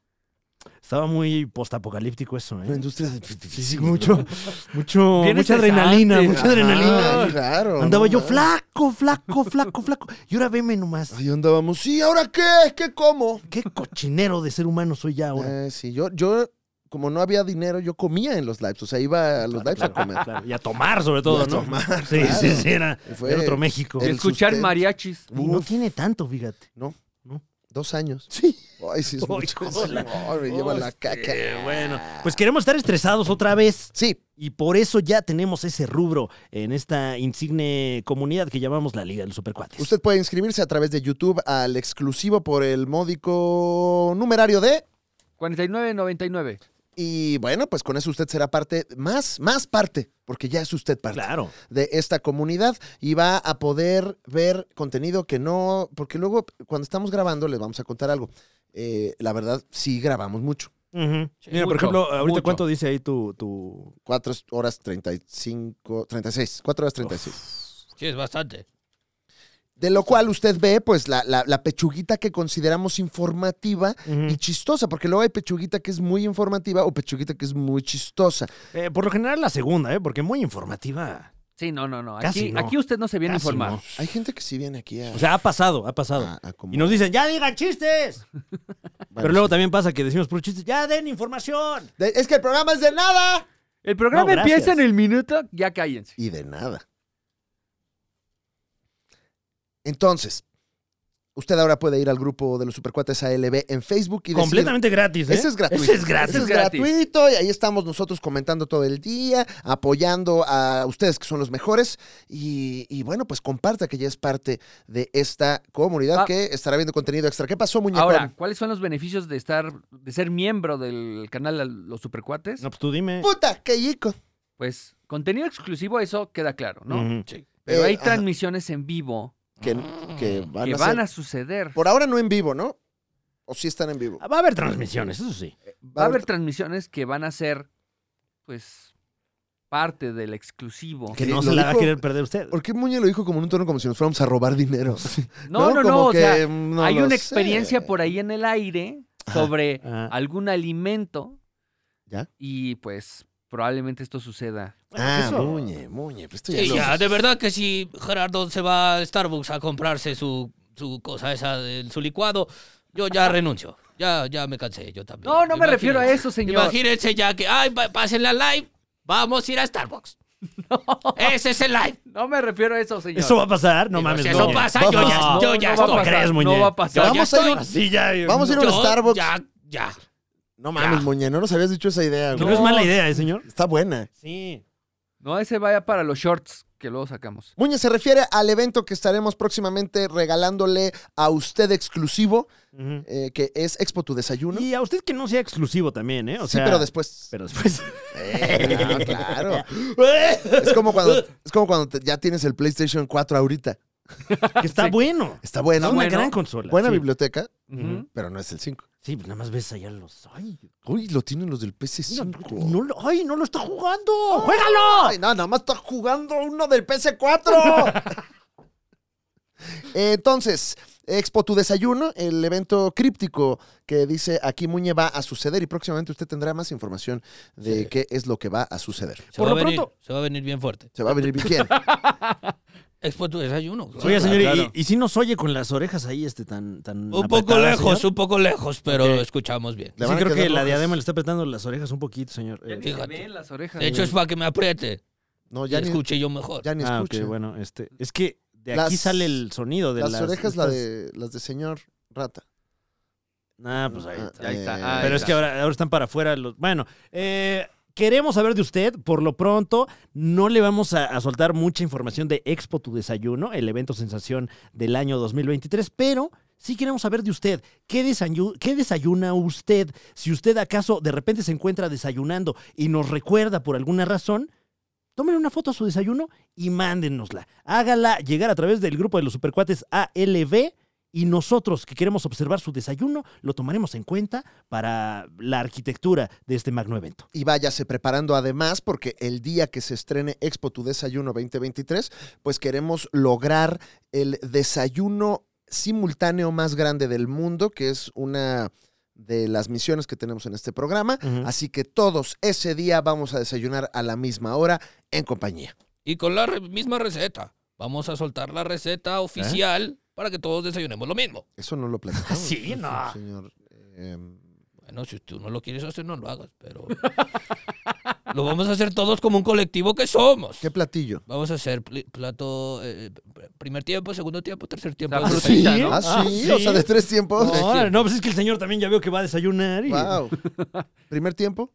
Speaker 2: Estaba muy postapocalíptico eso, ¿eh?
Speaker 1: La industria del
Speaker 2: Sí,
Speaker 1: físico.
Speaker 2: mucho, mucho,
Speaker 4: Bien
Speaker 2: mucha
Speaker 4: estresante.
Speaker 2: adrenalina, mucha
Speaker 4: Ajá.
Speaker 2: adrenalina.
Speaker 1: Ay, Ah, claro.
Speaker 2: Andaba
Speaker 1: no
Speaker 2: yo
Speaker 1: mames.
Speaker 2: flaco, flaco, flaco, flaco. Y ahora veme nomás.
Speaker 1: Ahí andábamos. Sí, ¿ahora qué? ¿Qué como?
Speaker 2: Qué cochinero de ser humano soy ya ahora.
Speaker 1: Eh, sí, yo, yo, como no había dinero, yo comía en los lives. O sea, iba a los lives a comer.
Speaker 2: Claro, y a tomar, sobre todo,
Speaker 1: Ah. Y a
Speaker 2: ¿no?
Speaker 1: tomar,
Speaker 2: Sí,
Speaker 1: claro.
Speaker 2: sí, sí, era,
Speaker 1: Y fue
Speaker 2: era otro México.
Speaker 1: el
Speaker 4: Escuchar
Speaker 1: sustento.
Speaker 4: mariachis.
Speaker 2: Y no
Speaker 1: Uf.
Speaker 2: tiene tanto, fíjate.
Speaker 1: Dos años.
Speaker 2: Sí.
Speaker 1: Ay, sí, es
Speaker 2: Ay,
Speaker 1: mucho.
Speaker 2: cola.
Speaker 1: Ay, me lleva la caca.
Speaker 2: bueno, pues queremos estar estresados otra vez.
Speaker 1: Sí,
Speaker 2: Y por eso ya tenemos ese rubro en esta insigne comunidad que llamamos la Liga de los Supercuates.
Speaker 1: usted puede inscribirse a través de YouTube al exclusivo por el módico numerario de...
Speaker 4: 49.99.
Speaker 1: Y bueno, pues con eso usted será parte, más, más parte, porque ya es usted parte.
Speaker 2: Claro.
Speaker 1: de esta comunidad y va a poder ver contenido que no, porque luego cuando estamos grabando les vamos a contar algo. Eh, la verdad, sí grabamos mucho.
Speaker 2: Ujú. Mira, por
Speaker 4: mucho,
Speaker 2: ejemplo, ahorita
Speaker 4: mucho.
Speaker 2: cuánto dice ahí tu, tu
Speaker 1: 4 horas 35, 36, 4 horas 36.
Speaker 6: Sí, es bastante.
Speaker 1: De lo cual usted ve pues la, la- la pechuguita que consideramos informativa
Speaker 2: Ujú.
Speaker 1: y chistosa, porque luego hay pechuguita que es muy informativa o pechuguita que es muy chistosa.
Speaker 2: Eh, por lo general la segunda, ¿eh? Porque muy informativa.
Speaker 4: Sí, no, no, no. Aquí,
Speaker 2: Casi no.
Speaker 4: aquí usted no se viene a
Speaker 2: Casi
Speaker 4: informar.
Speaker 2: no.
Speaker 1: Hay gente que sí viene aquí a...
Speaker 2: O sea, ha pasado, ha pasado.
Speaker 1: a- a como-
Speaker 2: y nos dicen, ya digan chistes.
Speaker 1: Ah, bueno,
Speaker 2: Pero luego
Speaker 1: sí.
Speaker 2: también pasa que decimos por chistes, ya den información.
Speaker 1: De- Es que el programa es de nada.
Speaker 4: El programa
Speaker 2: No, gracias.
Speaker 4: empieza en el minuto, ya cállense.
Speaker 1: y de nada. Entonces, usted ahora puede ir al grupo de los Supercuates ALB en Facebook y decir,
Speaker 2: Completamente gratis, ¿eh?
Speaker 1: Ese es gratuito.
Speaker 2: Ese es gratis.
Speaker 1: Ese es gratuito. Y ahí estamos nosotros comentando todo el día, apoyando a ustedes que son los mejores. Y, y bueno, pues comparta que ya es parte de esta comunidad
Speaker 4: Ah.
Speaker 1: que estará viendo contenido extra. ¿Qué pasó, muñeco?
Speaker 4: Ahora, ¿cuáles son los beneficios de estar, de ser miembro del canal Al- Los Supercuates?
Speaker 2: No, pues tú dime.
Speaker 1: Puta, qué chico.
Speaker 4: Pues contenido exclusivo, eso queda claro, ¿no?
Speaker 2: Ujú.
Speaker 4: Pero
Speaker 1: Eh,
Speaker 4: hay
Speaker 1: ajá.
Speaker 4: transmisiones en vivo
Speaker 1: Que, que van,
Speaker 4: que
Speaker 1: a,
Speaker 4: van
Speaker 1: ser-
Speaker 4: a suceder.
Speaker 1: Por ahora no en vivo, ¿no? O sí están en vivo.
Speaker 2: Va a haber transmisiones, eso sí.
Speaker 4: Va a haber transmisiones que van a ser, pues, parte del exclusivo.
Speaker 2: Que
Speaker 1: Sí,
Speaker 2: no
Speaker 1: lo
Speaker 2: se la va a
Speaker 1: dijo-
Speaker 2: querer perder usted.
Speaker 1: ¿Por qué Muñe lo dijo como en un tono como si nos fuéramos a robar dinero?
Speaker 4: No, no, no,
Speaker 1: Como
Speaker 4: o
Speaker 1: que,
Speaker 4: sea,
Speaker 1: mm, no
Speaker 4: hay
Speaker 1: lo
Speaker 4: una
Speaker 1: sé.
Speaker 4: experiencia por ahí en el aire sobre
Speaker 2: Ah.
Speaker 4: algún alimento.
Speaker 1: ¿Ya?
Speaker 4: Y pues probablemente esto suceda.
Speaker 1: ah,
Speaker 2: eso-
Speaker 1: Muñe, Muñe. Pues esto ya
Speaker 6: Sí,
Speaker 1: lo-
Speaker 6: ya, de verdad que si Gerardo se va a Starbucks a comprarse su, su cosa esa, de- su licuado, yo ya renuncio. Ya, ya me cansé, yo también.
Speaker 4: No, no me
Speaker 6: Imagínense.
Speaker 4: refiero a eso, señor.
Speaker 6: Imagínense ya que, ay, pa- pasen la live, vamos a ir a Starbucks. Ese es el live.
Speaker 4: No me refiero a eso, señor.
Speaker 2: ¿Eso va a pasar? No
Speaker 6: Digo,
Speaker 2: mames,
Speaker 6: si eso
Speaker 2: no.
Speaker 6: pasa,
Speaker 1: No,
Speaker 6: yo ya,
Speaker 2: no,
Speaker 6: yo ya
Speaker 4: no va a
Speaker 2: ¿Cómo
Speaker 6: estoy.
Speaker 4: pasar,
Speaker 2: crees, muñe?
Speaker 4: no va a pasar.
Speaker 6: Yo ya
Speaker 1: Vamos a ir-
Speaker 6: estoy.
Speaker 2: Así ya.
Speaker 1: Vamos a ir a un
Speaker 6: Yo
Speaker 1: Starbucks.
Speaker 6: Ya, ya.
Speaker 1: No mames,
Speaker 6: Ya.
Speaker 1: Muñe, no nos habías dicho esa idea,
Speaker 2: Que no
Speaker 1: güey.
Speaker 2: es mala idea, ¿eh, señor?
Speaker 1: Está buena.
Speaker 2: Sí.
Speaker 4: No, ese vaya para los shorts que luego sacamos.
Speaker 1: Muñe se refiere al evento que estaremos próximamente regalándole a usted exclusivo, eh, que es Expo Tu Desayuno.
Speaker 2: Y a usted que no sea exclusivo también, ¿eh? O
Speaker 1: sí,
Speaker 2: sea,
Speaker 1: pero después.
Speaker 2: Pero después.
Speaker 1: Eh, no, claro. Es como cuando, es como cuando te- ya tienes el PlayStation 4 ahorita.
Speaker 2: que está
Speaker 4: Sí.
Speaker 2: bueno.
Speaker 1: Está Ah,
Speaker 2: Es
Speaker 1: bueno.
Speaker 2: una
Speaker 4: bueno.
Speaker 2: gran consola.
Speaker 1: Buena
Speaker 2: sí.
Speaker 1: biblioteca,
Speaker 4: Ujú.
Speaker 2: Ujú.
Speaker 1: pero no es el 5.
Speaker 2: Sí, pues nada más ves allá los. Ay,
Speaker 1: Uy, lo tienen los del
Speaker 2: mira,
Speaker 1: PC5.
Speaker 2: no, lo- ay, no lo está jugando.
Speaker 1: Ah.
Speaker 2: ¡Juégalo!
Speaker 1: Ay, no, nada más está jugando uno del PS4. Entonces, Expo Tu Desayuno, el evento críptico que dice aquí Muñe va a suceder y próximamente usted tendrá más información de qué es lo que va a suceder.
Speaker 6: Se
Speaker 2: Por
Speaker 6: va
Speaker 2: lo
Speaker 6: a venir,
Speaker 2: pronto-
Speaker 6: Se va a venir bien fuerte.
Speaker 1: Se va a venir bien.
Speaker 6: Expo tu desayuno.
Speaker 2: Oiga, señor,
Speaker 4: claro.
Speaker 2: y- y, si nos oye con las orejas ahí este tan. tan
Speaker 6: Un poco
Speaker 2: apretadas,
Speaker 6: lejos,
Speaker 2: señor?
Speaker 6: un poco lejos, pero
Speaker 2: Ok.
Speaker 6: escuchamos bien.
Speaker 1: Le
Speaker 2: Sí,
Speaker 1: van a
Speaker 2: creo que
Speaker 1: quedar
Speaker 2: la
Speaker 1: rojas.
Speaker 2: diadema le está apretando las orejas un poquito, señor.
Speaker 4: Ya
Speaker 2: Eh,
Speaker 4: ni se
Speaker 6: fíjate.
Speaker 4: ven las orejas.
Speaker 6: De hecho, es para que me apriete.
Speaker 1: No,
Speaker 6: Y
Speaker 1: ya ni,
Speaker 6: escuche yo mejor.
Speaker 1: ya ni
Speaker 2: ah, ok,
Speaker 1: escucha.
Speaker 2: bueno, este. Es que de aquí
Speaker 1: Las-
Speaker 2: sale el sonido de
Speaker 1: las,
Speaker 2: las.
Speaker 1: orejas, la
Speaker 2: estas-
Speaker 1: de, las de señor Rata.
Speaker 2: Ah, pues ahí
Speaker 1: Ah,
Speaker 2: está.
Speaker 4: ahí está.
Speaker 1: eh,
Speaker 4: Ah,
Speaker 2: Pero es que ahora, ahora están para afuera los. Bueno, eh, queremos saber de usted. Por lo pronto, no le vamos a, a soltar mucha información de Expo Tu Desayuno, el evento sensación del año 2023, pero. Sí queremos saber de usted, ¿qué, desayu- ¿qué desayuna usted? Si usted acaso de repente se encuentra desayunando y nos recuerda por alguna razón, tómenle una foto a su desayuno y mándenosla. Hágala llegar a través del grupo de los supercuates ALB y nosotros que queremos observar su desayuno lo tomaremos en cuenta para la arquitectura de este magno evento.
Speaker 1: y váyase preparando además porque el día que se estrene Expo Tu Desayuno 2023, pues queremos lograr el desayuno simultáneo más grande del mundo, que es una de las misiones que tenemos en este programa.
Speaker 2: Ujú.
Speaker 1: Así que todos ese día vamos a desayunar a la misma hora en compañía.
Speaker 6: Y con la re- misma receta. Vamos a soltar la
Speaker 1: ¿Eh?
Speaker 6: receta oficial para que todos desayunemos lo mismo.
Speaker 1: Eso no lo platicamos.
Speaker 2: Sí, no.
Speaker 1: Señor, em,
Speaker 6: Bueno, si tú no lo quieres hacer, no lo hagas, pero... lo vamos a hacer todos como un colectivo que somos.
Speaker 1: ¿Qué platillo?
Speaker 6: Vamos a hacer pl- plato, eh, pr- primer tiempo, segundo tiempo, tercer tiempo.
Speaker 4: La
Speaker 6: Sí.
Speaker 4: frutita,
Speaker 2: ¿Sí?
Speaker 4: ¿no?
Speaker 1: Ah, sí,
Speaker 2: Ah, sí.
Speaker 1: o sea, de tres tiempos.
Speaker 2: No, no, pues es que el señor también ya veo que va a desayunar y...
Speaker 1: Wow. Primer tiempo.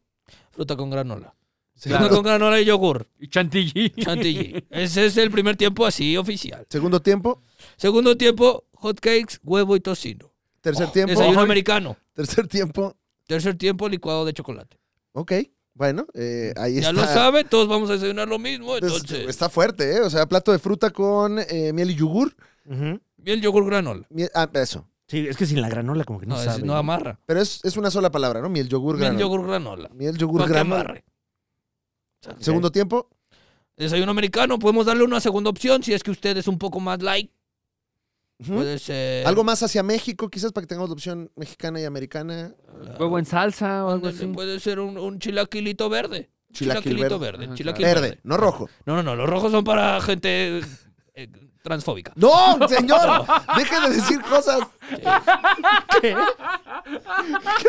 Speaker 6: Fruta con granola.
Speaker 1: Segundo,
Speaker 6: Fruta con granola y yogur.
Speaker 4: Y chantilly.
Speaker 6: Chantilly. Ese es el primer tiempo así oficial.
Speaker 1: segundo tiempo.
Speaker 6: Segundo tiempo, hotcakes, huevo y tocino.
Speaker 1: Tercer tiempo.
Speaker 6: Oh, Desayuno americano.
Speaker 1: Tercer tiempo.
Speaker 6: Tercer tiempo, licuado de chocolate.
Speaker 1: Ok, bueno, eh, ahí
Speaker 6: Ya
Speaker 1: está.
Speaker 6: lo sabe, todos vamos a desayunar lo mismo.
Speaker 1: Pues,
Speaker 6: Entonces,
Speaker 1: Está fuerte, ¿eh? O sea, plato de fruta con eh, miel y yogur.
Speaker 2: Ujú.
Speaker 6: bien yogur granola.
Speaker 1: Miel- ah, eso.
Speaker 2: Sí, es que sin la granola como que no,
Speaker 6: No, es-
Speaker 2: sabe.
Speaker 6: no amarra.
Speaker 1: Pero es, es una sola palabra, ¿no? Miel yogur
Speaker 6: Bien
Speaker 1: granola.
Speaker 6: yogur granola.
Speaker 1: Miel
Speaker 6: Para
Speaker 1: yogur
Speaker 6: que
Speaker 1: granola.
Speaker 6: amarre. Eh.
Speaker 1: Segundo tiempo.
Speaker 6: Desayuno americano, podemos darle una segunda opción si es que usted es un poco más light.
Speaker 1: Ujú.
Speaker 6: Puede ser.
Speaker 1: Algo más hacia México, quizás para que tengamos la opción mexicana y americana.
Speaker 6: Ah,
Speaker 4: Huevo en salsa o algo
Speaker 6: Ándale, pues.
Speaker 4: así.
Speaker 6: Puede ser un, un chilaquilito verde.
Speaker 1: Chilaquil
Speaker 6: Chilaquilito
Speaker 1: verde.
Speaker 6: verde.
Speaker 4: Ajá,
Speaker 6: chilaquil
Speaker 1: Verde, no rojo.
Speaker 6: No, no, no. Los rojos son para gente eh, transfóbica.
Speaker 1: ¡No, señor! ¡Deje de decir cosas!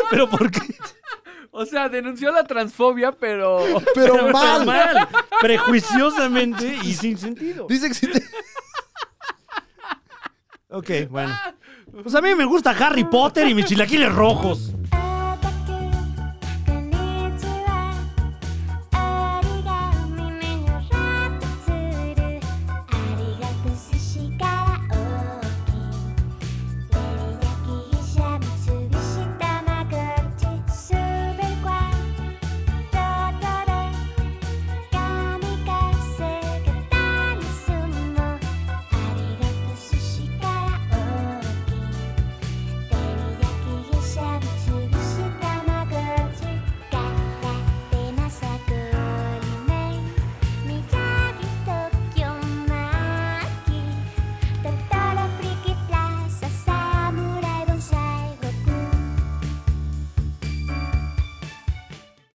Speaker 2: Pero ¿por qué?
Speaker 4: O sea, denunció la transfobia, pero.
Speaker 1: Pero
Speaker 2: Pero
Speaker 1: mal.
Speaker 2: mal, prejuiciosamente y sin sentido.
Speaker 1: Dice que sí te-
Speaker 2: Ok, bueno. Pues a mí me gusta Harry Potter y mis chilaquiles rojos.